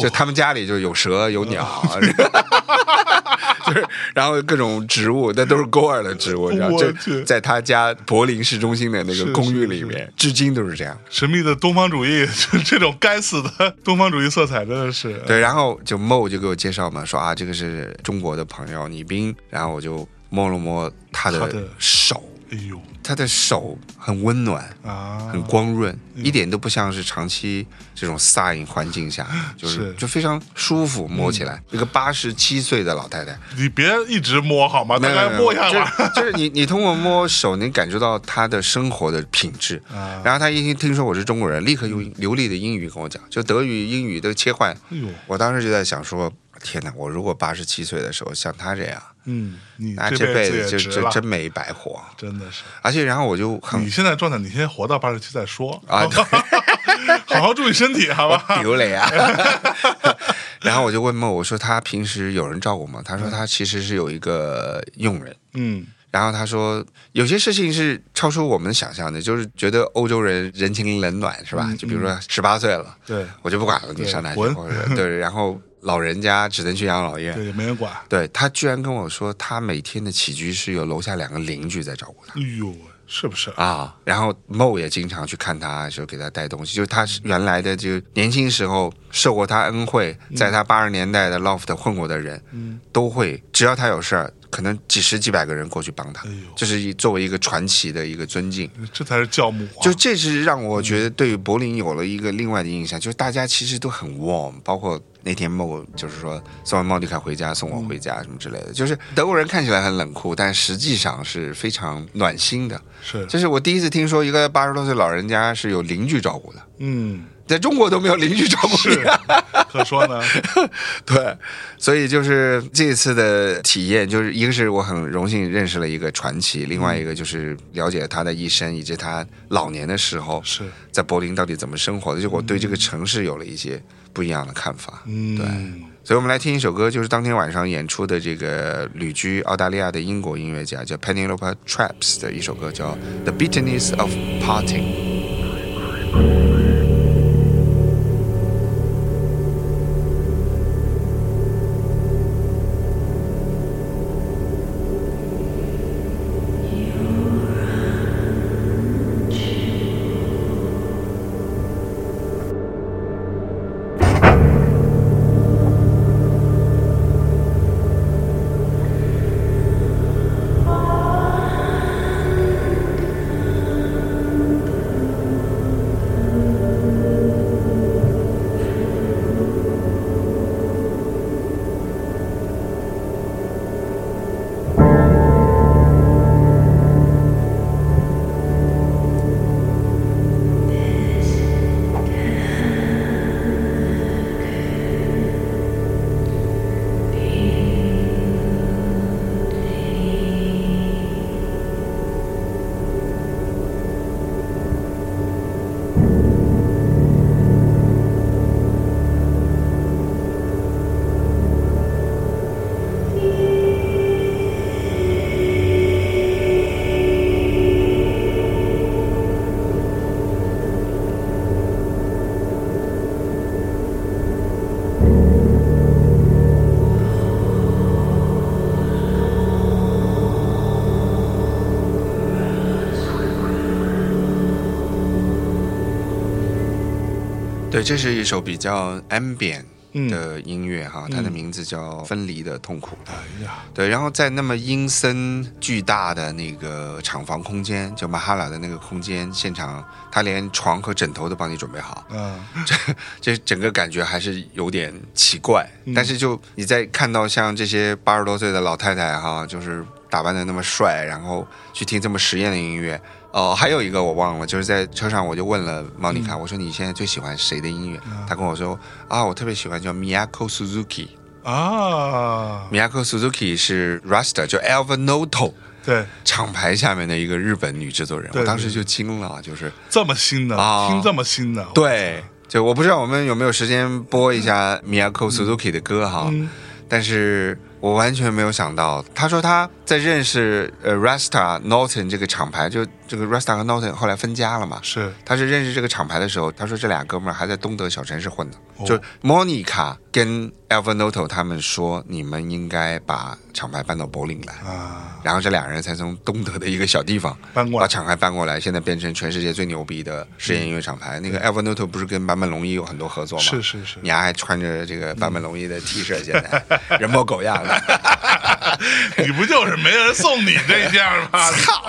A: 就他们家里就有蛇有鸟，啊 就是然后各种植物，那都是勾尔的植物，然后
B: 我
A: 就
B: 去
A: 在他家柏林市中心的那
B: 是
A: 个公寓
B: 是
A: 里
B: 是
A: 面，至今都是这样。
B: 神秘的东方主义， 就这种该死的东方主义色彩，真的是
A: 对，然后就 Mo 就给我介绍嘛，说啊，这个是中国的朋友倪斌，然后我就摸了摸他
B: 他
A: 的
B: 的
A: 手，
B: 哎呦
A: 他的手很温暖，
B: 啊，
A: 很光润，一点都不像是长期这种 sign 环境下，就是
B: 是
A: 就非常舒服，摸起来。
B: 嗯
A: 一个八十七岁的老太太，
B: 你别一直摸好吗？
A: 没
B: 大
A: 有
B: 概
A: 没有
B: 摸一下
A: 就是
B: 吧。
A: 就是你你通过摸手能感受到她的生活的品质。
B: 啊嗯
A: 然后她一听听说我是中国人，立刻用流利的英语跟我讲，就德语英语的切换。
B: 哎呦
A: 我当时就在想说，天哪！我如果八十七岁的时候像她这样，
B: 嗯，你
A: 那
B: 这
A: 啊这辈
B: 子也
A: 子就
B: 值
A: 就
B: 了，
A: 真没白活。
B: 真的是。
A: 而且然后我就很
B: 你现在状态，你先活到八十七再说
A: 啊对
B: 好好注意身体，好 吧？
A: 流泪 啊。然后我就问梦，我说他平时有人照顾吗？他说他其实是有一个佣人。
B: 嗯，
A: 然后他说，有些事情是超出我们想象的，就是觉得欧洲人人情冷暖是吧？就比如说十八岁了，
B: 嗯对
A: 我就不管了，你上哪去？
B: 滚
A: 或者对，然后老人家只能去养老院。
B: 对，也没人管。哎
A: 对他居然跟我说，他每天的起居是有楼下两个邻居在照顾他。
B: 哎呦，是不是？
A: 啊，然后 Mo 也经常去看他，就给他带东西。就是他是原来的就年轻时候受过他恩惠，在
B: 嗯
A: 他八十年代的 Loft 混过的人，都会只要他有事儿，可能几十几百个人过去帮他
B: 哎呦，
A: 这是一作为一个传奇的一个尊敬。
B: 这才是教母啊！
A: 就这是让我觉得对于柏林有了一个另外的印
B: 嗯
A: 象，就是大家其实都很 warm，包括那天梦就是说送完猫迪卡回家送我回家什么之类的，就是德国人看起来很冷酷，但实际上是非常暖心的。
B: 是
A: 这是我第一次听说一个八十多岁老人家是有邻居照顾的，
B: 嗯，
A: 在中国都没有邻居照顾你
B: 是。可说呢。
A: 对，所以就是这次的体验，就是一个是我很荣幸认识了一个传奇，另
B: 嗯
A: 外一个就是了解他的一生，以及他老年的时候
B: 是
A: 在柏林到底怎么生活的，就我对这个城市有了一些不一样的看法。对。
B: 嗯，
A: 所以我们来听一首歌，就是当天晚上演出的这个旅居澳大利亚的英国音乐家叫 Penelope Traps 的一首歌，叫《The Bitterness of Parting》。
F: Thank
A: 对，这是一首比较 ambient
B: 嗯
A: 的音乐哈，它的名字叫《分离的痛苦》。
B: 哎呀，
A: 对，然后在那么阴森巨大的那个厂房空间，就马哈拉的那个空间，现场他连床和枕头都帮你准备好，
B: 嗯，
A: 这 整个感觉还是有点奇怪。但是就你在看到像这些八十多岁的老太太哈，就是打扮的那么帅，然后去听这么实验的音乐。哦，还有一个我忘了，就是在车上我就问了毛妮卡，我说你现在最喜欢谁的音乐？她跟我说啊，我特别喜欢叫 Miyako Suzuki。
B: 啊，
A: Miyako Suzuki 是 Rasta，就 Alvin Noto
B: 对，
A: 厂牌下面的一个日本女制作人，
B: 对
A: 我当时就惊了，啊就是
B: 这么新的，
A: 啊
B: 听这么新的，
A: 对，就我不知道我们有没有时间播一下 Miyako Suzuki 的歌哈，
B: 嗯
A: 但是我完全没有想到，他说他在认识呃 Rasta Norton 这个厂牌，就这个 Rasta 和 Norton 后来分家了嘛，
B: 是
A: 他是认识这个厂牌的时候，他说这俩哥们儿还在东德小城市混呢。
B: 哦
A: 就 Monica 跟 Alvin Noto 他们说，你们应该把厂牌搬到柏林来。
B: 啊，
A: 然后这俩人才从东德的一个小地方
B: 搬过来
A: 把厂牌搬过来，现在变成全世界最牛逼的实验音乐厂牌。那个 Alvin Noto 不是跟坂本龙一有很多合作吗？
B: 嗯是是是
A: 你还穿着这个坂本龙一的 T 恤，现 在人模狗样的。
B: 你不就是没人送你这件吗？ 操，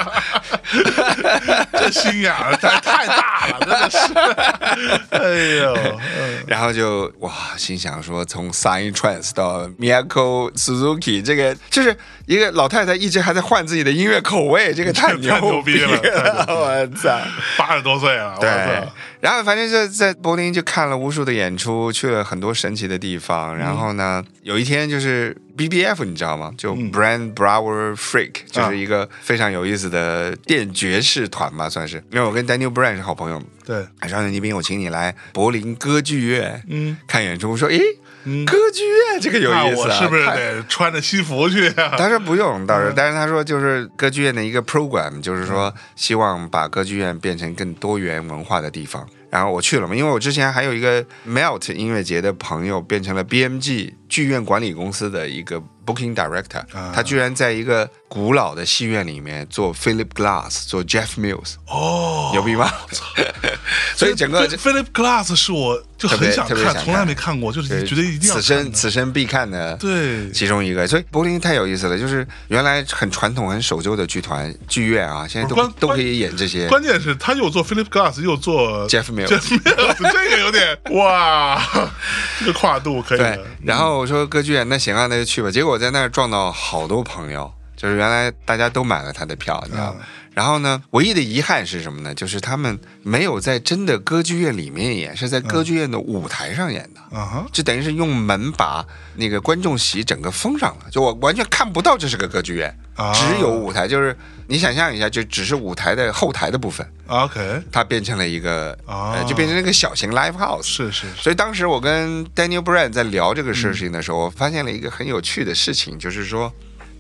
B: 这心眼儿太太大了，真的是，哎呦，嗯
A: 然后就哇，心想说，从 Sign Trance 到 Miyako Suzuki，这个就是一个老太太一直还在换自己的音乐口味，这个太
B: 太牛逼
A: 逼
B: 了
A: 了， 我操！
B: 八十多岁了，我
A: 对
B: 操，，
A: 然后反正就在柏林就看了无数的演出，去了很多神奇的地方。
B: 嗯
A: 然后呢，有一天就是 BBF，你知道吗？就
B: 嗯
A: Brand Brower Freak，、就是一
B: 啊
A: 个非常有意思的电爵士团吧，算是。因为我跟 Daniel Bryan 是好朋友，
B: 对，
A: 少年倪斌，我请你来柏林歌剧院，
B: 嗯，
A: 看演出。我说，诶，
B: 嗯
A: 歌剧院这个有
B: 那
A: 意思、
B: 我
A: 啊，
B: 是不是
A: 看
B: 得穿着西服去 啊？
A: 他说不用，倒是，但是他说就是歌剧院的一个 program，就是说希望把歌剧院变成更多元文化的地方。然后我去了嘛，因为我之前还有一个 Melt 音乐节的朋友变成了 BMG 剧院管理公司的一个 booking director，、
B: 啊
A: 他居然在一个古老的戏院里面做 Philip Glass，做 Jeff Mills，、
B: 哦，
A: 牛逼 吗？ 所以整个
B: 这 Philip Glass 是我就
A: 特别
B: 很想
A: 特别想
B: 看，
A: 看
B: 从来没看过，就是
A: 对
B: 觉得一定
A: 此
B: 要看
A: 生
B: 的。
A: 此生必看的，
B: 对，
A: 其中一个，所以柏林太有意思了，就是原来很传统、很守旧的剧团剧院啊，现在都
B: 关
A: 都可以演这些。
B: 关键是他又做 Philip Glass，又做
A: Jeff Mills
B: Jeff Mills，这个有点哇，这个跨度可以
A: 对
B: 的。，
A: 然后我说歌剧院，那行啊，那就去吧。结果在那儿撞到好多朋友，就是原来大家都买了他的票，你知
B: 嗯
A: 道吗？然后呢，唯一的遗憾是什么呢？就是他们没有在真的歌剧院里面演，是在
B: 嗯
A: 歌剧院的舞台上演的。
B: 啊哈，
A: 就等于是用门把那个观众席整个封上了，就我完全看不到这是个歌剧院，
B: 啊
A: 只有舞台，就是你想象一下，就只是舞台的后台的部分，
B: OK，
A: 它变成了一个，
B: 啊
A: 呃，就变成了一个小型 live house。
B: 是是是，
A: 所以当时我跟 Daniel Bryan 在聊这个
B: 嗯
A: 事情的时候，我发现了一个很有趣的事情，就是说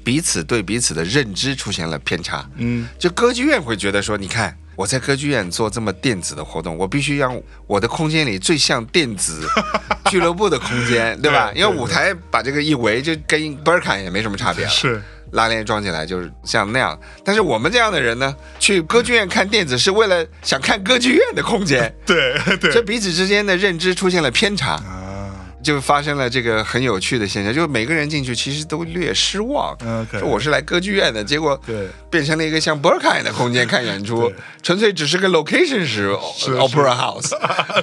A: 彼此对彼此的认知出现了偏差。
B: 嗯，
A: 就歌剧院会觉得说，你看我在歌剧院做这么电子的活动，我必须让我的空间里最像电 子俱乐部的空间，对吧？
B: 对对
A: 因为舞台把这个一围，就跟 b e r k a n 也没什么差别了。
B: 是
A: 拉链装起来就是像那样，但是我们这样的人呢，去歌剧院看电子是为了想看歌剧院的空间，
B: 对
A: 这
B: 对
A: 彼此之间的认知出现了偏差。
B: 啊，
A: 就发生了这个很有趣的现象，就是每个人进去其实都略失望。
B: 嗯 OK
A: 说我是来歌剧院的，结果
B: 对
A: 变成了一个像 b u r k a n 的空间看演出
B: 对，
A: 纯粹只是个 location 是 opera house。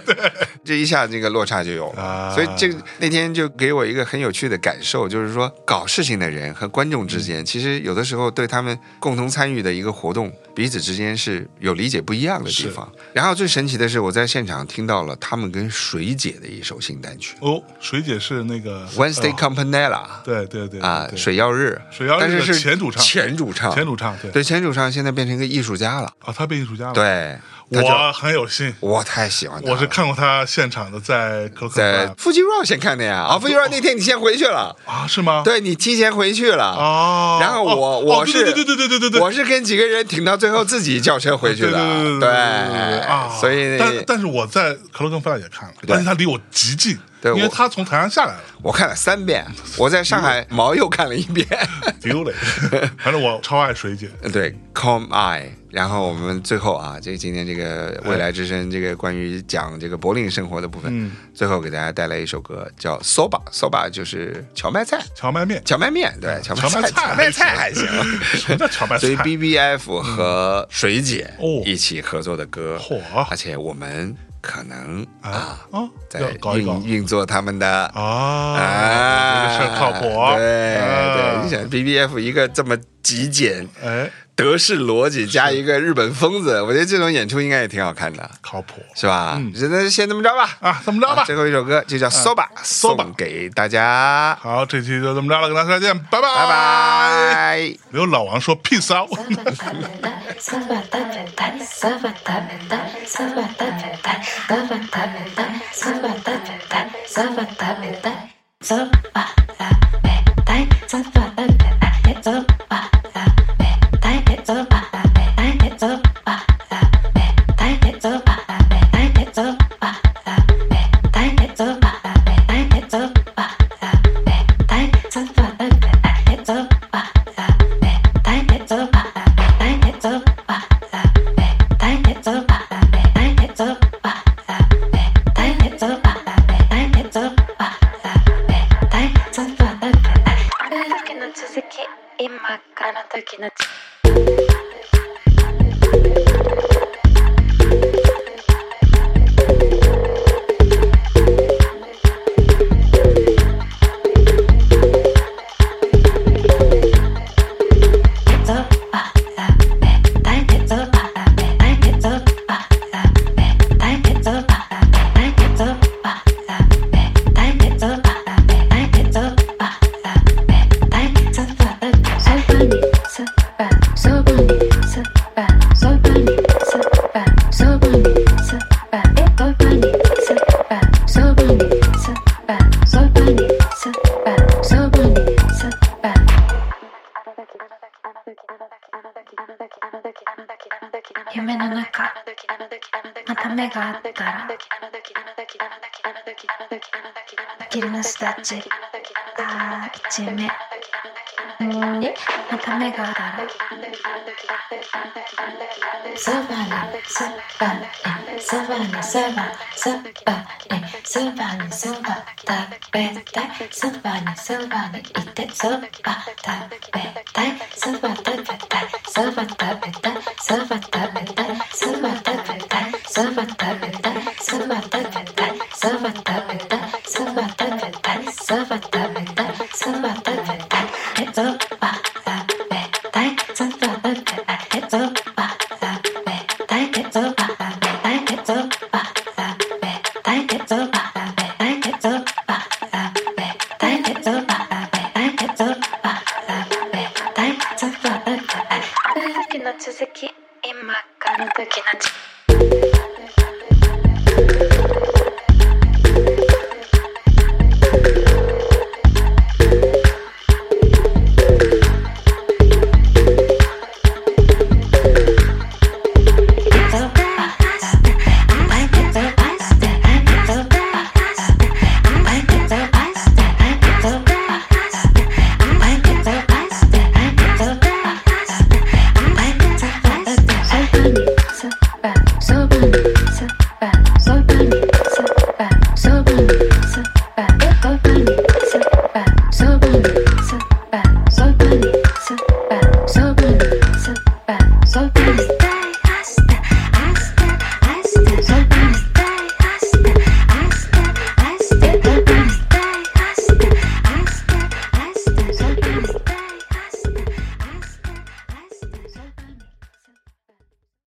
A: 对，这一下这个落差就有了。
B: 啊
A: 所以这个那天就给我一个很有趣的感受，就是说搞事情的人和观众之
B: 嗯
A: 间，其实有的时候对他们共同参与的一个活动，彼此之间是有理解不一样的地
B: 是
A: 方。然后最神奇的是，我在现场听到了他们跟水姐的一首新单曲。
B: 哦，水姐是那个
A: Wednesday
B: 呃
A: Campanella
B: 对对对
A: 啊，
B: 对
A: 水曜日，
B: 水曜日
A: 但是
B: 的
A: 是
B: 前主唱
A: 前主唱，
B: 前主唱对
A: 对，前主唱现在变成一个艺术家了，
B: 啊，他变艺术家了，，
A: 对，他
B: 我很有幸，
A: 就我太喜欢他了，
B: 我是看过他现场的，在 Coco
A: 在
B: Club
A: 腹肌 rock 先看的呀，啊，腹肌
B: 哦
A: rock 那天你先回去了，
B: 啊，是吗？
A: 对你提前回去了。
B: 哦，
A: 然后我
B: 哦
A: 我
B: 哦
A: 是
B: 对对对对对对对，
A: 我是跟几个人挺到最后自己叫车回去
B: 对对
A: 的，
B: 对对啊！
A: 所以
B: 但但是我在克罗根菲尔也看了，但是他离我极近，
A: 对
B: 因为
A: 我
B: 他从台上下来了，
A: 我看了三遍，我在上海 毛又看了一遍，
B: 丢了。反正我超爱水姐，
A: 对，Calm Eye，然后我们最后啊，这今天这个未来之声这个关于讲这个柏林生活的部分，
B: 嗯
A: 最后给大家带来一首歌叫 Soba Soba，就是荞麦菜。
B: 荞麦面，
A: 荞麦面，对，荞麦
B: 嗯荞麦
A: 菜，
B: 菜
A: 荞麦菜还行。
B: 什么叫荞麦
A: 所以
B: 菜？
A: B B F 和水姐
B: 哦
A: 一起合作的歌，
B: 嚯
A: 而且我们可能啊
B: 啊啊，
A: 在
B: 要搞一搞
A: 运运作他们的
B: 啊，这个事儿靠谱。
A: 对对，
B: 啊
A: 你想 B B F 一个这么极简
B: 哎，
A: 德式逻辑加一个日本疯子，我觉得这种演出应该也挺好看的，
B: 靠谱
A: 是吧？那先这么着吧，
B: 嗯啊，这么着吧。啊
A: 最后一首歌就叫《Soba》，送给大家，
B: 好，这期就这么着了，跟大家再见，拜拜
A: 拜
B: 拜。
A: 拜。
B: 留老王说 peace out。
F: 夢の中また目が合ったら霧のすだちあー一目えまた目が合ったらそばにそばにそばにそばそばにそばにそば食べたいそばにそばにいてそば食べたいそば食べたいそば食べたいそば食べたいそば食べたいそば食べたいそば食べたいそば食べたいそば食べたいそば食べたいそば食べたいえそば食べたいそば食べたいえそば食べたいえそば食べたいえそば食べたいえそば食べたいえそば食べたいえそば食べたいえそば食べたいそば食べたい続きの続き今からの時の時 Thank